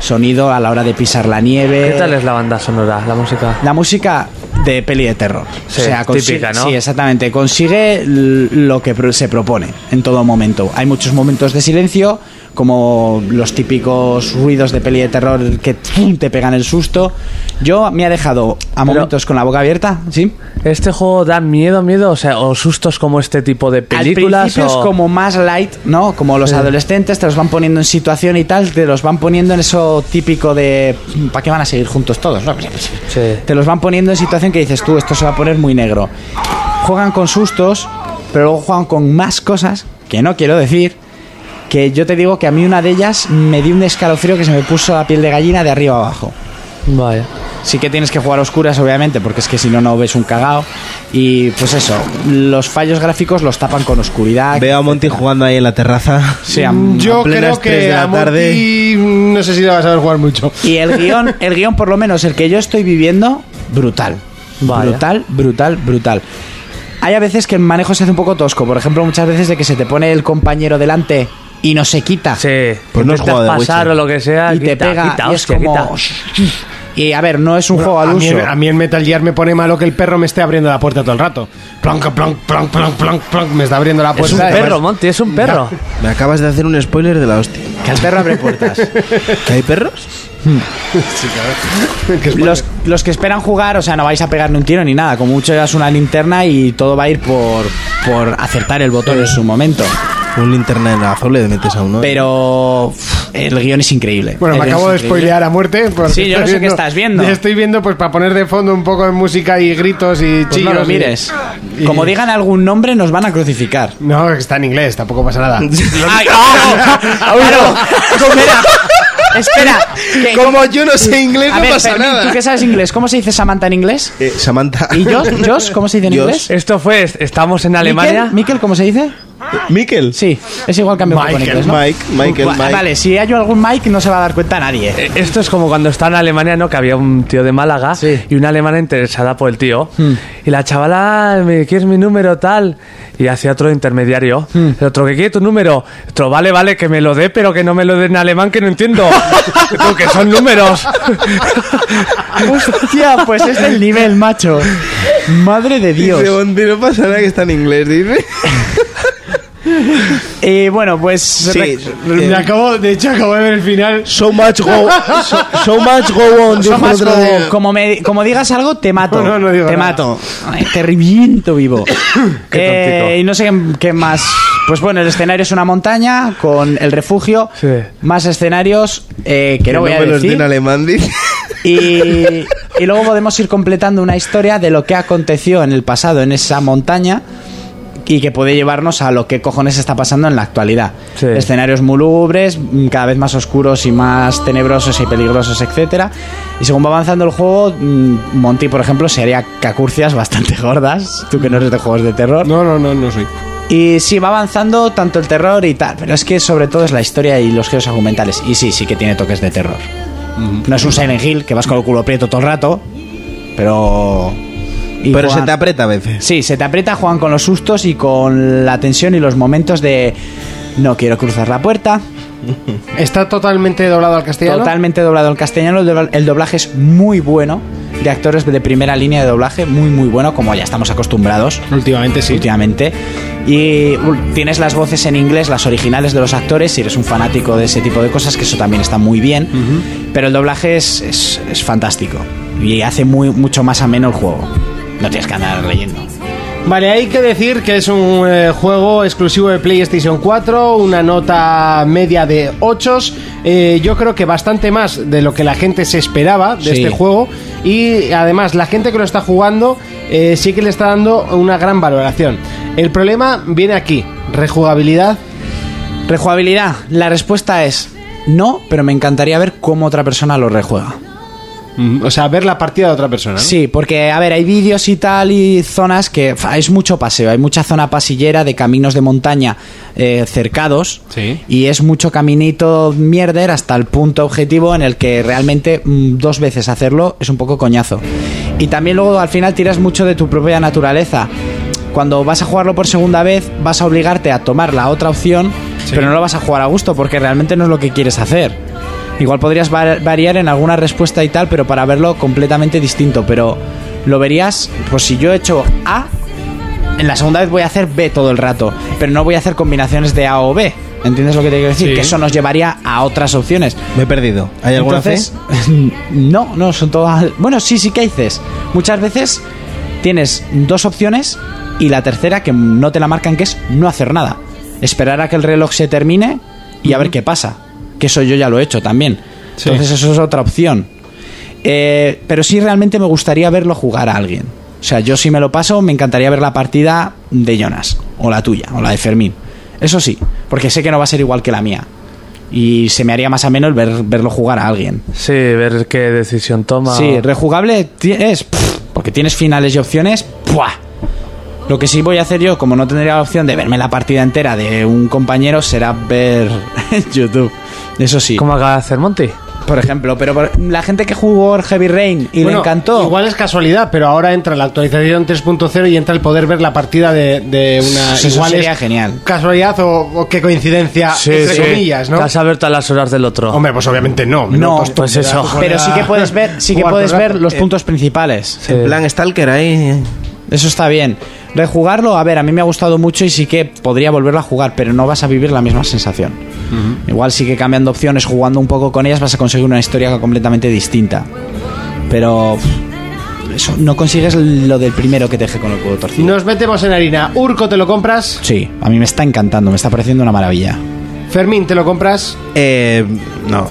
D: Sonido a la hora de pisar la nieve.
E: ¿Qué tal es la banda sonora, la música?
D: La música de peli de terror.
E: Sí,
D: consigue-
E: típica, ¿no?
D: Sí, exactamente. Consigue l- lo que pro- se propone en todo momento. Hay muchos momentos de silencio, como los típicos ruidos de peli de terror que ¡pum! te pegan el susto. Yo me ha dejado a momentos con la boca abierta, ¿sí?
E: ¿Este juego da miedo, miedo? O sea, o sustos como este tipo de
D: Al
E: películas.
D: principio
E: o-
D: es como más light, ¿no? Como los
E: Sí.
D: adolescentes te los van poniendo en situación y tal, te los van poniendo en eso típico de ¿para qué van a seguir juntos todos? no? Pues, Te los van poniendo en situación que dices tú, esto se va a poner muy negro. Juegan con sustos, pero luego juegan con más cosas que no quiero decir. Que yo te digo que a mí una de ellas me dio un escalofrío que se me puso la piel de gallina de arriba abajo.
E: Vale.
D: Sí que tienes que jugar a oscuras, obviamente, porque es que si no, no ves un cagao. Y pues eso, los fallos gráficos los tapan con oscuridad.
F: Veo a Monty jugando ahí en la terraza.
D: Sí, a-
B: Mm,
D: Yo
F: a plenas
D: creo que
F: 3 de la
D: a Monty-
F: tarde.
B: Y no sé si la vas a ver jugar mucho.
D: Y el guión, el guión, por lo menos el que yo estoy viviendo, brutal.
E: Vaya.
D: Brutal, brutal, brutal. Hay a veces que el manejo se hace un poco tosco. Por ejemplo, muchas veces de que se te pone el compañero delante y no se quita.
E: Sí.
F: Pues no
E: Intentas
F: has jugado de
E: pasar
F: Witcher.
E: o lo que sea.
D: Y te
E: quita,
D: pega,
E: quita,
D: y es
E: hostia,
D: como-
E: quita.
D: Y a ver, no es un juego al
B: a mí,
D: uso.
B: el- a mí el Metal Gear me pone malo que el perro me esté abriendo la puerta todo el rato. Plonk, plonk, plonk, plonk, plonk, plonk, me está abriendo la
E: Es
B: puerta.
E: un perro, Monty, es un perro.
F: Me acabas de hacer un spoiler de la hostia.
D: Que el perro abre puertas.
F: ¿Que hay perros?
D: los, los que esperan jugar, o sea, no vais a pegar ni un tiro ni nada. Como mucho llevas una linterna y todo va a ir por, por acertar el botón en su momento.
F: Un linterna en azul le metes a uno.
D: Pero uf, el guión es increíble.
B: Bueno,
D: El
B: me
D: guión
B: acabo de
D: es increíble.
B: spoilear a muerte. porque
D: Sí, yo no
B: estoy
D: sé qué estás viendo.
B: Estoy viendo, pues, para poner de fondo un poco de música y gritos y
D: Pues no
B: chillos.
D: lo
B: y-
D: mires.
B: y-
D: Como digan algún nombre, nos van a crucificar.
B: No, está en inglés, tampoco pasa nada.
D: ¡Ay, ah, no! Claro, espera, espera. que-
F: Como yo no sé inglés,
D: Eh, A
F: no
D: ver,
F: pasa
D: Fermín,
F: nada.
D: ¿tú qué sabes inglés? ¿Cómo se dice Samantha en inglés?
F: Eh, Samantha.
D: ¿Y Josh? ¿Josh? ¿Cómo se dice en
F: Josh.
D: inglés?
E: Esto fue, estamos en Alemania.
D: ¿Miquel? ¿Miquel cómo se dice?
F: ¿Miquel?
D: Sí, es igual cambio con
F: Michael,
D: inglés, ¿no?
F: Mike, Michael,
D: Ua-
F: Mike.
D: Vale, si hay algún Mike no se va a dar cuenta nadie.
E: Eh, Esto es como cuando está en Alemania, ¿no? Que había un tío de Málaga y una alemana interesada por el tío. Y la chavala, me ¿quieres mi número tal? Y hacía otro intermediario. El otro, que quiere tu número? Otro, vale, vale, que me lo dé, pero que no me lo dé en alemán, que no entiendo. Tú, que son números.
D: Hostia, pues es el nivel, macho. Madre de Dios.
F: Dice Monty, no pasa nada que está en inglés, dice.
D: Y bueno, pues.
F: Sí,
B: Me
F: eh,
B: acabo, de hecho, acabo de ver el final.
F: So much go, so, so much go on. dijo
D: Son más
F: el otro
D: como,
F: día.
D: como, me- como digas algo, te mato.
B: No, no digo
D: te
B: nada.
D: mato. Ay, te reviento vivo. Eh,
E: tontito.
D: y no sé qué, qué más. Pues bueno, el escenario es una montaña con el refugio.
E: Sí.
D: Más escenarios eh, que,
F: Que
D: no voy a
F: me los di en
D: decir.
F: alemán, dice.
D: Y, y luego podemos ir completando una historia de lo que aconteció en el pasado en esa montaña y que puede llevarnos a lo que cojones está pasando en la actualidad. Escenarios muy lúgubres, mm, cada vez más oscuros y más tenebrosos y peligrosos, etcétera. Y según va avanzando el juego, mm, Monty, por ejemplo, se haría cacurcias bastante gordas. Tú que no eres de juegos de terror.
P: No, no, no, no soy.
D: Y sí, va avanzando tanto el terror y tal, pero es que sobre todo es la historia y los giros argumentales. Y sí, sí que tiene toques de terror. No es un Silent Hill que vas con el culo prieto todo el rato, pero. y
F: Pero se
D: juegan-
F: te aprieta a veces.
D: Sí, se te aprieta, juegan con los sustos y con la tensión y los momentos de. No quiero cruzar la puerta.
B: ¿Está totalmente doblado al castellano?
D: Totalmente doblado al castellano. El dobla- El doblaje es muy bueno. De actores de primera línea de doblaje, muy, muy bueno, como ya estamos acostumbrados.
P: Últimamente sí.
D: Últimamente. Y ul, tienes las voces en inglés, las originales de los actores, si eres un fanático de ese tipo de cosas, que eso también está muy bien. Pero el doblaje es, es- es fantástico. Y hace muy, mucho más ameno el juego. No tienes que andar leyendo.
B: Vale, hay que decir que es un eh, juego exclusivo de PlayStation 4, una nota media de 8. yo creo que bastante más de lo que la gente se esperaba de
D: Sí.
B: este juego. Y además, la gente que lo está jugando eh, sí que le está dando una gran valoración. El problema viene aquí: rejugabilidad.
D: Rejugabilidad. La respuesta es no, pero me encantaría ver cómo otra persona lo rejuega.
P: O sea, ver la partida de otra persona. ¿no?
D: Sí, porque, a ver, hay vídeos y tal y zonas que fa, es mucho paseo. Hay mucha zona pasillera de caminos de montaña eh, cercados. Y es mucho caminito mierder hasta el punto objetivo en el que realmente mm, dos veces hacerlo es un poco coñazo. Y también luego al final tiras mucho de tu propia naturaleza. Cuando vas a jugarlo por segunda vez, vas a obligarte a tomar la otra opción, pero no lo vas a jugar a gusto porque realmente no es lo que quieres hacer. Igual podrías va- variar en alguna respuesta y tal, pero para verlo completamente distinto. Pero lo verías, pues si yo he hecho A, en la segunda vez voy a hacer B todo el rato, pero no voy a hacer combinaciones de A o B. ¿Entiendes lo que te quiero decir?
F: Sí.
D: Que eso nos llevaría a otras opciones.
F: Me he perdido. ¿Hay alguna
D: Entonces,
F: C?
D: no, no, son todas. Bueno, sí, sí que hay Cs. Muchas veces tienes dos opciones y la tercera que no te la marcan, que es no hacer nada. Esperar a que el reloj se termine y a ver qué pasa. Que eso yo ya lo he hecho también. Entonces, eso es otra opción. Eh, pero sí, realmente me gustaría verlo jugar a alguien. O sea, yo si me lo paso, me encantaría ver la partida de Jonas, o la tuya, o la de Fermín. Eso sí, porque sé que no va a ser igual que la mía. Y se me haría más ameno el ver- verlo jugar a alguien.
E: Sí, ver qué decisión toma.
D: Sí, rejugable ti- es. pff, porque tienes finales y opciones. ¡pua! Lo que sí voy a hacer yo, como no tendría la opción de verme la partida entera de un compañero, será ver YouTube. Eso sí. ¿Cómo
E: acaba de hacer Monty?
D: Por ejemplo, pero por- la gente que jugó el Heavy Rain y le
B: Bueno,
D: encantó.
B: Igual es casualidad, pero ahora entra la actualización 3.0 y entra el poder ver la partida de, de una.
D: Eso
B: igual
D: sería
B: es
D: genial.
B: ¿Casualidad o, o qué coincidencia? Ah, entre comillas, ¿no?
E: Te has abierto a las horas del otro.
B: Hombre, pues obviamente no.
D: No,
E: pues eso.
D: Pero sí que puedes ver, sí que
B: Guardo
D: puedes ver
B: rato.
D: los
B: Eh,
D: puntos principales.
F: En plan Stalker ahí.
D: Eso está bien. Rejugarlo, a ver, a mí me ha gustado mucho y sí que podría volverlo a jugar, pero no vas a vivir la misma sensación. Igual sigue cambiando opciones, jugando un poco con ellas, vas a conseguir una historia completamente distinta. Pero pff, eso, no consigues lo del primero que te dejé con el culo torcido.
B: Nos metemos en harina. Urco, ¿te lo compras?
D: Sí, a mí me está encantando, me está pareciendo una maravilla.
B: Fermín, ¿te lo compras?
F: Eh, no,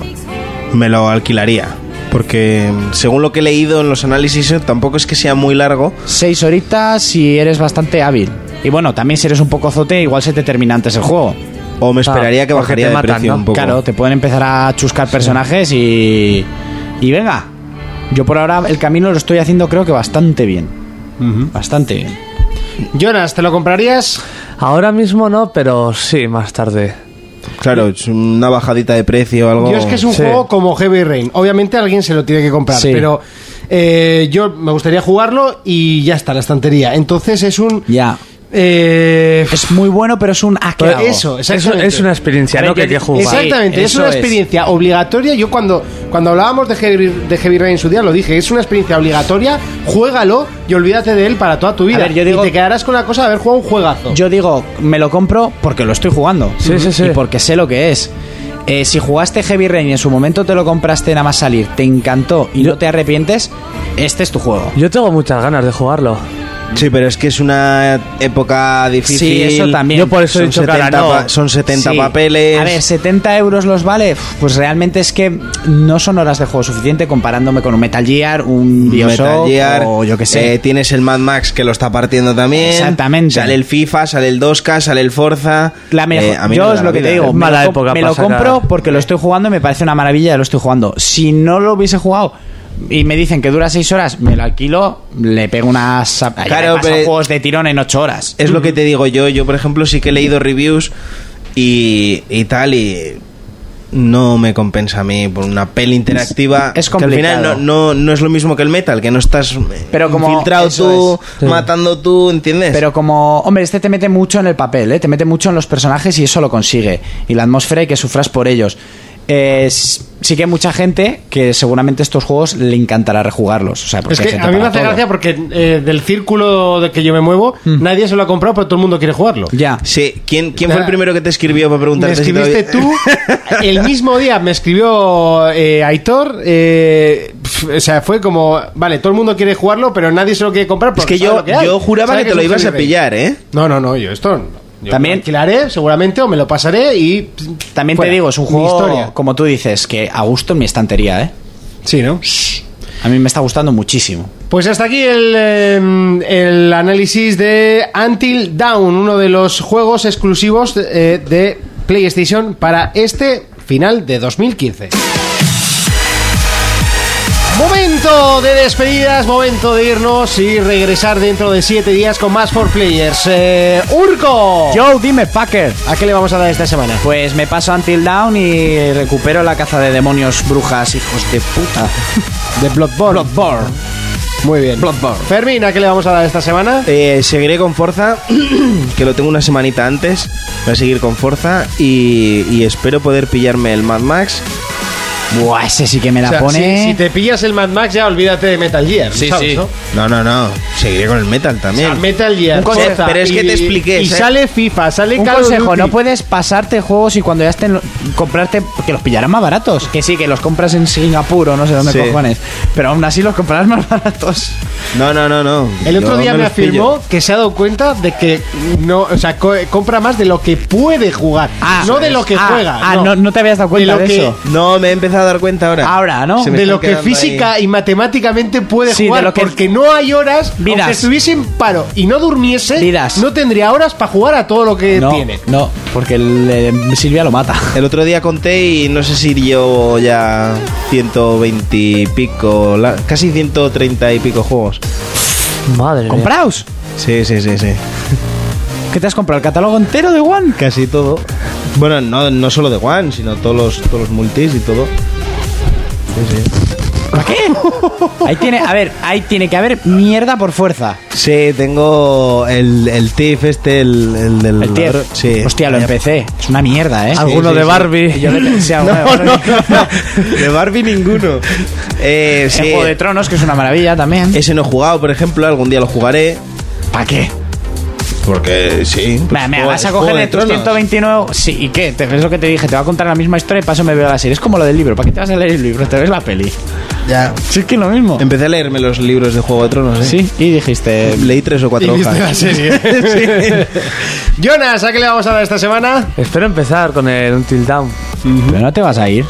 F: me lo alquilaría. Porque según lo que he leído en los análisis, eh, tampoco es que sea muy largo.
D: Seis horitas si eres bastante hábil. Y bueno, también si eres un poco zote, igual se te termina antes el juego.
F: O me esperaría que bajaría de precio un poco.
D: Claro, te pueden empezar a chuscar personajes y. Y venga. Yo por ahora el camino lo estoy haciendo, creo que bastante bien. Bastante bien.
B: Jonas, ¿te lo comprarías?
E: Ahora mismo no, pero sí, más tarde.
F: Claro, es una bajadita de precio o algo.
B: Yo es que es un juego como Heavy Rain. Obviamente alguien se lo tiene que comprar,
F: Sí.
B: pero eh, yo me gustaría jugarlo y ya está, la estantería. Entonces es un. eh,
D: Ya. es muy bueno, pero es un. ah, ¿qué hago?
B: Eso, exactamente.
E: Es, es una experiencia,
D: A ver,
E: ¿no? Que hay que jugar.
B: Exactamente, es una experiencia obligatoria. Yo cuando, cuando hablábamos de Heavy, de Heavy Rain en su día lo dije, es una experiencia obligatoria, juégalo y olvídate de él para toda tu vida.
D: ver, yo digo-
B: y te quedarás con la cosa de haber jugado un juegazo.
D: Yo digo, me lo compro porque lo estoy jugando.
B: Sí, sí, sí.
D: Y porque sé lo que es. Eh, si jugaste Heavy Rain y en su momento te lo compraste nada más salir, te encantó y no te arrepientes, este es tu juego.
E: Yo tengo muchas ganas de jugarlo.
F: Sí, pero es que es una época difícil.
D: Sí, eso también. Yo por eso he
F: son
D: dicho que ahora
F: pa-
D: no.
F: son 70
D: Sí.
F: papeles.
D: A ver, 70 euros los vale. Uf, Pues realmente es que no son horas de juego suficiente comparándome con un Metal Gear, un
F: Metal
D: Bioshock
F: Gear,
D: o yo que sé.
F: eh, tienes el Mad Max que lo está partiendo también.
D: Exactamente.
F: Sale el FIFA, sale el 2K, sale el Forza.
D: La mejor-
F: Eh, a mí no
D: yo
F: me
D: es
F: da
D: lo que
F: vida.
D: te digo. me lo, com- me lo compro porque lo estoy jugando y me parece una maravilla, lo estoy jugando. Si no lo hubiese jugado y me dicen que dura 6 horas, me lo alquilo, le pego unas.
F: Claro,
D: Claro,
F: pero-
D: juegos de tirón en 8 horas.
F: Es lo que te digo yo. Yo, por ejemplo, sí que he leído reviews y, y tal y no me compensa a mí por una peli interactiva.
D: Es
F: Que al
D: complicado.
F: final no, no, no es lo mismo que el metal, que no estás
D: Pero como
F: infiltrado tú,
D: eso es.
F: matando tú, ¿entiendes?
D: Pero como, hombre, este te mete mucho en el papel, ¿eh? te mete mucho en los personajes y eso lo consigue. Y la atmósfera y que sufras por ellos. Eh, s- sí que hay mucha gente que seguramente estos juegos le encantará rejugarlos. O sea, porque
B: Es
D: hay
B: que
D: gente
B: a mí me
D: para
B: hace
D: todo.
B: gracia porque eh, del círculo de que yo me muevo,
F: Hmm.
B: nadie se lo ha comprado, pero todo el mundo quiere jugarlo.
D: Ya.
F: Sí, ¿quién, quién fue el primero que te escribió para
B: Me
F: preguntarte si te
B: escribiste
F: había-
B: tú el mismo día, me escribió eh, Aitor. eh, pf, o sea, fue como, vale, todo el mundo quiere jugarlo, pero nadie se lo quiere comprar.
F: Es
B: Porque
F: que
B: sabe
F: yo,
B: lo hay.
F: yo juraba
B: Sabe
F: que te
B: es
F: lo
B: un
F: ibas a
B: free-to-play.
F: pillar, ¿eh?
B: No, no, no, yo esto.
D: También-
B: también alquilaré, seguramente, o me lo pasaré y. pff,
D: También
B: fuera.
D: te digo, es un
B: Mi
D: juego,
B: historia.
D: como tú dices, que a gusto en mi estantería, ¿eh?
B: Sí, ¿no?
D: A mí me está gustando muchísimo.
B: Pues hasta aquí el, eh, el análisis de Until Down, uno de los juegos exclusivos eh, de PlayStation para este final de 2015. Momento de despedidas, momento de irnos y regresar dentro de 7 días con más 4Players. Eh, ¡Urco!
D: Joe, dime, fucker.
B: ¿A qué le vamos a dar esta semana?
D: Pues me paso Until Down y recupero la caza de demonios, brujas, hijos de puta.
B: De Bloodborne.
D: Bloodborne.
B: Muy bien. Fermín, ¿a qué le vamos a dar esta semana?
F: Eh, seguiré con Forza, que lo tengo una semanita antes. Voy a seguir con Forza y, y espero poder pillarme el Mad Max.
D: Buah, ese sí que me la
B: O sea,
D: pone. ¿eh?
B: si, si te pillas el Mad Max, ya olvídate de Metal Gear.
F: Sí,
B: ¿sabes,
F: sí.
B: no?
F: No, no, no. Seguiré con el Metal también.
B: A Metal Gear.
F: Un consejo.
B: Forza,
F: Pero es que te expliqué, ¿eh?
B: Y
F: ¿sabes?
B: sale FIFA, sale
D: Un
B: Call of
D: consejo,
B: Duty.
D: no puedes pasarte juegos y cuando ya estén lo- comprarte porque los pillarán más baratos. Que sí, que los compras en Singapur o no sé dónde
F: Sí.
D: cojones, pero aún así los comprarás más baratos.
F: No, no, no, no.
B: El otro
F: Yo
B: día me
F: los
B: afirmó
F: pillo.
B: que se ha dado cuenta de que no, o sea, co- compra más de lo que puede jugar, no de lo que
D: Ah,
B: juega.
D: Ah, no. no te habías dado cuenta
B: lo
D: de,
B: que-
D: eso.
F: No, me he empezado a dar cuenta ahora.
D: Ahora, ¿no?
F: Se me
B: de
F: están
B: lo que
F: quedando ahí.
B: física y matemáticamente puede
D: Sí, de
B: jugar,
D: lo que-
B: porque no hay horas.
D: Miras.
B: Aunque estuviese en paro y no durmiese,
D: Miras.
B: no tendría horas para jugar a todo lo que
D: No,
B: tiene.
D: no, porque el, eh, Silvia lo mata.
F: El otro día conté y no sé si llevo ya 120 y pico, la- casi 130 y pico juegos.
E: Madre mía.
D: ¿Compraos?
F: Sí, sí, sí, sí.
D: ¿Qué te has comprado? ¿El catálogo entero de One?
F: Casi todo. Bueno, no, no solo de One, sino todos los, todos los multis y todo.
D: ¿Para qué? Ahí tiene, a ver, ahí tiene que haber mierda por fuerza.
F: Sí, tengo el, el TIF este, el, el del...
D: El TIEF.
F: Sí. Eh,
D: Hostia, lo empecé. Es una mierda, ¿eh?
E: Alguno
F: sí,
E: de
F: sí.
E: Barbie.
D: Yo le pensé a una-
F: De Barbie ninguno. Eh,
D: En
F: sí.
D: Juego de Tronos, que es una maravilla también.
F: Ese no he jugado, por ejemplo, algún día lo jugaré.
D: ¿Para qué?
F: Porque sí.
D: Mira, mira, vas a
F: Juego
D: coger
F: de
D: de tus
F: Tronos.
D: 129. Sí, ¿y qué? Te ves lo que te dije, te va a contar la misma historia y paso me veo la serie. Es como lo del libro. ¿Para qué te vas a leer el libro? Te ves la peli.
F: Ya. Em-
D: Sí, es que es lo mismo.
F: Empecé a leerme los libros de Juego de Tronos, ¿eh?
D: Sí, y dijiste.
F: Leí tres o cuatro hojas.
B: Jonas, ¿a qué le vamos a dar esta semana?
E: Espero empezar con el Until Down.
D: Pero no te vas a ir.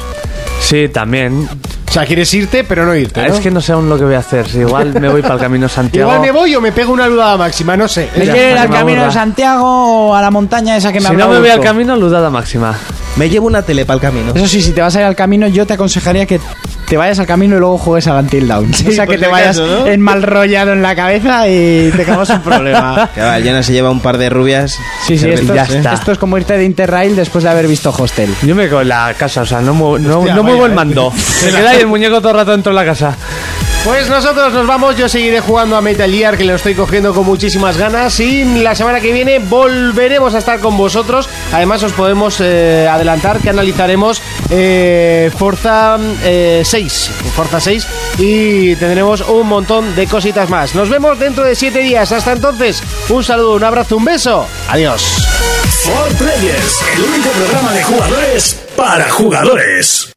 E: Sí, también.
B: O sea, quieres irte, pero no irte. ¿no?
E: Es que no sé aún lo que voy a hacer. Si igual me voy para el camino Santiago.
B: Igual me voy o me pego una ludada máxima, no sé.
D: ¿Me
E: Ya,
D: quieres ir
E: para
D: al
E: que me
D: camino de
E: aburra.
D: Santiago o a la montaña esa que me
E: Si no
D: hablaba
E: me voy al
D: Urco?
E: camino, ludada máxima.
F: Me llevo una tele para el camino.
D: Eso sí, si te vas a ir al camino, yo te aconsejaría que te vayas al camino y luego juegues al Until Down. o sea,
F: por
D: que te
F: si
D: vayas
F: acaso, ¿no?
D: en mal rollado en la cabeza y te caemos un problema.
F: Que va, Yana se lleva un par de rubias.
D: Sí, sí, esto,
E: Ya
D: es-
E: está.
D: esto es como irte de Interrail después de haber visto Hostel. Pues
E: Yo me quedo en la casa, o sea, no, muevo- no, no muevo el mando. Se queda ahí el muñeco todo el rato dentro de la casa.
B: Pues nosotros nos vamos, yo seguiré jugando a Metal Gear que lo estoy cogiendo con muchísimas ganas y la semana que viene volveremos a estar con vosotros. Además os podemos eh, adelantar que analizaremos eh, Forza eh, 6, Forza 6 y tendremos un montón de cositas más. Nos vemos dentro de 7 días. Hasta entonces, un saludo, un abrazo, un beso. Adiós.
A: For Players, el único programa de jugadores para jugadores.